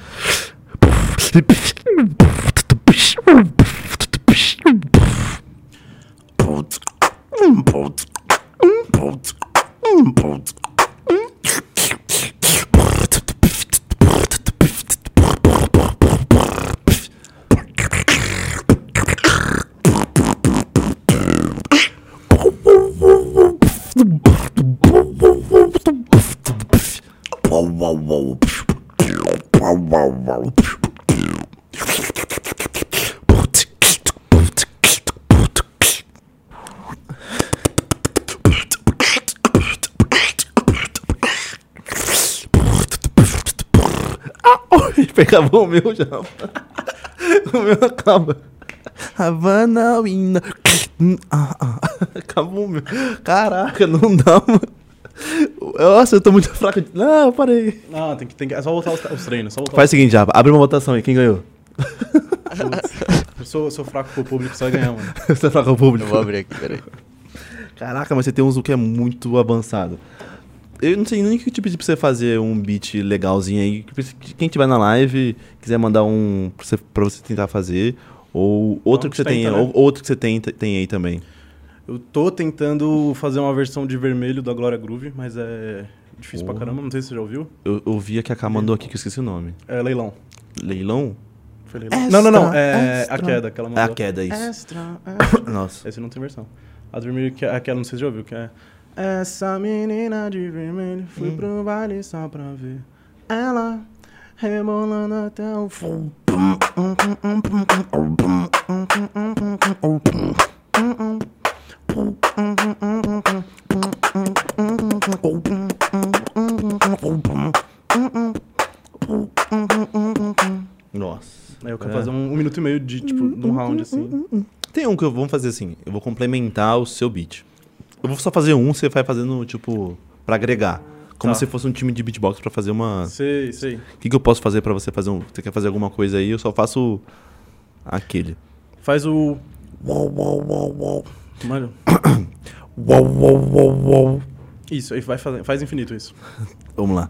Speaker 2: Acabou o meu já. o meu acaba. Havana, Wina. Acabou o meu. Caraca, não dá, mano. Nossa, eu tô muito fraco. de- Não, parei.
Speaker 4: Ah, tem que, tem que. É só voltar os, os treinos, só voltar
Speaker 2: Faz o seguinte, já. Abre uma votação aí. Quem ganhou?
Speaker 4: os treinos. Eu sou, eu sou fraco pro público, você vai ganhar, mano.
Speaker 2: Você é fraco ao
Speaker 3: Eu
Speaker 2: público.
Speaker 3: vou abrir aqui, peraí.
Speaker 2: Caraca, mas você tem uns que é muito avançado. Eu não sei nem que tipo de pra você fazer um beat legalzinho aí. que Quem tiver na live, quiser mandar um pra você, pra você tentar fazer. Ou outro
Speaker 4: Não,
Speaker 2: que você
Speaker 4: tenta,
Speaker 2: tem,
Speaker 4: né?
Speaker 2: ou outro que você tem, tem aí também.
Speaker 4: Eu tô tentando fazer uma versão de vermelho da Glória Groove, mas é difícil pra
Speaker 2: Porra.
Speaker 4: caramba, não sei se você já ouviu.
Speaker 2: Eu, eu vi a que a K mandou aqui que eu esqueci o nome.
Speaker 4: É leilão.
Speaker 2: Leilão?
Speaker 4: Foi leilão. não, não, não. É a queda que ela
Speaker 2: É
Speaker 4: mandou.
Speaker 2: a queda, isso.
Speaker 4: Extra,
Speaker 2: é. Nossa.
Speaker 4: Esse não tem versão. A do vermelho, que é aquela, não sei se você já ouviu, que é. Essa menina de vermelho
Speaker 2: Hum.
Speaker 4: fui pro baile só pra ver. Ela rebolando até o fundo.
Speaker 2: Nossa.
Speaker 4: Aí eu quero
Speaker 2: É. Hum,
Speaker 4: fazer um, um minuto e meio de, tipo, de um round assim.
Speaker 2: Tem um que eu vou fazer assim. Eu vou complementar o seu beat. Eu vou só fazer um, você vai fazendo, tipo, pra agregar. Como
Speaker 4: Tá.
Speaker 2: se fosse um time de beatbox pra fazer uma.
Speaker 4: Sei, sei.
Speaker 2: O que, que eu posso fazer pra você fazer um. Você quer fazer alguma coisa aí? Eu só faço aquele.
Speaker 4: Faz o. Uou, uou, uou, uou. Mano.
Speaker 2: Uou, uou, uou, uou.
Speaker 4: Isso, aí vai fazer, faz infinito isso.
Speaker 2: Vamos lá.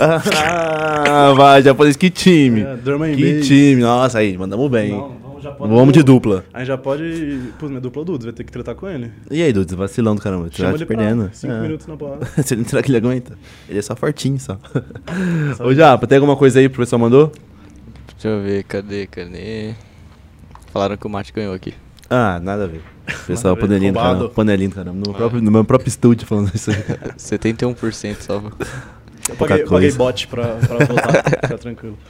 Speaker 2: Ah, vai, japonês, que time.
Speaker 4: É, Drum and
Speaker 2: que
Speaker 4: Bass.
Speaker 2: time. Nossa, aí, mandamos bem.
Speaker 4: Não, vamos, já pode-
Speaker 2: Vamos de dupla.
Speaker 4: Aí já pode. Pô, minha dupla Dudes, vai ter que tratar com ele.
Speaker 2: E aí, Dudu, vacilão do caramba. Você tá te
Speaker 4: pra
Speaker 2: perdendo.
Speaker 4: cinco
Speaker 2: É.
Speaker 4: minutos na porrada.
Speaker 2: Você não será que ele aguenta? Ele é só fortinho, só. Ô, Japa, tem alguma coisa aí que o pessoal mandou?
Speaker 3: Deixa eu ver, cadê, cadê? Falaram que o Mate ganhou aqui.
Speaker 2: Ah, nada a ver. Ah. O Pessoal,
Speaker 4: a ver,
Speaker 2: panelinha do
Speaker 4: roubado.
Speaker 2: caramba. Panelinha do caramba. No, próprio, no meu próprio estúdio falando isso aí.
Speaker 3: 71% salvo.
Speaker 4: Eu
Speaker 2: Pouca
Speaker 4: paguei, eu paguei
Speaker 2: coisa.
Speaker 4: bot pra, pra votar, fica tranquilo.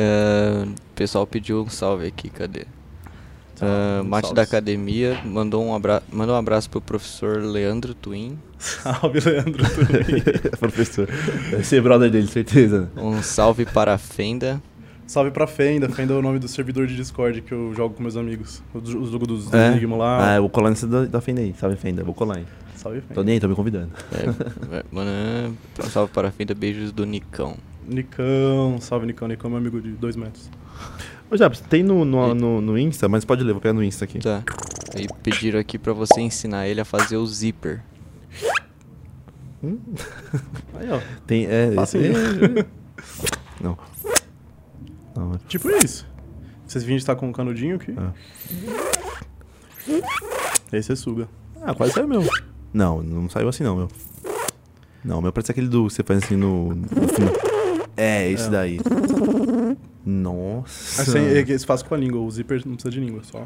Speaker 3: Ah, o pessoal pediu um salve aqui, cadê? Ah,
Speaker 4: Salve,
Speaker 3: Mate
Speaker 4: salves.
Speaker 3: da Academia mandou um, abra... mandou um abraço pro professor Leandro Twin.
Speaker 4: Salve, Ah, Leandro. tudo bem?
Speaker 2: Professor. Deve ser brother dele, certeza.
Speaker 3: Um salve para a Fenda.
Speaker 4: Salve pra Fenda. Fenda é o nome do servidor de Discord que eu jogo com meus amigos. O do- o jogo dos
Speaker 2: É?
Speaker 4: Enigma
Speaker 2: Ah,
Speaker 4: lá.
Speaker 2: eu vou colar nessa da, da Fenda aí. Salve, Fenda. Vou colar aí.
Speaker 4: Salve,
Speaker 2: Tô
Speaker 4: Fenda.
Speaker 2: nem aí, tô me convidando.
Speaker 3: É, é, mano, um salve para a Fenda, beijos do Nicão.
Speaker 4: Nicão. Salve, Nicão. Nicão é meu amigo de dois metros.
Speaker 2: Ô, Japa, tem no, no, no, no Insta, mas pode ler, vou pegar no Insta aqui.
Speaker 3: Tá. E pediram aqui pra você ensinar ele a fazer o zíper.
Speaker 4: Aí, ó.
Speaker 2: Tem, é,
Speaker 4: Facinho.
Speaker 2: esse- Não. Não, é-
Speaker 4: Tipo isso. Vocês vinham estar com um canudinho aqui.
Speaker 2: Ah.
Speaker 4: Aí você é suga.
Speaker 2: Ah, quase saiu meu. Não, não saiu assim não, meu. Não, meu parece aquele do que você faz assim no. no fim. É, esse daí. Nossa.
Speaker 4: Assim, é que eles fazem com a língua. O zíper não precisa de língua, é só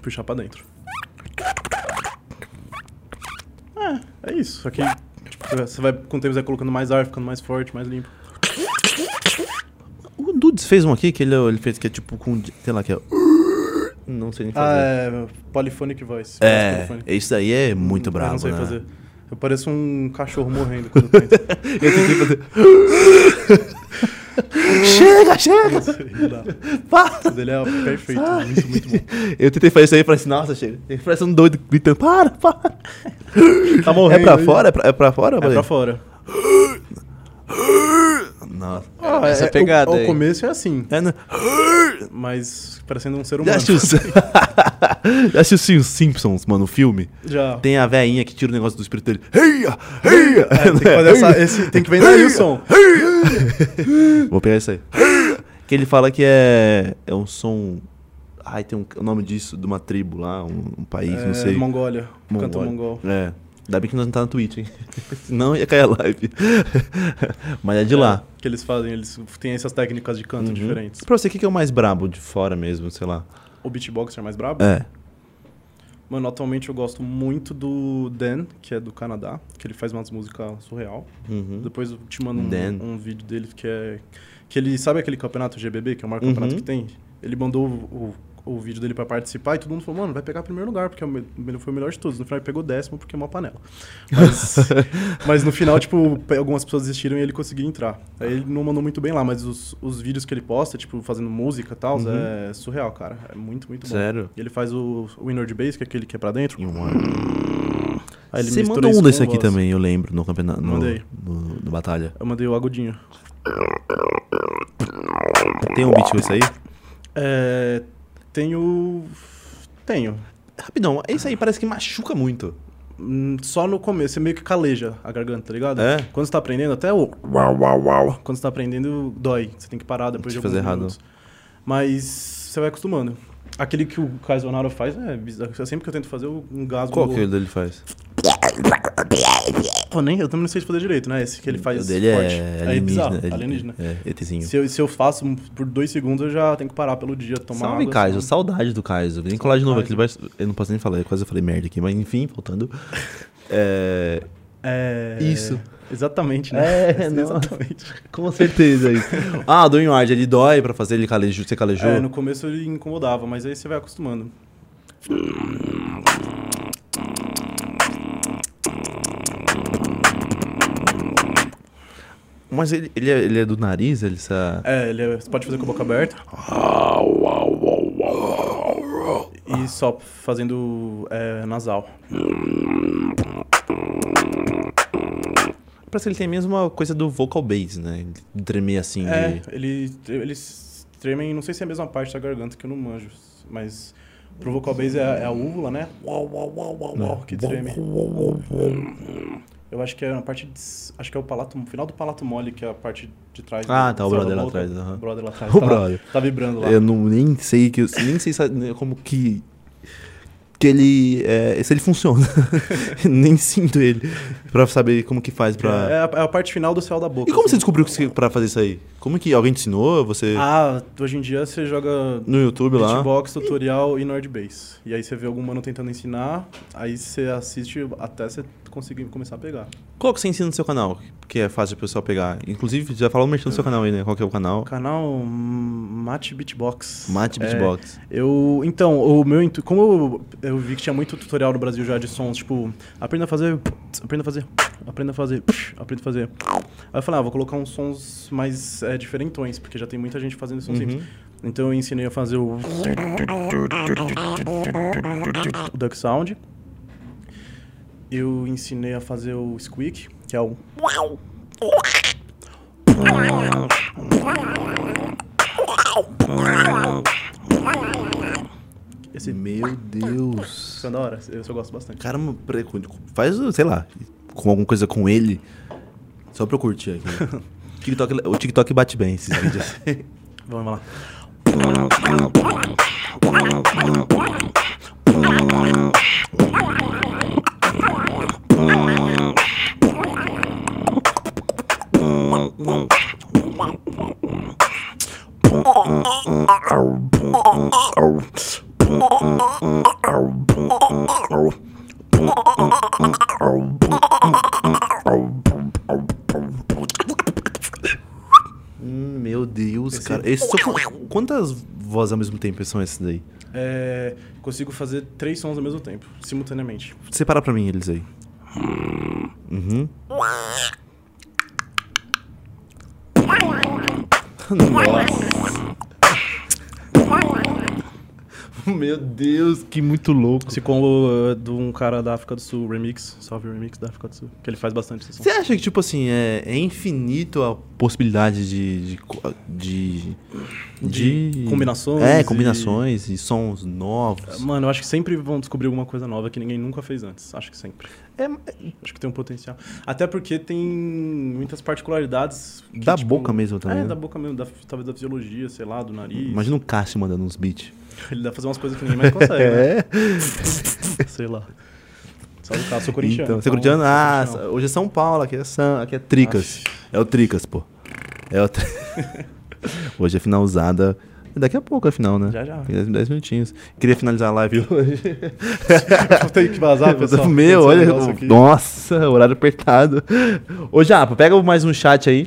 Speaker 4: puxar pra dentro. É, é isso. Só que tipo, você vai- você vai, com o tempo, você vai colocando mais ar, ficando mais forte, mais limpo.
Speaker 2: O Dudes fez um aqui que ele, ele fez que é tipo com. Sei lá, que é. Não sei nem
Speaker 4: Ah,
Speaker 2: fazer.
Speaker 4: é. Polyphonic voice.
Speaker 2: é,
Speaker 4: Polyphonic.
Speaker 2: esse daí é muito
Speaker 4: Eu
Speaker 2: brabo,
Speaker 4: não sei
Speaker 2: né?
Speaker 4: fazer. Eu pareço um cachorro morrendo quando eu tento.
Speaker 2: Eu tentei fazer. chega, chega!
Speaker 4: Não sei, não dá.
Speaker 2: Para!
Speaker 4: Mas ele é perfeito.
Speaker 2: Tá
Speaker 4: Muito, muito bom.
Speaker 2: Eu tentei fazer isso aí e falei assim, nossa, chega. Parece um doido gritando, para, para!
Speaker 4: Tá
Speaker 2: É pra
Speaker 4: aí.
Speaker 2: fora? É pra, é pra fora?
Speaker 4: É pra fora.
Speaker 2: Nossa.
Speaker 4: Ah,
Speaker 3: Essa
Speaker 4: é-
Speaker 3: pegada
Speaker 4: o,
Speaker 3: aí.
Speaker 4: O começo é assim,
Speaker 2: É, né?
Speaker 4: mas parecendo um ser
Speaker 2: Já
Speaker 4: humano.
Speaker 2: assistiu, os- Já assistiu os Simpsons, mano, o filme?
Speaker 4: Já.
Speaker 2: Tem a veinha que tira o negócio do espírito dele. Heia! Heia!
Speaker 4: É, tem que fazer essa, esse, tem que vender aí o som.
Speaker 2: Vou pegar isso aí. que ele fala que é, é um som... Ai, tem um o nome disso, de uma tribo lá, um, um país,
Speaker 4: É,
Speaker 2: não sei.
Speaker 4: Mongólia. Canto
Speaker 2: Mongol.
Speaker 4: mongol.
Speaker 2: É. Ainda bem que nós não tá na Twitch, hein? Senão ia cair a live. Mas é de lá.
Speaker 4: Que eles fazem, eles têm essas técnicas de
Speaker 2: Uhum.
Speaker 4: canto diferentes.
Speaker 2: Pra você, o que que é o mais brabo de fora mesmo, sei lá?
Speaker 4: O beatboxer mais brabo?
Speaker 2: É.
Speaker 4: Mano, atualmente eu gosto muito do Dan, que é do Canadá, que ele faz umas músicas surreal.
Speaker 2: Uhum.
Speaker 4: Depois eu te mando
Speaker 2: Dan.
Speaker 4: um, um vídeo dele que é. Que ele sabe aquele campeonato GBB, que é o maior campeonato
Speaker 2: Uhum.
Speaker 4: que tem? Ele mandou o, o, o vídeo dele pra participar e todo mundo falou, mano, vai pegar primeiro lugar, porque é o me- ele foi o melhor de todos. No final ele pegou décimo porque é uma panela. Mas, mas no final, tipo, pe- algumas pessoas desistiram e ele conseguiu entrar. Aí ele não mandou muito bem lá, mas os, os vídeos que ele posta, tipo, fazendo música e tal, é surreal, cara. É muito, muito bom.
Speaker 2: Uhum. Sério?
Speaker 4: E ele faz o, o Inner de Bass, que é aquele que é pra dentro.
Speaker 2: E um
Speaker 4: Aí ele
Speaker 2: Você
Speaker 4: mistura
Speaker 2: mandou
Speaker 4: isso
Speaker 2: um
Speaker 4: com
Speaker 2: desse aqui
Speaker 4: voz.
Speaker 2: também, eu lembro, no campeonato. No,
Speaker 4: Mandei.
Speaker 2: no- no Batalha.
Speaker 4: Eu mandei o agudinho.
Speaker 2: Tem um beat com isso aí?
Speaker 4: É. Tenho. Tenho.
Speaker 2: Rapidão, isso aí parece que machuca muito.
Speaker 4: Hum, Só no começo, você meio que caleja a garganta, tá ligado?
Speaker 2: É?
Speaker 4: Quando você tá aprendendo, até o. Uau, uau, uau. Quando você tá aprendendo, dói. Você tem que parar depois
Speaker 2: Tem
Speaker 4: de
Speaker 2: que
Speaker 4: alguns
Speaker 2: fazer errado.
Speaker 4: minutos. Mas você vai acostumando. Aquele que o Caizonaro faz é bizarro. Sempre que eu tento fazer, eu um engasgo.
Speaker 2: Qual
Speaker 4: no-
Speaker 2: que ele dele faz?
Speaker 4: Pô, nem, eu também não sei fazer direito, né? Esse que ele faz
Speaker 2: Hum, o dele
Speaker 4: forte.
Speaker 2: é
Speaker 4: Aí é bizarro,
Speaker 2: alienígena. ele-
Speaker 4: alienígena.
Speaker 2: É, ETzinho.
Speaker 4: Se eu, se eu faço por dois segundos, eu já tenho que parar pelo dia, tomar
Speaker 2: Salve,
Speaker 4: água.
Speaker 2: Kaiso.
Speaker 4: assim.
Speaker 2: Saudade do Kaiso. Vem colar de novo aqui. ele vai- Eu não posso nem falar, eu quase falei merda aqui, mas enfim, voltando. É,
Speaker 4: É...
Speaker 2: Isso.
Speaker 4: Exatamente, né?
Speaker 2: É, não.
Speaker 4: Exatamente.
Speaker 2: com certeza isso. Ah, do Inward, ele dói pra fazer ele calejou, você calejou?
Speaker 4: É, no começo ele incomodava, mas aí você vai acostumando.
Speaker 2: Mas ele, ele, é, ele é do nariz, ele sa...
Speaker 4: É, ele é- você pode fazer com a boca aberta. E só fazendo é, nasal.
Speaker 2: Parece que ele tem a mesma coisa do vocal bass, né? De Tremer assim.
Speaker 4: É,
Speaker 2: de-
Speaker 4: ele, eles tremem, não sei se é a mesma parte da garganta que eu não manjo, mas pro vocal bass é, a- é a úvula, né? Uau, uau, uau, uau, uau, que treme. Eu acho que é na parte de, s- acho que é o palato, o final do palato mole, que é a parte de trás.
Speaker 2: Ah,
Speaker 4: do-
Speaker 2: tá, o
Speaker 4: sei lá,
Speaker 2: brother
Speaker 4: da
Speaker 2: lá
Speaker 4: boca.
Speaker 2: atrás, aham.
Speaker 4: O brother lá atrás.
Speaker 2: O
Speaker 4: tá,
Speaker 2: brother.
Speaker 4: Tá vibrando lá.
Speaker 2: Eu não, nem sei que. Nem sei sa- né, como que. Que ele. é, se ele funciona. nem sinto ele. Pra saber como que faz pra.
Speaker 4: É, a, é a parte final do céu da boca.
Speaker 2: E como
Speaker 4: assim.
Speaker 2: você descobriu que você, pra fazer isso aí? Como que alguém te ensinou? Você.
Speaker 4: Ah, hoje em dia você joga
Speaker 2: no YouTube lá?
Speaker 4: Beatbox, tutorial e Nordbase. E aí você vê algum mano tentando ensinar, aí você assiste até você conseguir começar a pegar.
Speaker 2: Qual que você ensina no seu canal? Que é fácil o pessoal pegar. Inclusive, já falou mexendo no seu canal aí, né? Qual que é o canal?
Speaker 4: O canal hum, Mate Beatbox.
Speaker 2: Mate
Speaker 4: É,
Speaker 2: Beatbox.
Speaker 4: eu, então, o meu intu- como eu, eu vi que tinha muito tutorial no Brasil já de sons, tipo, aprenda a fazer, aprenda a fazer, aprenda a fazer, aprenda a fazer. Aí eu falei, ah, vou colocar uns sons mais é, diferentões, porque já tem muita gente fazendo
Speaker 2: Uhum.
Speaker 4: som simples. Então eu ensinei a fazer o o Duck Sound. Eu ensinei a fazer o Squeak, que é o esse
Speaker 2: Meu Deus.
Speaker 4: Isso é da hora, eu só gosto bastante.
Speaker 2: Caramba, pre- faz, sei lá, com alguma coisa com ele. Só pra eu curtir aqui. TikTok, o TikTok bate bem esses vídeos.
Speaker 4: Vamos lá.
Speaker 2: Hum, meu Deus, cara. Esse só- Quantas vozes ao mesmo tempo são esses daí?
Speaker 4: É, consigo fazer três sons ao mesmo tempo, simultaneamente.
Speaker 2: Separa pra mim eles aí. Uhum. Nossa. Meu Deus, que muito louco.
Speaker 4: Esse combo é de um cara da África do Sul, Remix, salve Remix da África do Sul, que ele faz bastante esse som.
Speaker 2: Você acha que, tipo assim, é, é infinito a possibilidade de. de. co- de,
Speaker 4: De combinações
Speaker 2: É,
Speaker 4: e-
Speaker 2: combinações e, sons novos.
Speaker 4: É, Mano, eu acho que sempre vão descobrir alguma coisa nova que ninguém nunca fez antes. Acho que sempre.
Speaker 2: É,
Speaker 4: Acho que tem um potencial. Até porque tem muitas particularidades. que,
Speaker 2: Da
Speaker 4: tipo,
Speaker 2: boca mesmo também,
Speaker 4: É,
Speaker 2: né?
Speaker 4: da boca mesmo, da- talvez da fisiologia, sei lá, do nariz.
Speaker 2: Imagina um o Cássio mandando uns beats.
Speaker 4: Ele dá pra fazer umas coisas que ninguém mais consegue,
Speaker 2: É.
Speaker 4: né? Sei lá. Só do caso, sou corintiano.
Speaker 2: Então, você é
Speaker 4: então,
Speaker 2: corintiano?
Speaker 4: sou
Speaker 2: Ah,
Speaker 4: corintiano.
Speaker 2: hoje é São Paulo, aqui é, San, aqui é Tricas. É o Tricas, pô. É o tri- Hoje é finalzada Daqui a pouco, afinal, né?
Speaker 4: Já, já.
Speaker 2: 10, minutinhos. Queria finalizar a live hoje.
Speaker 4: Eu tenho que vazar, pessoal.
Speaker 2: Meu,
Speaker 4: Esse
Speaker 2: olha.
Speaker 4: negócio aqui.
Speaker 2: Nossa, horário apertado. Ô, Japa, pega mais um chat aí.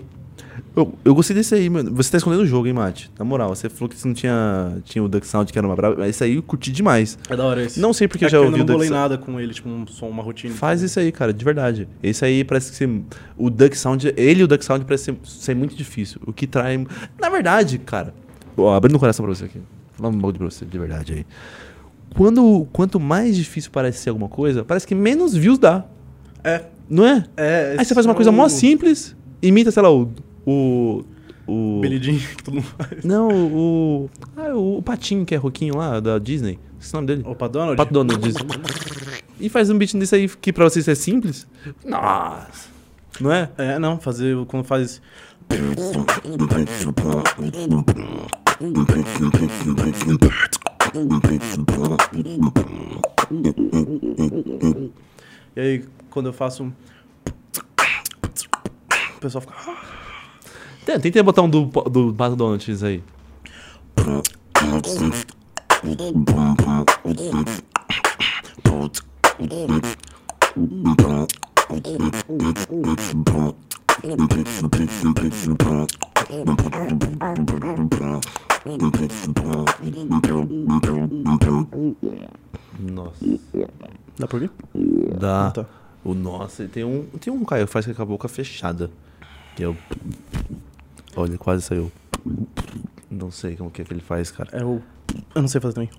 Speaker 2: Eu, eu gostei desse aí, mano. Você tá escondendo o jogo, hein, Mate? Na moral, você falou que você não tinha, tinha o Duck Sound, que era uma brava. mas Isso aí eu curti demais.
Speaker 4: É da hora esse.
Speaker 2: Não sei porque
Speaker 4: É
Speaker 2: eu já
Speaker 4: que
Speaker 2: ouvi
Speaker 4: Eu
Speaker 2: o
Speaker 4: não bolei
Speaker 2: Duck Sound.
Speaker 4: nada com ele, tipo, um som, uma rotina.
Speaker 2: Faz isso aí, cara, de verdade. Esse aí parece que você- o Duck Sound, ele e o Duck Sound parece ser, ser muito difícil. O que trai. Na verdade, cara, ó, abrindo o coração pra você aqui. Falar um bagulho pra você, de verdade aí. Quando, quanto mais difícil parece ser alguma coisa, parece que menos views dá.
Speaker 4: É.
Speaker 2: Não é?
Speaker 4: É,
Speaker 2: aí você faz uma coisa mó simples, imita, sei lá, o. O. o
Speaker 4: Belidinho que todo mundo faz.
Speaker 2: não, o. Ah, o, o Patinho, que é Roquinho lá, da Disney. Esse é o nome dele?
Speaker 4: Opa, Donald?
Speaker 2: Pato Donald diz. E faz um beat desse aí que pra vocês é simples. Nossa. Não é?
Speaker 4: É, não, fazer o- quando faz. E aí, quando eu faço um. O pessoal fica. "Ah,
Speaker 2: Tem- Tenta botar um do, do Pato Donald diz aí. Nossa.
Speaker 4: Dá pra ouvir?
Speaker 2: Dá.
Speaker 4: tá.
Speaker 2: O nossa, e tem um, tem um cara que faz com a boca fechada. Que é o. Olha, quase saiu. Não sei como que é que ele faz, cara.
Speaker 4: É o. Eu não sei fazer também.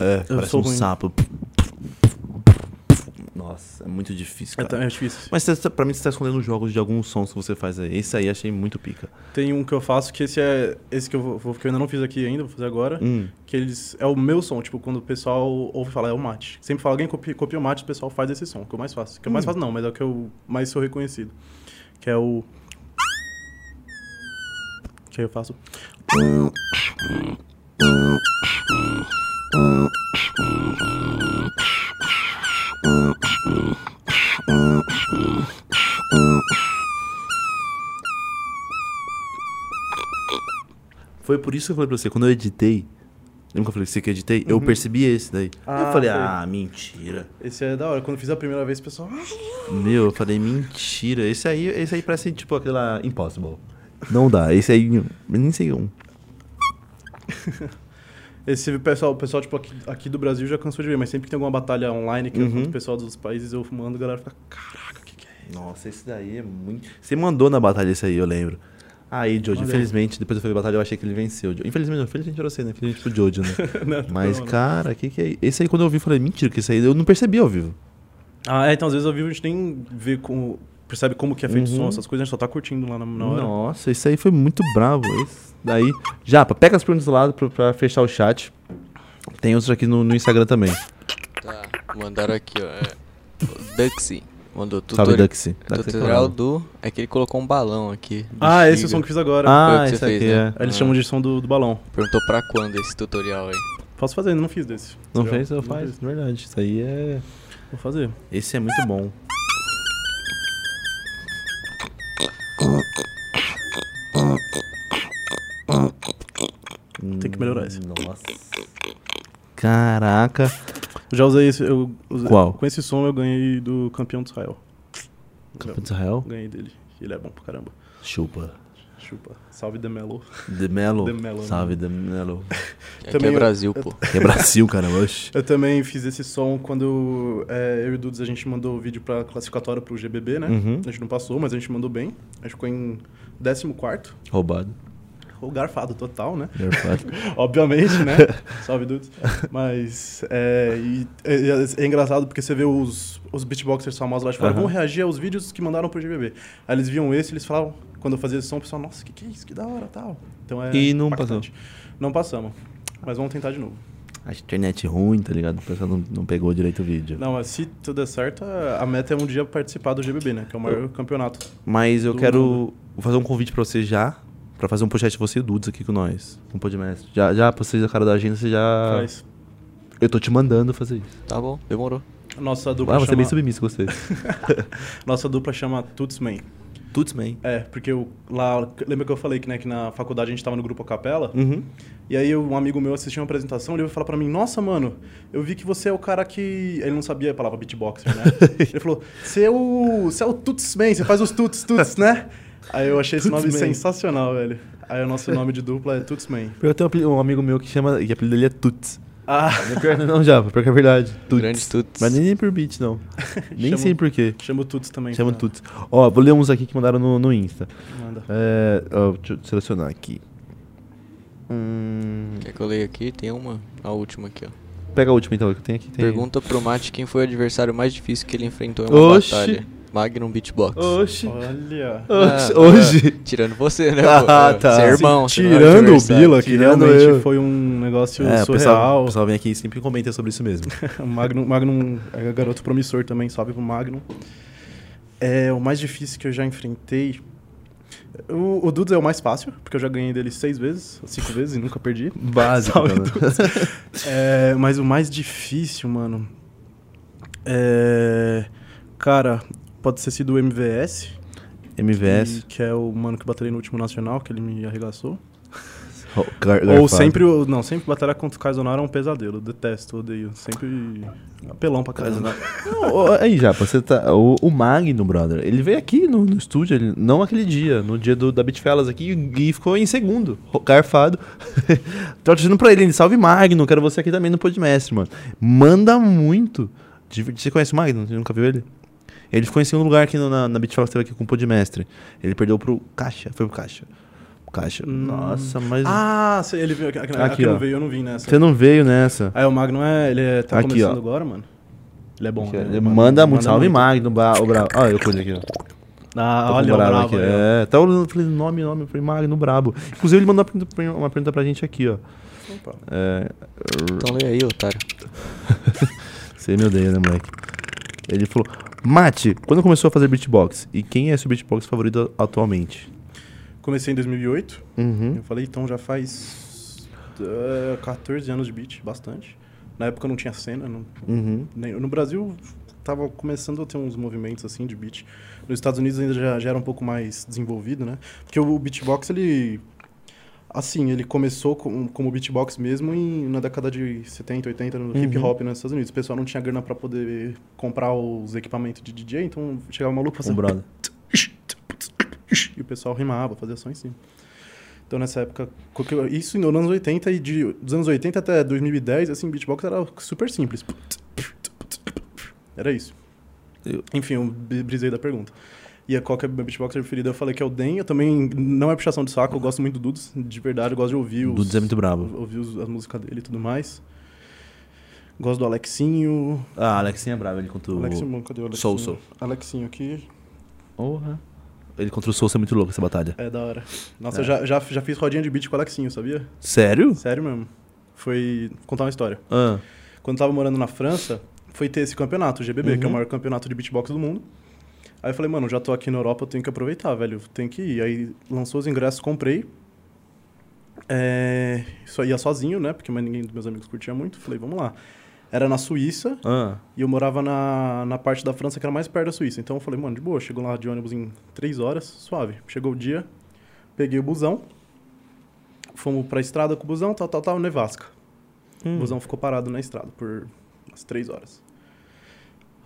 Speaker 2: É, parece
Speaker 4: sou
Speaker 2: um
Speaker 4: ruim.
Speaker 2: sapo. Nossa, é muito difícil,
Speaker 4: É,
Speaker 2: cara.
Speaker 4: tá- é difícil.
Speaker 2: Mas você tá- pra mim você tá escondendo os jogos de alguns sons que você faz aí. Esse aí achei muito pica.
Speaker 4: Tem um que eu faço que esse é. Esse que eu, vou, que eu ainda não fiz aqui ainda, vou fazer agora.
Speaker 2: Hum.
Speaker 4: Que eles. É o meu som, tipo, quando o pessoal ouve falar, é o mate. Sempre fala, alguém copia, copia o mate, o pessoal faz esse som, que eu mais faço. Que eu mais faço não, mas é o que eu mais sou reconhecido. Que é o. Que aí eu faço.
Speaker 2: Foi por isso que eu falei pra você, quando eu editei. Lembra que eu falei pra você que eu editei? Eu percebi esse daí. eu
Speaker 4: Uhum. Ah,
Speaker 2: falei,
Speaker 4: sei.
Speaker 2: ah, mentira.
Speaker 4: Esse é da hora. Quando eu fiz a primeira vez, o pessoal. "Ah!"
Speaker 2: Meu, eu falei, mentira. Esse aí, esse aí parece tipo aquela Impossible. Não dá, esse aí. eu Nem sei um.
Speaker 4: Esse pessoal, o pessoal, tipo, aqui, aqui do Brasil já cansou de ver, mas sempre que tem alguma batalha online que eu
Speaker 2: Uhum.
Speaker 4: encontro o pessoal dos países, eu mando, a galera fica. Caraca, o que, que é?
Speaker 2: Nossa, esse daí é muito. Você mandou na batalha esse aí, eu lembro. Aí, Jojo,
Speaker 4: Olha aí.
Speaker 2: infelizmente, depois eu fui batalha, eu achei que ele venceu. Jojo. Infelizmente, não, infelizmente pra você, né? Infelizmente pro Jojo, né?
Speaker 4: Não,
Speaker 2: Mas,
Speaker 4: não, não.
Speaker 2: cara, que que é. Esse aí, quando eu ouvi, eu falei, mentira, que isso aí eu não percebi ao vivo.
Speaker 4: Ah, é, então às vezes ao vivo a gente nem vê como. Percebe como que é feito o som, essas coisas, a gente só tá curtindo lá na, na hora.
Speaker 2: Nossa, isso aí foi muito bravo. Esse daí. Japa, pega as perguntas do lado pra, pra fechar o chat. Tem outros aqui no, no Instagram também.
Speaker 3: Tá, mandaram aqui, ó. É, o Duxy mandou tutorial,
Speaker 2: Salve, Duxi.
Speaker 3: tutorial do. É que ele colocou um balão aqui.
Speaker 4: Ah, esse é o
Speaker 3: bexiga.
Speaker 4: som que eu fiz agora.
Speaker 3: Foi o
Speaker 2: Ah,
Speaker 3: que você
Speaker 2: esse aqui
Speaker 3: fez, né?
Speaker 2: é.
Speaker 4: Aí Eles chamam de som do, do balão.
Speaker 3: Perguntou pra quando esse tutorial aí.
Speaker 4: Posso fazer, ainda não fiz desse.
Speaker 2: Não
Speaker 4: Já,
Speaker 2: fez? Eu
Speaker 4: não
Speaker 2: faz,
Speaker 4: fiz.
Speaker 2: verdade. Isso aí é.
Speaker 4: Vou fazer.
Speaker 2: Esse é muito bom.
Speaker 4: Tem que melhorar esse.
Speaker 2: Hum, Nossa. Caraca.
Speaker 4: Eu já usei esse. Eu usei-
Speaker 2: Qual?
Speaker 4: Com esse som eu ganhei do campeão de Israel.
Speaker 2: Campo de Israel?
Speaker 4: Ganhei dele. Ele é bom pra caramba.
Speaker 2: Chupa.
Speaker 4: Chupa. Salve The Melo.
Speaker 2: The Melo.
Speaker 4: The Melo, né?
Speaker 2: Salve, The Melo.
Speaker 3: Aqui
Speaker 4: Também
Speaker 3: é
Speaker 4: eu-
Speaker 3: Brasil, pô.
Speaker 2: Que é Brasil, cara. Oxe.
Speaker 4: Eu também fiz esse som quando é, eu e o Dudes a gente mandou o vídeo pra classificatória pro GBB, né?
Speaker 2: Uhum.
Speaker 4: A gente não passou, mas a gente mandou bem. A gente ficou em 14.
Speaker 2: Roubado.
Speaker 4: O garfado total, né?
Speaker 2: Garfado.
Speaker 4: Obviamente, né? Salve, Dudes. Mas é, e- é- é engraçado porque você vê os, os beatboxers famosos lá de fora
Speaker 2: Aham.
Speaker 4: vão reagir aos vídeos que mandaram pro GBB. Aí eles viam esse eles falavam, quando eu fazia esse som, o pessoal, nossa, que que é isso, que da hora, tal. Então é
Speaker 2: E não
Speaker 4: impactante. Não passamos, mas vamos tentar de novo.
Speaker 2: A internet ruim, tá ligado? O pessoal não, não pegou direito o vídeo.
Speaker 4: Não, mas se tudo der certo, a a meta é um dia participar do GBB, né? Que é o maior campeonato.
Speaker 2: Mas eu
Speaker 4: Do
Speaker 2: quero
Speaker 4: mundo.
Speaker 2: fazer um convite pra você já. Pra fazer um podcast você e o Dudes aqui com nós. Um podmestre. Já, já, pra vocês, a cara da agenda, você já.
Speaker 4: Mas
Speaker 2: Eu tô te mandando fazer isso.
Speaker 3: Tá bom, demorou.
Speaker 4: nossa
Speaker 2: Ah,
Speaker 4: dupla
Speaker 2: você é
Speaker 4: chama,
Speaker 2: bem submisso, gostei.
Speaker 4: nossa dupla chama Tutsman.
Speaker 2: Tuts Man.
Speaker 4: É, porque eu, lá, lembra que eu falei que, né, que na faculdade a gente tava no grupo Capela?
Speaker 2: Uhum.
Speaker 4: E aí um amigo meu assistiu uma apresentação, ele veio falar pra mim, nossa, mano, eu vi que você é o cara que... Ele não sabia a palavra beatboxer, né? ele falou, você é o, você é o Tutsman, você faz os tuts, tuts, né? Aí eu achei esse nome
Speaker 2: Tutsman.
Speaker 4: sensacional, velho. Aí o nosso nome de dupla é Tutsman.
Speaker 2: Eu tenho um apeli- um amigo meu que chama. E o apelido dele é Tuts.
Speaker 4: Ah,
Speaker 2: Não é pior, não, Java, pior que é verdade. Tuts.
Speaker 3: Grande Tuts.
Speaker 2: Mas nem por beat, não. nem
Speaker 4: Chama-
Speaker 2: sei por quê.
Speaker 4: chama o Tuts também.
Speaker 2: Chama
Speaker 4: tá?
Speaker 2: Tuts. Ó, vou ler uns aqui que mandaram no, no Insta.
Speaker 4: Manda.
Speaker 2: É, ó, deixa eu selecionar aqui. Hum,
Speaker 3: Quer que eu leia aqui? Tem uma, a última aqui, ó.
Speaker 2: pega a última então, que eu tenho aqui. Tem...
Speaker 3: Pergunta pro Mate quem foi o adversário mais difícil que ele enfrentou em uma
Speaker 2: Oxi.
Speaker 3: batalha. Magnum Beatbox.
Speaker 2: Oxi.
Speaker 4: Olha.
Speaker 2: Oxi.
Speaker 3: Ah,
Speaker 2: Hoje.
Speaker 3: ah, tirando você, né?
Speaker 2: Ah,
Speaker 3: pô?
Speaker 2: tá.
Speaker 3: Você é irmão.
Speaker 4: Se-
Speaker 3: você não é
Speaker 4: tirando o
Speaker 3: adversário.
Speaker 4: Bila, que
Speaker 2: Tirando
Speaker 4: realmente
Speaker 2: eu.
Speaker 4: foi um negócio
Speaker 2: É, o pessoal,
Speaker 4: surreal.
Speaker 2: o pessoal vem aqui e sempre comenta sobre isso mesmo.
Speaker 4: Magnum, Magnum é garoto promissor também, salve pro Magnum. É o mais difícil que eu já enfrentei. O, o Dudes é o mais fácil, porque eu já ganhei dele seis vezes, cinco vezes e nunca perdi.
Speaker 2: Básico,
Speaker 4: Salve,
Speaker 2: né?
Speaker 4: É, mas o mais difícil, mano. É. Cara, pode ter sido o MVS,
Speaker 2: MVS.
Speaker 4: que- que é o mano que batalhei no último nacional, que ele me arregaçou.
Speaker 2: Ro- gar-
Speaker 4: Ou
Speaker 2: garfado.
Speaker 4: sempre, o- não, sempre batalhar contra o Kaizonar é um pesadelo. eu Detesto, odeio. Sempre apelão pra Kaizonar.
Speaker 2: Não, ô, aí, Japa, você tá. O, o Magno, brother, ele veio aqui no, no estúdio, ele- não aquele dia, no dia do, da Bitfellas aqui, e ficou em segundo, ro- garfado. Tô torcendo pra ele, ele salve Magno, quero você aqui também no Podmestre, mano. Manda muito. De- Você conhece o Magno? Você nunca viu ele? Ele ficou em segundo lugar aqui no- na, na Bitfellas, teve aqui com o Podmestre. Ele perdeu pro Caixa, foi pro Caixa. Caixa. Nossa, mas.
Speaker 4: Hum. Ah, sei, ele veio aqui. Aqui,
Speaker 2: Aqui,
Speaker 4: aqui não
Speaker 2: ó.
Speaker 4: veio, eu não vim nessa.
Speaker 2: Você não veio nessa.
Speaker 4: Aí o Magno é. Ele é, tá
Speaker 2: Aqui,
Speaker 4: começando
Speaker 2: ó.
Speaker 4: agora, mano. Ele é bom. né?
Speaker 2: Ele
Speaker 4: O Magno
Speaker 2: manda muito, salve
Speaker 4: muito.
Speaker 2: Magno, bra- o Brabo. Olha, eu pus aqui, ó.
Speaker 4: Ah,
Speaker 2: Tá com
Speaker 4: olha o
Speaker 2: brabo
Speaker 4: brabo.
Speaker 2: aqui.
Speaker 4: aí, ó.
Speaker 2: É, tá olhando, eu falei, nome, nome, eu falei, Magno Brabo. Inclusive, ele mandou uma pergunta pra- uma pergunta pra gente aqui, ó.
Speaker 4: Opa.
Speaker 2: É,
Speaker 3: Então lê aí, otário.
Speaker 2: você me odeia, né, moleque? Ele falou, Mate, quando começou a fazer beatbox? E quem é seu beatbox favorito atualmente?
Speaker 4: Comecei em 2008.
Speaker 2: Uhum.
Speaker 4: Eu falei, então já faz. eh, 14 anos de beat, bastante. Na época não tinha cena, não,
Speaker 2: Uhum.
Speaker 4: Nem- né? No Brasil tava começando a ter uns movimentos assim de beat. Nos Estados Unidos ainda já, já era um pouco mais desenvolvido, né? Porque o beatbox ele assim, ele começou com, como beatbox mesmo em, na década de 70, 80 no hip hop né, nos Estados Unidos. O pessoal não tinha grana pra poder comprar os equipamentos de DJ, então chegava um maluco
Speaker 2: Um
Speaker 4: fazendo
Speaker 2: brother.
Speaker 4: e o pessoal rimava, fazia som em cima. Então nessa época, qualquer- isso nos anos 80 e de, dos anos 80 até 2010, assim, beatbox era super simples. Era isso.
Speaker 2: Eu-
Speaker 4: Enfim, eu bri- brisei da pergunta. E a qual que é o meu beatboxer preferido? Eu falei que é o Den, eu também não é puxação de saco, eu gosto muito do Dudes, de verdade, eu gosto de ouvir os,
Speaker 2: Dudes é muito brabo.
Speaker 4: ouvir os, a música dele e tudo mais. Gosto do Alexinho.
Speaker 2: Ah, Alexinho é brabo, ele contra o...
Speaker 4: Alexinho, cadê o Alexinho?
Speaker 2: Soul, Soul.
Speaker 4: Alexinho aqui.
Speaker 2: Porra. Ele contra o Souza é muito louco essa batalha.
Speaker 4: É da hora. Nossa, eu já, já, já fiz rodinha de beat com o Alexinho, sabia?
Speaker 2: Sério?
Speaker 4: Sério mesmo. Foi. Vou contar uma história.
Speaker 2: Ah,
Speaker 4: Quando eu tava morando na França, foi ter esse campeonato, o GBB, que é o maior campeonato de beatbox do mundo. Aí eu falei, mano, já tô aqui na Europa, eu tenho que aproveitar, velho. eu Tenho que ir. Aí lançou os ingressos, comprei. É... Só ia sozinho, né? Porque mas ninguém dos meus amigos curtia muito. Falei, vamos lá. Era na Suíça
Speaker 2: ah.
Speaker 4: e eu morava na, na parte da França que era mais perto da Suíça. Então eu falei, mano, de boa, chegou lá de ônibus em três horas, suave. Chegou o dia, peguei o busão, fomos pra estrada com o busão, tal, tal, tal, nevasca. O busão ficou parado na estrada por umas três horas.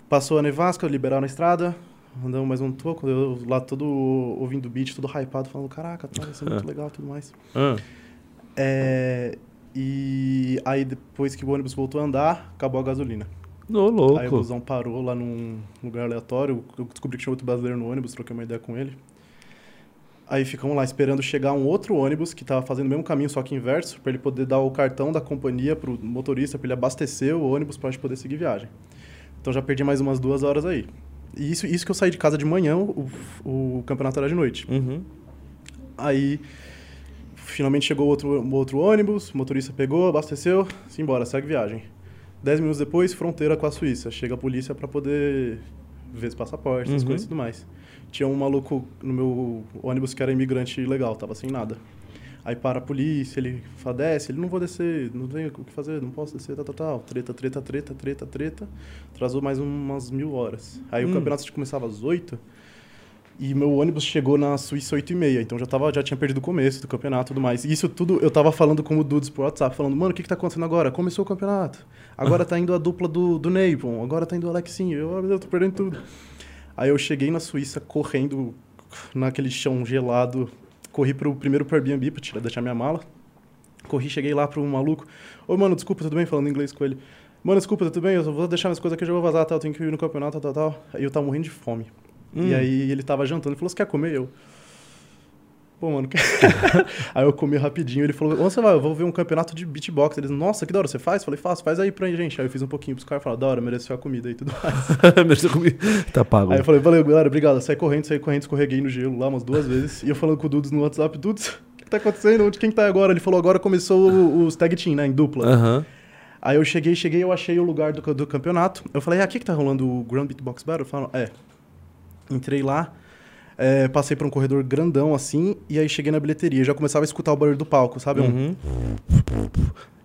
Speaker 4: Passou a nevasca, liberaram a estrada, andamos mais um toco, eu lá todo ouvindo o beat, todo hypado, falando, caraca, tá, isso é muito legal e tudo mais.
Speaker 2: Ah.
Speaker 4: É, e aí depois que o ônibus voltou a andar, acabou a gasolina.
Speaker 2: Ô,
Speaker 4: Aí o
Speaker 2: louco.
Speaker 4: busão parou lá num lugar aleatório. Eu descobri que tinha outro brasileiro no ônibus, troquei uma ideia com ele. Aí ficamos lá esperando chegar um outro ônibus que tava fazendo o mesmo caminho, só que inverso, pra ele poder dar o cartão da companhia pro motorista, pra ele abastecer o ônibus pra gente poder seguir viagem. Então já perdi mais umas duas horas aí. E isso, isso que eu saí de casa de manhã, o, o campeonato era de noite.
Speaker 2: Uhum.
Speaker 4: Aí finalmente chegou outro, um outro ônibus, o motorista pegou, abasteceu, se embora, segue viagem. Dez minutos depois, fronteira com a Suíça. Chega a polícia pra poder ver os passaportes, as
Speaker 2: Uhum.
Speaker 4: coisas e tudo mais. Tinha um maluco no meu ônibus que era imigrante ilegal, tava sem nada. Aí para a polícia, ele fala, desce, ele não vou descer, não tem o que fazer, não posso descer, tal, tal, tal. Treta, treta, treta, treta, treta. Atrasou mais umas mil horas. Aí o campeonato começava às oito, E meu ônibus chegou na Suíça 8 e meia, então já, tava, já tinha perdido o começo do campeonato e tudo mais. E isso tudo eu tava falando como dudes por WhatsApp, falando, mano, o que que tá acontecendo agora? Começou o campeonato. Agora tá indo a dupla do, do Napon, agora tá indo o Alexinho, eu, eu tô perdendo tudo. Aí eu cheguei na Suíça correndo naquele chão gelado, corri pro primeiro pro Airbnb pra tirar, deixar minha mala. Corri, cheguei lá pro maluco. Ô, mano, desculpa, tudo bem? Falando inglês com ele. Mano, desculpa, tudo bem? Eu só vou deixar minhas coisas aqui, eu já vou vazar, tal, eu tenho que ir no campeonato, tal, tal. Aí eu tava morrendo de fome. E aí ele tava jantando, ele falou, você quer comer? Eu... Pô, mano, que- aí eu comi rapidinho, ele falou, onde você vai? Eu vou ver um campeonato de beatbox. Eles, nossa, que da hora, você faz? Falei, faço, faz aí pra gente. Aí eu fiz um pouquinho pros caras, falaram, da hora, mereceu a comida e tudo mais.
Speaker 2: Mexeu comigo. Tá pago.
Speaker 4: Aí eu falei, valeu, galera, obrigado. Saí correndo, saí correndo, escorreguei no gelo lá umas duas vezes. E eu falando com o Dudes no WhatsApp, Dudes, o que tá acontecendo? Onde quem tá agora? Ele falou, agora começou o- os tag team, né, em dupla.
Speaker 2: Aham.
Speaker 4: Aí eu cheguei, cheguei, eu achei o lugar do, ca- do campeonato. Eu falei, ah, aqui que tá rolando o Grand Beatbox Battle? Falaram, é. Entrei lá, é, passei por um corredor grandão assim, e aí cheguei na bilheteria. Já começava a escutar o barulho do palco, sabe? Um-
Speaker 2: Uhum.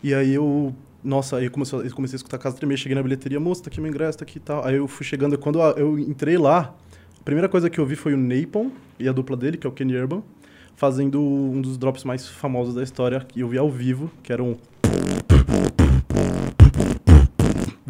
Speaker 4: e aí eu. Nossa, aí eu comecei, eu comecei a escutar a casa tremer, cheguei na bilheteria, moça, tá aqui meu ingresso, tá aqui e tal. Aí eu fui chegando, quando a- eu entrei lá, a primeira coisa que eu vi foi o Napon e a dupla dele, que é o Kenny Urban, fazendo um dos drops mais famosos da história, que eu vi ao vivo, que era um.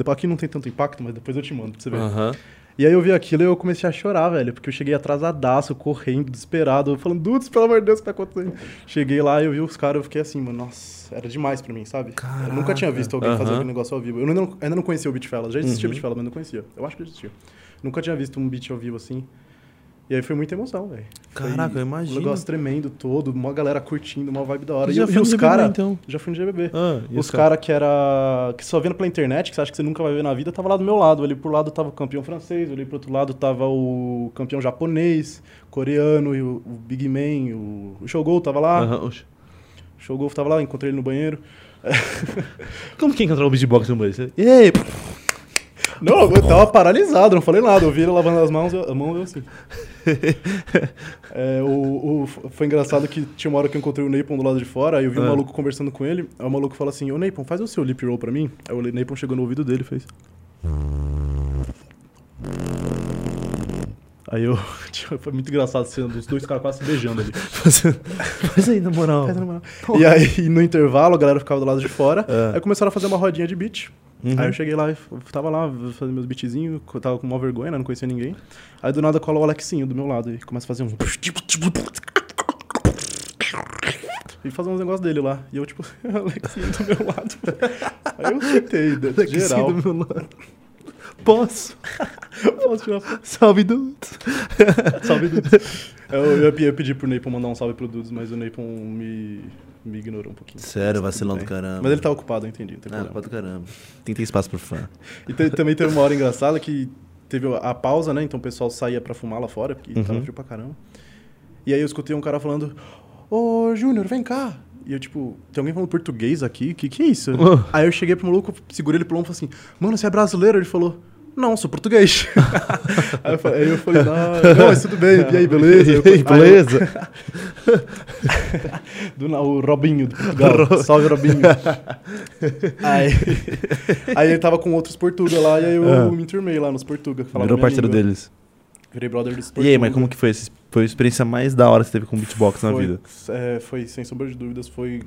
Speaker 4: Aqui não tem tanto impacto, mas depois eu te mando pra você ver.
Speaker 2: Aham.
Speaker 4: E aí eu vi aquilo e eu comecei a chorar, velho, porque eu cheguei atrasadaço, correndo, desesperado, falando, Dudes, pelo amor de Deus, o que tá acontecendo? Cheguei lá, eu vi os caras, eu fiquei assim, mano, nossa, era demais pra mim, sabe? Eu nunca tinha visto alguém fazer
Speaker 2: Aham. Uhum.
Speaker 4: aquele negócio ao vivo. Eu ainda não, ainda não conhecia o Beat Fella, já existia o Beat Fella, mas não conhecia. Eu acho que existia. Nunca tinha visto um beat ao vivo assim. E aí foi muita emoção, velho. Foi
Speaker 2: Caraca, eu
Speaker 4: Um
Speaker 2: imagino.
Speaker 4: negócio tremendo todo, uma galera curtindo, uma vibe da hora.
Speaker 2: Você
Speaker 4: E,
Speaker 2: já
Speaker 4: eu- e
Speaker 2: foi no
Speaker 4: os
Speaker 2: GBB,
Speaker 4: caras.
Speaker 2: então?
Speaker 4: Já fui no GBB.
Speaker 2: Ah, e
Speaker 4: Os
Speaker 2: os cara?
Speaker 4: caras que era. que só vendo pela internet, que você acha que você nunca vai ver na vida, tava lá do meu lado. Ali pro lado tava o campeão francês, ali pro outro lado tava o campeão japonês, coreano, e o, o Big Man, o, o Shogol tava lá.
Speaker 2: Aham, oxe.
Speaker 4: O Shogol tava lá, encontrei ele no banheiro.
Speaker 2: Como que encontrou o beatbox no banheiro? Você- Ei,
Speaker 4: Não, eu tava paralisado, não falei nada. Eu vi ele lavando as mãos, eu- a mão eu assim. É, o, o- foi engraçado que tinha uma hora que eu encontrei o Napon do lado de fora, aí eu vi um
Speaker 2: Ah.
Speaker 4: maluco conversando com ele. Aí o maluco fala assim: Ô Napon, faz o seu lip roll pra mim. Aí o Napon chegou no ouvido dele e fez. Aí eu. tipo, Foi muito engraçado sendo os dois caras quase se beijando ali.
Speaker 2: Faz aí, na moral.
Speaker 4: E aí, no intervalo, a galera ficava do lado de fora.
Speaker 2: Ah.
Speaker 4: Aí começaram a fazer uma rodinha de beat.
Speaker 2: Uhum.
Speaker 4: Aí eu cheguei lá, e f- tava lá fazendo meus beatzinhos, eu tava com uma vergonha, né? Não conhecia ninguém. Aí do nada cola o Alexinho do meu lado e começa a fazer um. E fazer uns negócios dele lá. E eu, tipo, Alexinho do meu lado. Aí eu sentei, de-
Speaker 2: Daqui
Speaker 4: geral.
Speaker 2: sim, do meu lado. Posso?
Speaker 4: Posso tirar foto?
Speaker 2: Salve, Dudes.
Speaker 4: Salve, Dudes. Eu, eu ia pedir pro Napon mandar um salve pro Dudes, mas o Napon me, me ignorou um pouquinho.
Speaker 2: Sério, vacilão do
Speaker 4: Bem.
Speaker 2: caramba.
Speaker 4: Mas ele tá ocupado, eu entendi. Não tem
Speaker 2: Ah,
Speaker 4: problema.
Speaker 2: pra do caramba. Tem que ter espaço pro fã.
Speaker 4: E te- também teve uma hora engraçada que teve a pausa, né? Então o pessoal saía pra fumar lá fora, porque tava frio pra caramba. E aí eu escutei um cara falando: Ô Júnior, vem cá. E eu, tipo, tem alguém falando português aqui? Que que é isso?
Speaker 2: Oh.
Speaker 4: Aí eu cheguei pro maluco, segurei ele pro ombro e falei assim: Mano, você é brasileiro? Ele falou. Não, sou português. aí eu falei, aí eu falei, não, não, mas tudo bem, e aí, beleza? Eu- aí eu- do, na- o Robinho do Portugal. Salve, Robinho. aí, aí ele tava com outros portuga lá e aí eu
Speaker 2: Ah.
Speaker 4: me enturmei lá nos portuga. que falavam
Speaker 2: Virou
Speaker 4: minha
Speaker 2: parceiro
Speaker 4: língua.
Speaker 2: deles.
Speaker 4: Virei brother dos portuga.
Speaker 2: E aí, mas como que foi? esse- Foi a experiência mais da hora que você teve com beatbox na
Speaker 4: foi,
Speaker 2: vida?
Speaker 4: é, foi, sem sombra de dúvidas, foi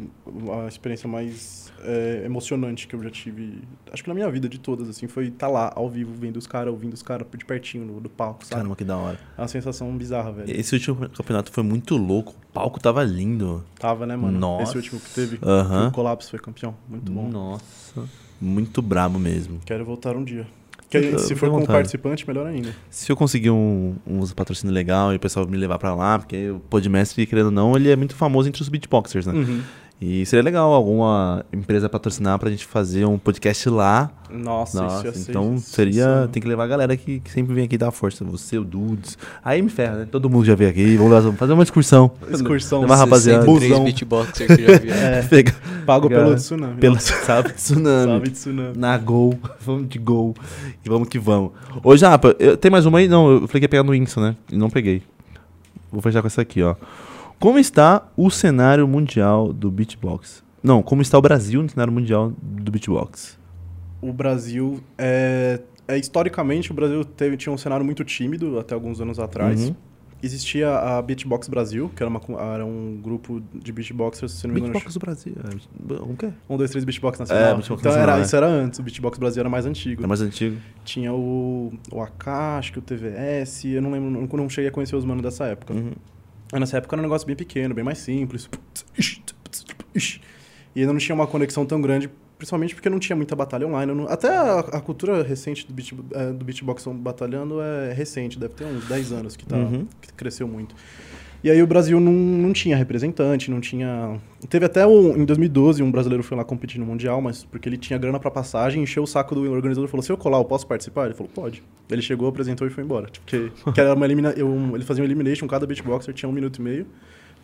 Speaker 4: a experiência mais é, emocionante que eu já tive, acho que na minha vida de todas, assim, foi estar lá, ao vivo, vendo os caras, ouvindo os caras de pertinho no, do palco, sabe?
Speaker 2: Caramba, que da hora.
Speaker 4: É uma sensação bizarra, velho.
Speaker 2: Esse último campeonato foi muito louco. O palco tava lindo.
Speaker 4: Tava, né, mano?
Speaker 2: Nossa.
Speaker 4: Esse último que teve,
Speaker 2: Aham.
Speaker 4: o Colapso foi campeão, muito bom.
Speaker 2: Nossa. Muito brabo mesmo.
Speaker 4: Quero voltar um dia. Que aí,
Speaker 2: Eu-
Speaker 4: se
Speaker 2: eu tenho
Speaker 4: for como
Speaker 2: vontade.
Speaker 4: participante, melhor ainda.
Speaker 2: Se eu conseguir um, uns patrocínio legal e o pessoal me levar pra lá, porque o Podmestre, querendo ou não, ele é muito famoso entre os beatboxers, né?
Speaker 4: Hum. Uhum.
Speaker 2: E seria legal alguma empresa patrocinar pra gente fazer um podcast lá.
Speaker 4: Nossa,
Speaker 2: Nossa,
Speaker 4: isso ia ser
Speaker 2: então
Speaker 4: isso-
Speaker 2: seria.
Speaker 4: isso- é
Speaker 2: Tem que levar a galera que, que sempre vem aqui dar força. Você, o Dudes. Aí me ferra, né? Todo mundo já veio aqui. Vamos, lá, vamos fazer uma excursão.
Speaker 4: Excursão.
Speaker 2: Levar a Ah, rapaziada.
Speaker 3: 63
Speaker 4: Busão.
Speaker 3: beatboxers que já vieram.
Speaker 4: É,
Speaker 2: Pega-
Speaker 4: pago
Speaker 2: Cara,
Speaker 4: pelo tsunami.
Speaker 2: Pelo sabe, tsunami.
Speaker 4: Sabe tsunami.
Speaker 2: Na gol. Vamos de gol. E vamos que vamos. Ô, Japa, eu- tem mais uma aí? Não, eu falei que ia pegar no Insta, né? E não peguei. Vou fechar com essa aqui, ó. Como está o cenário mundial do beatbox? Não, como está o Brasil no cenário mundial do beatbox?
Speaker 4: O Brasil é, é, historicamente o Brasil teve tinha um cenário muito tímido até alguns anos atrás.
Speaker 2: Uhum.
Speaker 4: Existia a Beatbox Brasil, que era, uma co- era um grupo de beatboxers, se não me engano.
Speaker 2: Beatbox do Brasil. é, O quê?
Speaker 4: Um, dois, três Beatbox Nacional.
Speaker 2: É, Beatbox
Speaker 4: então
Speaker 2: Nacional,
Speaker 4: era,
Speaker 2: é.
Speaker 4: isso era antes, o Beatbox Brasil era mais antigo.
Speaker 2: É mais antigo.
Speaker 4: Tinha o, o AK, acho que o TVS, eu não lembro, não, não cheguei a conhecer os manos dessa época.
Speaker 2: Uhum.
Speaker 4: Aí nessa época era um negócio bem pequeno, bem mais simples. E ainda não tinha uma conexão tão grande, principalmente porque não tinha muita batalha online. Eu não- até a, a cultura recente do, beat, eh, do beatbox batalhando é recente, deve ter uns 10 anos que, tá,
Speaker 2: Uhum.
Speaker 4: que cresceu muito. E aí o Brasil não, não tinha representante, não tinha. Teve até um, em 2012 um brasileiro foi lá competir no Mundial, mas porque ele tinha grana pra passagem, encheu o saco do organizador e falou: se eu colar, eu posso participar? Ele falou: pode. Ele chegou, apresentou e foi embora. Tipo, que, que era uma elimina, eu, ele fazia um elimination, cada beatboxer tinha um minuto e meio,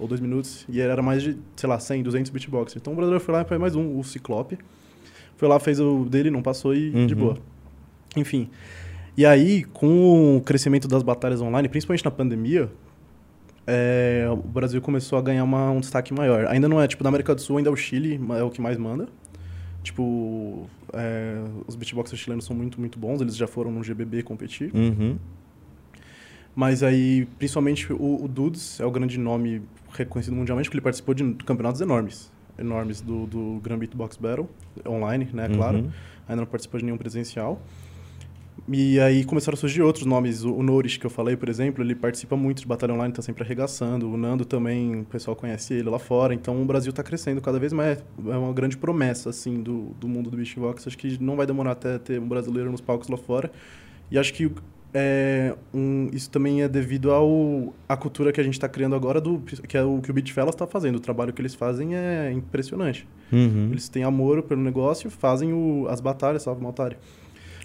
Speaker 4: ou dois minutos, e era mais de, sei lá, 100, 200 beatboxers. Então o brasileiro foi lá e foi mais um, o Ciclope. Foi lá, fez o dele, não passou e de
Speaker 2: Uhum.
Speaker 4: boa. Enfim. E aí, com o crescimento das batalhas online, principalmente na pandemia, é, o Brasil começou a ganhar uma- um destaque maior. Ainda não é, tipo, na América do Sul ainda é o Chile, ma- é o que mais manda. Tipo, é, os beatboxers chilenos são muito, muito bons, eles já foram no GBB competir.
Speaker 2: Uhum.
Speaker 4: Mas aí, principalmente, o, o Dudes é o grande nome reconhecido mundialmente, porque ele participou de campeonatos enormes. Enormes do, do Grand Beatbox Battle, online, né, claro.
Speaker 2: Uhum.
Speaker 4: Ainda não participou de nenhum presencial. E aí começaram a surgir outros nomes. O o Norris, que eu falei, por exemplo, ele participa muito de batalha online, tá sempre arregaçando. O Nando também, o pessoal conhece ele lá fora. Então o Brasil tá crescendo cada vez mais. É uma grande promessa, assim, do, do mundo do beatbox. Acho que não vai demorar até ter um brasileiro nos palcos lá fora. E acho que é, um- isso também é devido ao à cultura que a gente está criando agora, do, que é o que o Beatfellas está fazendo. O trabalho que eles fazem é impressionante.
Speaker 2: Uhum.
Speaker 4: Eles têm amor pelo negócio, fazem o, as batalhas, salve Maltari.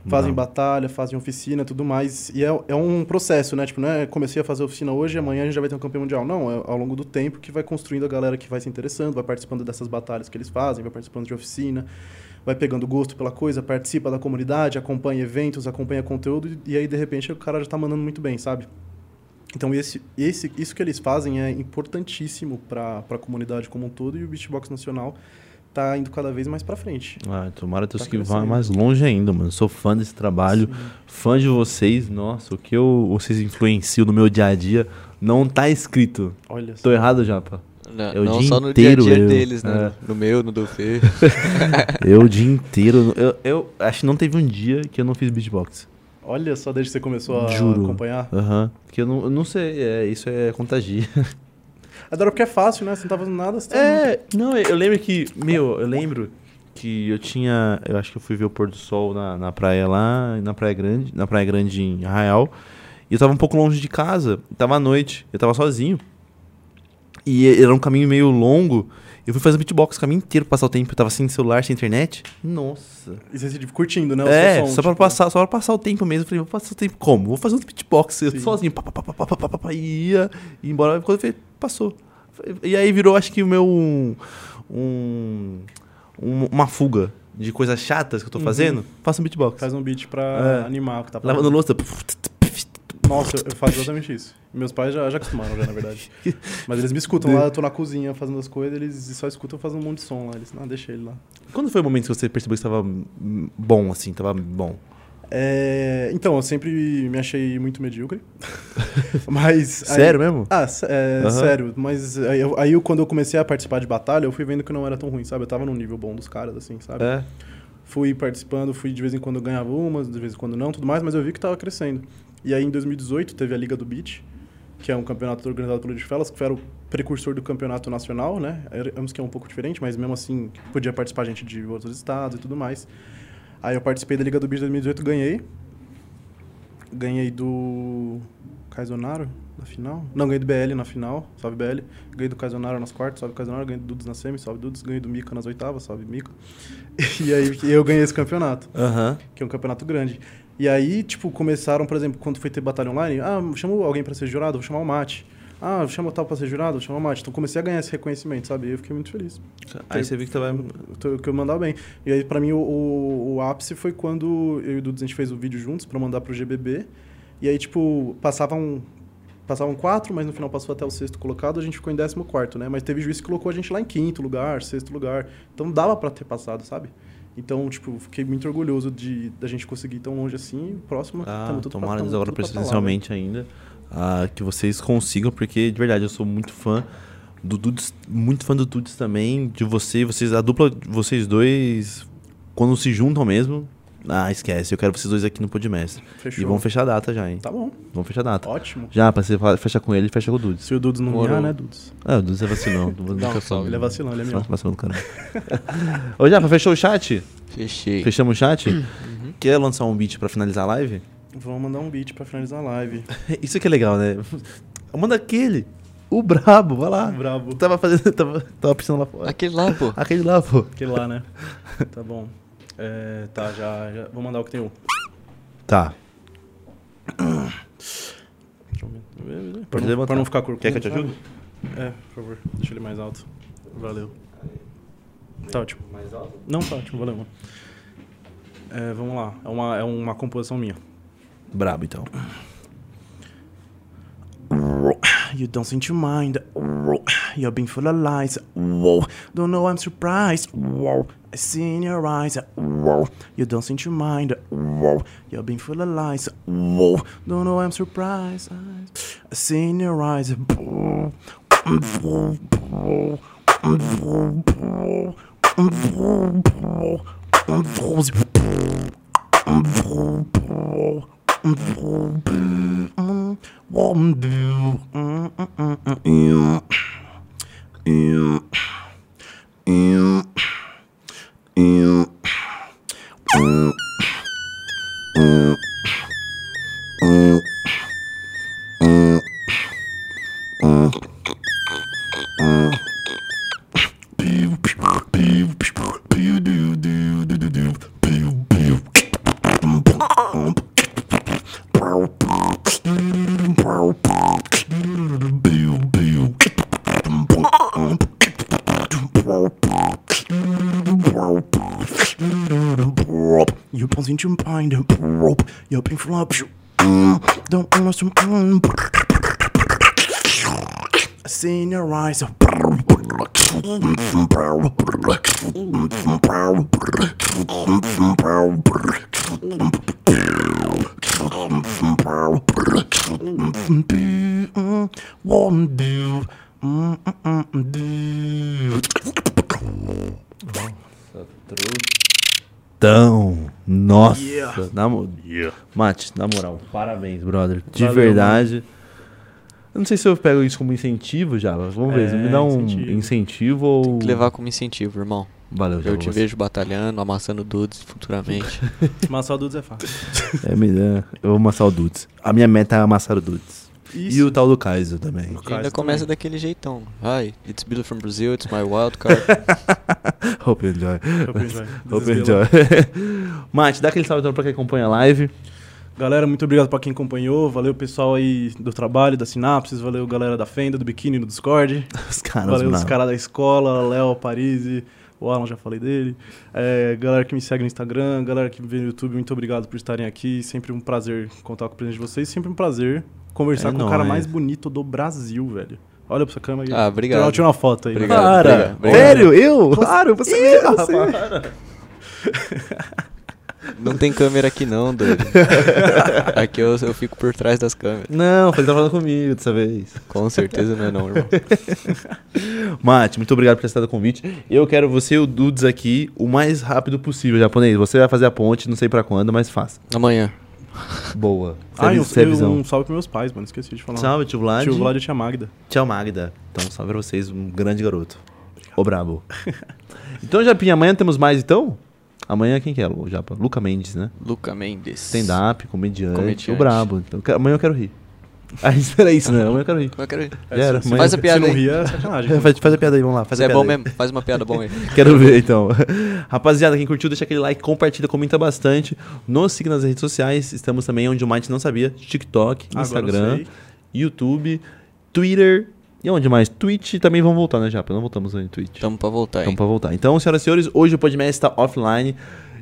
Speaker 4: Fazem
Speaker 2: Não.
Speaker 4: batalha, fazem oficina tudo mais. E é, é um processo, né? Tipo, não é comecei a fazer oficina hoje e amanhã a gente já vai ter um campeão mundial. Não, é ao longo do tempo que vai construindo a galera que vai se interessando, vai participando dessas batalhas que eles fazem, vai participando de oficina, vai pegando gosto pela coisa, participa da comunidade, acompanha eventos, acompanha conteúdo e aí de repente o cara já tá mandando muito bem, sabe? Então esse, esse, isso que eles fazem é importantíssimo para a comunidade como um todo e o Beatbox Nacional tá indo cada vez mais para frente.
Speaker 2: Ah, tomara Deus
Speaker 4: Tá
Speaker 2: que vá
Speaker 4: crescendo.
Speaker 2: mais longe ainda, mano. Sou fã desse trabalho, fã de vocês. Nossa, o que eu, vocês influenciam no meu dia a dia não tá escrito.
Speaker 4: Olha só.
Speaker 2: Tô errado, Japa.
Speaker 3: Não,
Speaker 2: É o
Speaker 3: não
Speaker 2: dia
Speaker 3: só no
Speaker 2: inteiro
Speaker 3: dia a dia
Speaker 2: eu. É.
Speaker 3: deles, né? No meu, no do Fê.
Speaker 2: Eu o dia inteiro. Eu, eu acho que não teve um dia que eu não fiz beatbox.
Speaker 4: Olha só desde que você começou a
Speaker 2: Juro.
Speaker 4: acompanhar.
Speaker 2: Aham. Porque eu não, eu não sei, é, isso é contagia.
Speaker 4: Adoro porque é fácil, né? Você não tá fazendo nada, você tá...
Speaker 2: É, não, eu lembro que. Meu, eu lembro que eu tinha. Eu acho que eu fui ver o pôr do sol na, na praia lá, na Praia Grande, na Praia Grande em Arraial. E eu tava um pouco longe de casa, tava à noite, eu tava sozinho. E era um caminho meio longo. Eu fui fazer beatbox o caminho inteiro, pra passar o tempo. Eu tava sem celular, sem internet. Nossa.
Speaker 4: E você se curtindo, né? O
Speaker 2: É,
Speaker 4: seu som,
Speaker 2: só pra,
Speaker 4: tipo.
Speaker 2: passar, só pra passar o tempo mesmo. Eu falei, vou passar o tempo como? Vou fazer uns beatbox eu
Speaker 4: Sim.
Speaker 2: sozinho. Pá, pá, pá, pá, pá, pá, pá, pá, e ia, ia embora. Quando eu falei, passou. E aí virou, acho que o meu. Um, um- uma fuga de coisas chatas que eu tô fazendo. Faço um beatbox.
Speaker 4: Uhum. Faz um beat pra
Speaker 2: É.
Speaker 4: animar o que tá
Speaker 2: Lavando
Speaker 4: passando.
Speaker 2: louça.
Speaker 4: Nossa, eu, eu faço exatamente isso. Meus pais já, já acostumaram, já, na verdade. Mas eles me escutam lá, eu tô na cozinha fazendo as coisas, eles só escutam fazendo um monte de som lá. Eles, não, deixa ele lá.
Speaker 2: Quando foi o momento que você percebeu que você tava hum, bom, assim? Tava bom.
Speaker 4: É, Então, eu sempre me achei muito medíocre. Mas... aí-
Speaker 2: Sério mesmo?
Speaker 4: Ah, sé- é,
Speaker 2: Aham.
Speaker 4: sério, mas aí, eu- aí eu- quando eu comecei a participar de batalha, eu fui vendo que não era tão ruim, sabe? Eu tava num nível bom dos caras, assim, sabe?
Speaker 2: É.
Speaker 4: fui participando, fui de vez em quando eu ganhava umas, de vez em quando não, tudo mais, mas eu vi que tava crescendo. E aí em 2018 teve a Liga do Beat, que é um campeonato organizado pelo Fellas, que era o precursor do campeonato nacional, né? Éramos que é um pouco diferente, mas mesmo assim podia participar gente de outros estados e tudo mais. Aí eu participei da Liga do Beat 2018, ganhei. Ganhei do Caizonaro na final. Não, ganhei do BL na final, salve BL. Ganhei do Caizonaro nas quartas, salve Caizonaro. Ganhei do Dudes na semi, salve Dudes. Ganhei do Mika nas oitavas, salve Mika. E aí eu ganhei esse campeonato,
Speaker 2: Aham.
Speaker 4: que é um campeonato grande. E aí, tipo, começaram, por exemplo, quando foi ter batalha online, ah, chamo alguém pra ser jurado, vou chamar o Mate. Ah, chama tal pra ser jurado, vou chamar o Mate. Então comecei a ganhar esse reconhecimento, sabe? E eu fiquei muito feliz.
Speaker 2: Aí você viu que tava.
Speaker 4: Eu tô- que eu mandava bem. E aí, pra mim, o, o, o ápice foi quando eu e o Dudes, a gente fez o vídeo juntos pra mandar pro GBB. E aí, tipo, passavam, passavam quatro, mas no final passou até o sexto colocado, a gente ficou em décimo quarto, né? Mas teve juiz que colocou a gente lá em quinto lugar, sexto lugar. Então dava pra ter passado, sabe? Então, tipo, fiquei muito orgulhoso de da gente conseguir ir tão longe assim. Próximo,
Speaker 2: Ah,
Speaker 4: tamo tudo pra-
Speaker 2: tomara
Speaker 4: tamo
Speaker 2: eles agora
Speaker 4: tudo pra tá lá,
Speaker 2: presencialmente ainda. ah, que vocês consigam, porque de verdade eu sou muito fã do Dudes, muito fã do Dudes também, de você, vocês, a dupla, de vocês dois, quando se juntam mesmo, ah, esquece, eu quero vocês dois aqui no Podmestre.
Speaker 4: né? Fechou.
Speaker 2: E vamos fechar a data já, hein?
Speaker 4: Tá bom.
Speaker 2: Vamos fechar a data.
Speaker 4: Ótimo.
Speaker 2: Já, pra você fa- fechar com ele, fecha com o Dudes.
Speaker 4: Se o Dudes não
Speaker 3: Morou.
Speaker 4: ganhar, né, Dudes?
Speaker 2: Ah, o Dudes é vacilão.
Speaker 3: Dá um
Speaker 2: Nunca
Speaker 3: salve.
Speaker 4: Ele é vacilão, ele é meu.
Speaker 2: Vacilão do caramba. Ô, Japa, fechou o chat?
Speaker 3: Fechei.
Speaker 2: Fechamos o chat?
Speaker 4: Uhum.
Speaker 2: Quer lançar um beat pra finalizar a live?
Speaker 4: Vamos mandar um beat pra finalizar a live.
Speaker 2: Isso que é legal, né? Manda aquele. O brabo, vai lá.
Speaker 4: Brabo.
Speaker 2: Tava fazendo. Tava, tava pisando lá fora.
Speaker 3: Aquele lá, pô.
Speaker 2: Aquele lá, pô.
Speaker 4: Aquele lá, né? tá bom. É, tá, já, já. Vou mandar o que tem um.
Speaker 2: Tá.
Speaker 4: Pra não,
Speaker 2: levantar.
Speaker 4: pra não ficar curto.
Speaker 2: Quer que eu te ajude?
Speaker 4: É, por favor. Deixa ele mais alto. Valeu. Tá ótimo. Mais alto? Não, tá ótimo. Valeu, mano. É, vamos lá. É uma, é uma composição minha.
Speaker 2: Brabo, então.
Speaker 4: Ah, You don't seem to mind. You've been full of lies. Whoa. Don't know I'm surprised. Whoa. I see in your eyes. Whoa. You don't seem to mind. Whoa. You've been full of lies. Whoa. Don't know I'm surprised. I see in your eyes. Whoa. You don't seem to mind. You've been full of. Don't know I'm surprised. I see in your eyes.
Speaker 2: Então, nossa.
Speaker 4: Yeah.
Speaker 2: Na, mo- Mate, na moral, parabéns, brother. De verdade. Eu não sei se eu pego isso como incentivo, já. mas Vamos ver.
Speaker 4: É,
Speaker 2: me dá um
Speaker 4: incentivo.
Speaker 2: incentivo, ou.
Speaker 3: Tem que levar como incentivo, irmão.
Speaker 2: Valeu, Ah, já.
Speaker 3: Eu te vejo batalhando, amassando dudes futuramente.
Speaker 4: Mas só dudes é fácil.
Speaker 2: É, me dá- eu vou amassar o Dudes. A minha meta é amassar o Dudes. E o tal do Kaiser também.
Speaker 3: E ainda
Speaker 4: Caso
Speaker 3: começa daquele jeitão. Hi, it's Billy from Brazil, it's my wild card.
Speaker 2: Hope you enjoy.
Speaker 4: Hope you enjoy. This
Speaker 2: Hope you
Speaker 4: is Vila.
Speaker 2: enjoy. Mate, dá aquele salve então pra quem acompanha a live.
Speaker 4: Galera, muito obrigado pra quem acompanhou. Valeu pessoal aí do trabalho, da Sinapses. Valeu galera da Fenda, do Biquíni, do Discord.
Speaker 2: Os caras,
Speaker 4: valeu os
Speaker 2: bravo.
Speaker 4: caras da escola, Léo, Parisi, o Alan, já falei dele. É, galera que me segue no Instagram, galera que me vê no YouTube, muito obrigado por estarem aqui. Sempre um prazer contar com o presente de vocês. Sempre um prazer conversar
Speaker 2: É
Speaker 4: com o cara
Speaker 2: nóis.
Speaker 4: mais bonito do Brasil, velho. Olha pra essa câmera aí.
Speaker 3: Ah, obrigado.
Speaker 4: Tira- Tira uma foto aí. né?
Speaker 3: Obrigado.
Speaker 2: Para!
Speaker 3: Obrigado, obrigado.
Speaker 2: Sério? Eu? Claro, você mesmo, rapaz.
Speaker 3: Não tem câmera aqui não, doido. Aqui eu, eu fico por trás das câmeras.
Speaker 2: Não, ele tá falando comigo dessa vez.
Speaker 3: Com certeza não é não, irmão.
Speaker 2: Mate, muito obrigado por ter aceitado o convite. Eu quero você e o Dudes aqui o mais rápido possível, japonês. Você vai fazer a ponte, não sei pra quando, mas faça.
Speaker 3: Amanhã.
Speaker 2: Boa.
Speaker 4: Ah, e um,
Speaker 2: Isso é
Speaker 4: e
Speaker 2: visão.
Speaker 4: um salve pros meus pais, mano. Esqueci de falar.
Speaker 2: Salve, tio Vlad.
Speaker 4: Tio Vlad e tia Magda.
Speaker 2: Tchau, Magda. Então, salve pra vocês, um grande garoto. Ô, brabo. então, Japinha, amanhã temos mais, então? Amanhã quem que é, o Japa? Luca Mendes, né?
Speaker 3: Luca Mendes.
Speaker 2: Stand-up, comediante,
Speaker 3: Comediante.
Speaker 2: o brabo. Então, que- amanhã eu quero rir. Ah, isso era isso, né? Amanhã eu quero rir.
Speaker 3: Como é que era?
Speaker 2: Já era,
Speaker 4: se,
Speaker 2: amanhã-
Speaker 3: Faz a piada
Speaker 4: se não
Speaker 3: aí.
Speaker 4: ria, é sacanagem.
Speaker 2: É, faz, faz a piada aí, vamos lá. Faz
Speaker 3: Você
Speaker 2: a
Speaker 3: é
Speaker 2: piada
Speaker 3: bom
Speaker 2: aí.
Speaker 3: mesmo? Faz uma piada bom aí.
Speaker 2: Quero ver, então. Rapaziada, quem curtiu, deixa aquele like, compartilha, comenta bastante. Nos siga nas redes sociais. Estamos também onde o Mate não sabia. TikTok,
Speaker 4: Agora eu
Speaker 2: Instagram,
Speaker 4: sei.
Speaker 2: YouTube, Twitter. E onde mais? Twitch também vão voltar, né, Japa? Não voltamos no Twitch.
Speaker 3: Tamo pra voltar,
Speaker 2: Então,
Speaker 3: hein?
Speaker 2: pra voltar. Então, senhoras e senhores, hoje o Podmess está offline.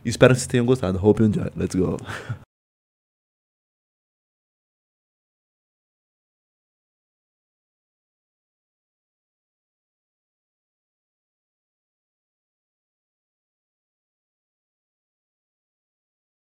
Speaker 2: Espero que vocês tenham gostado. Hope you enjoy. Let's go.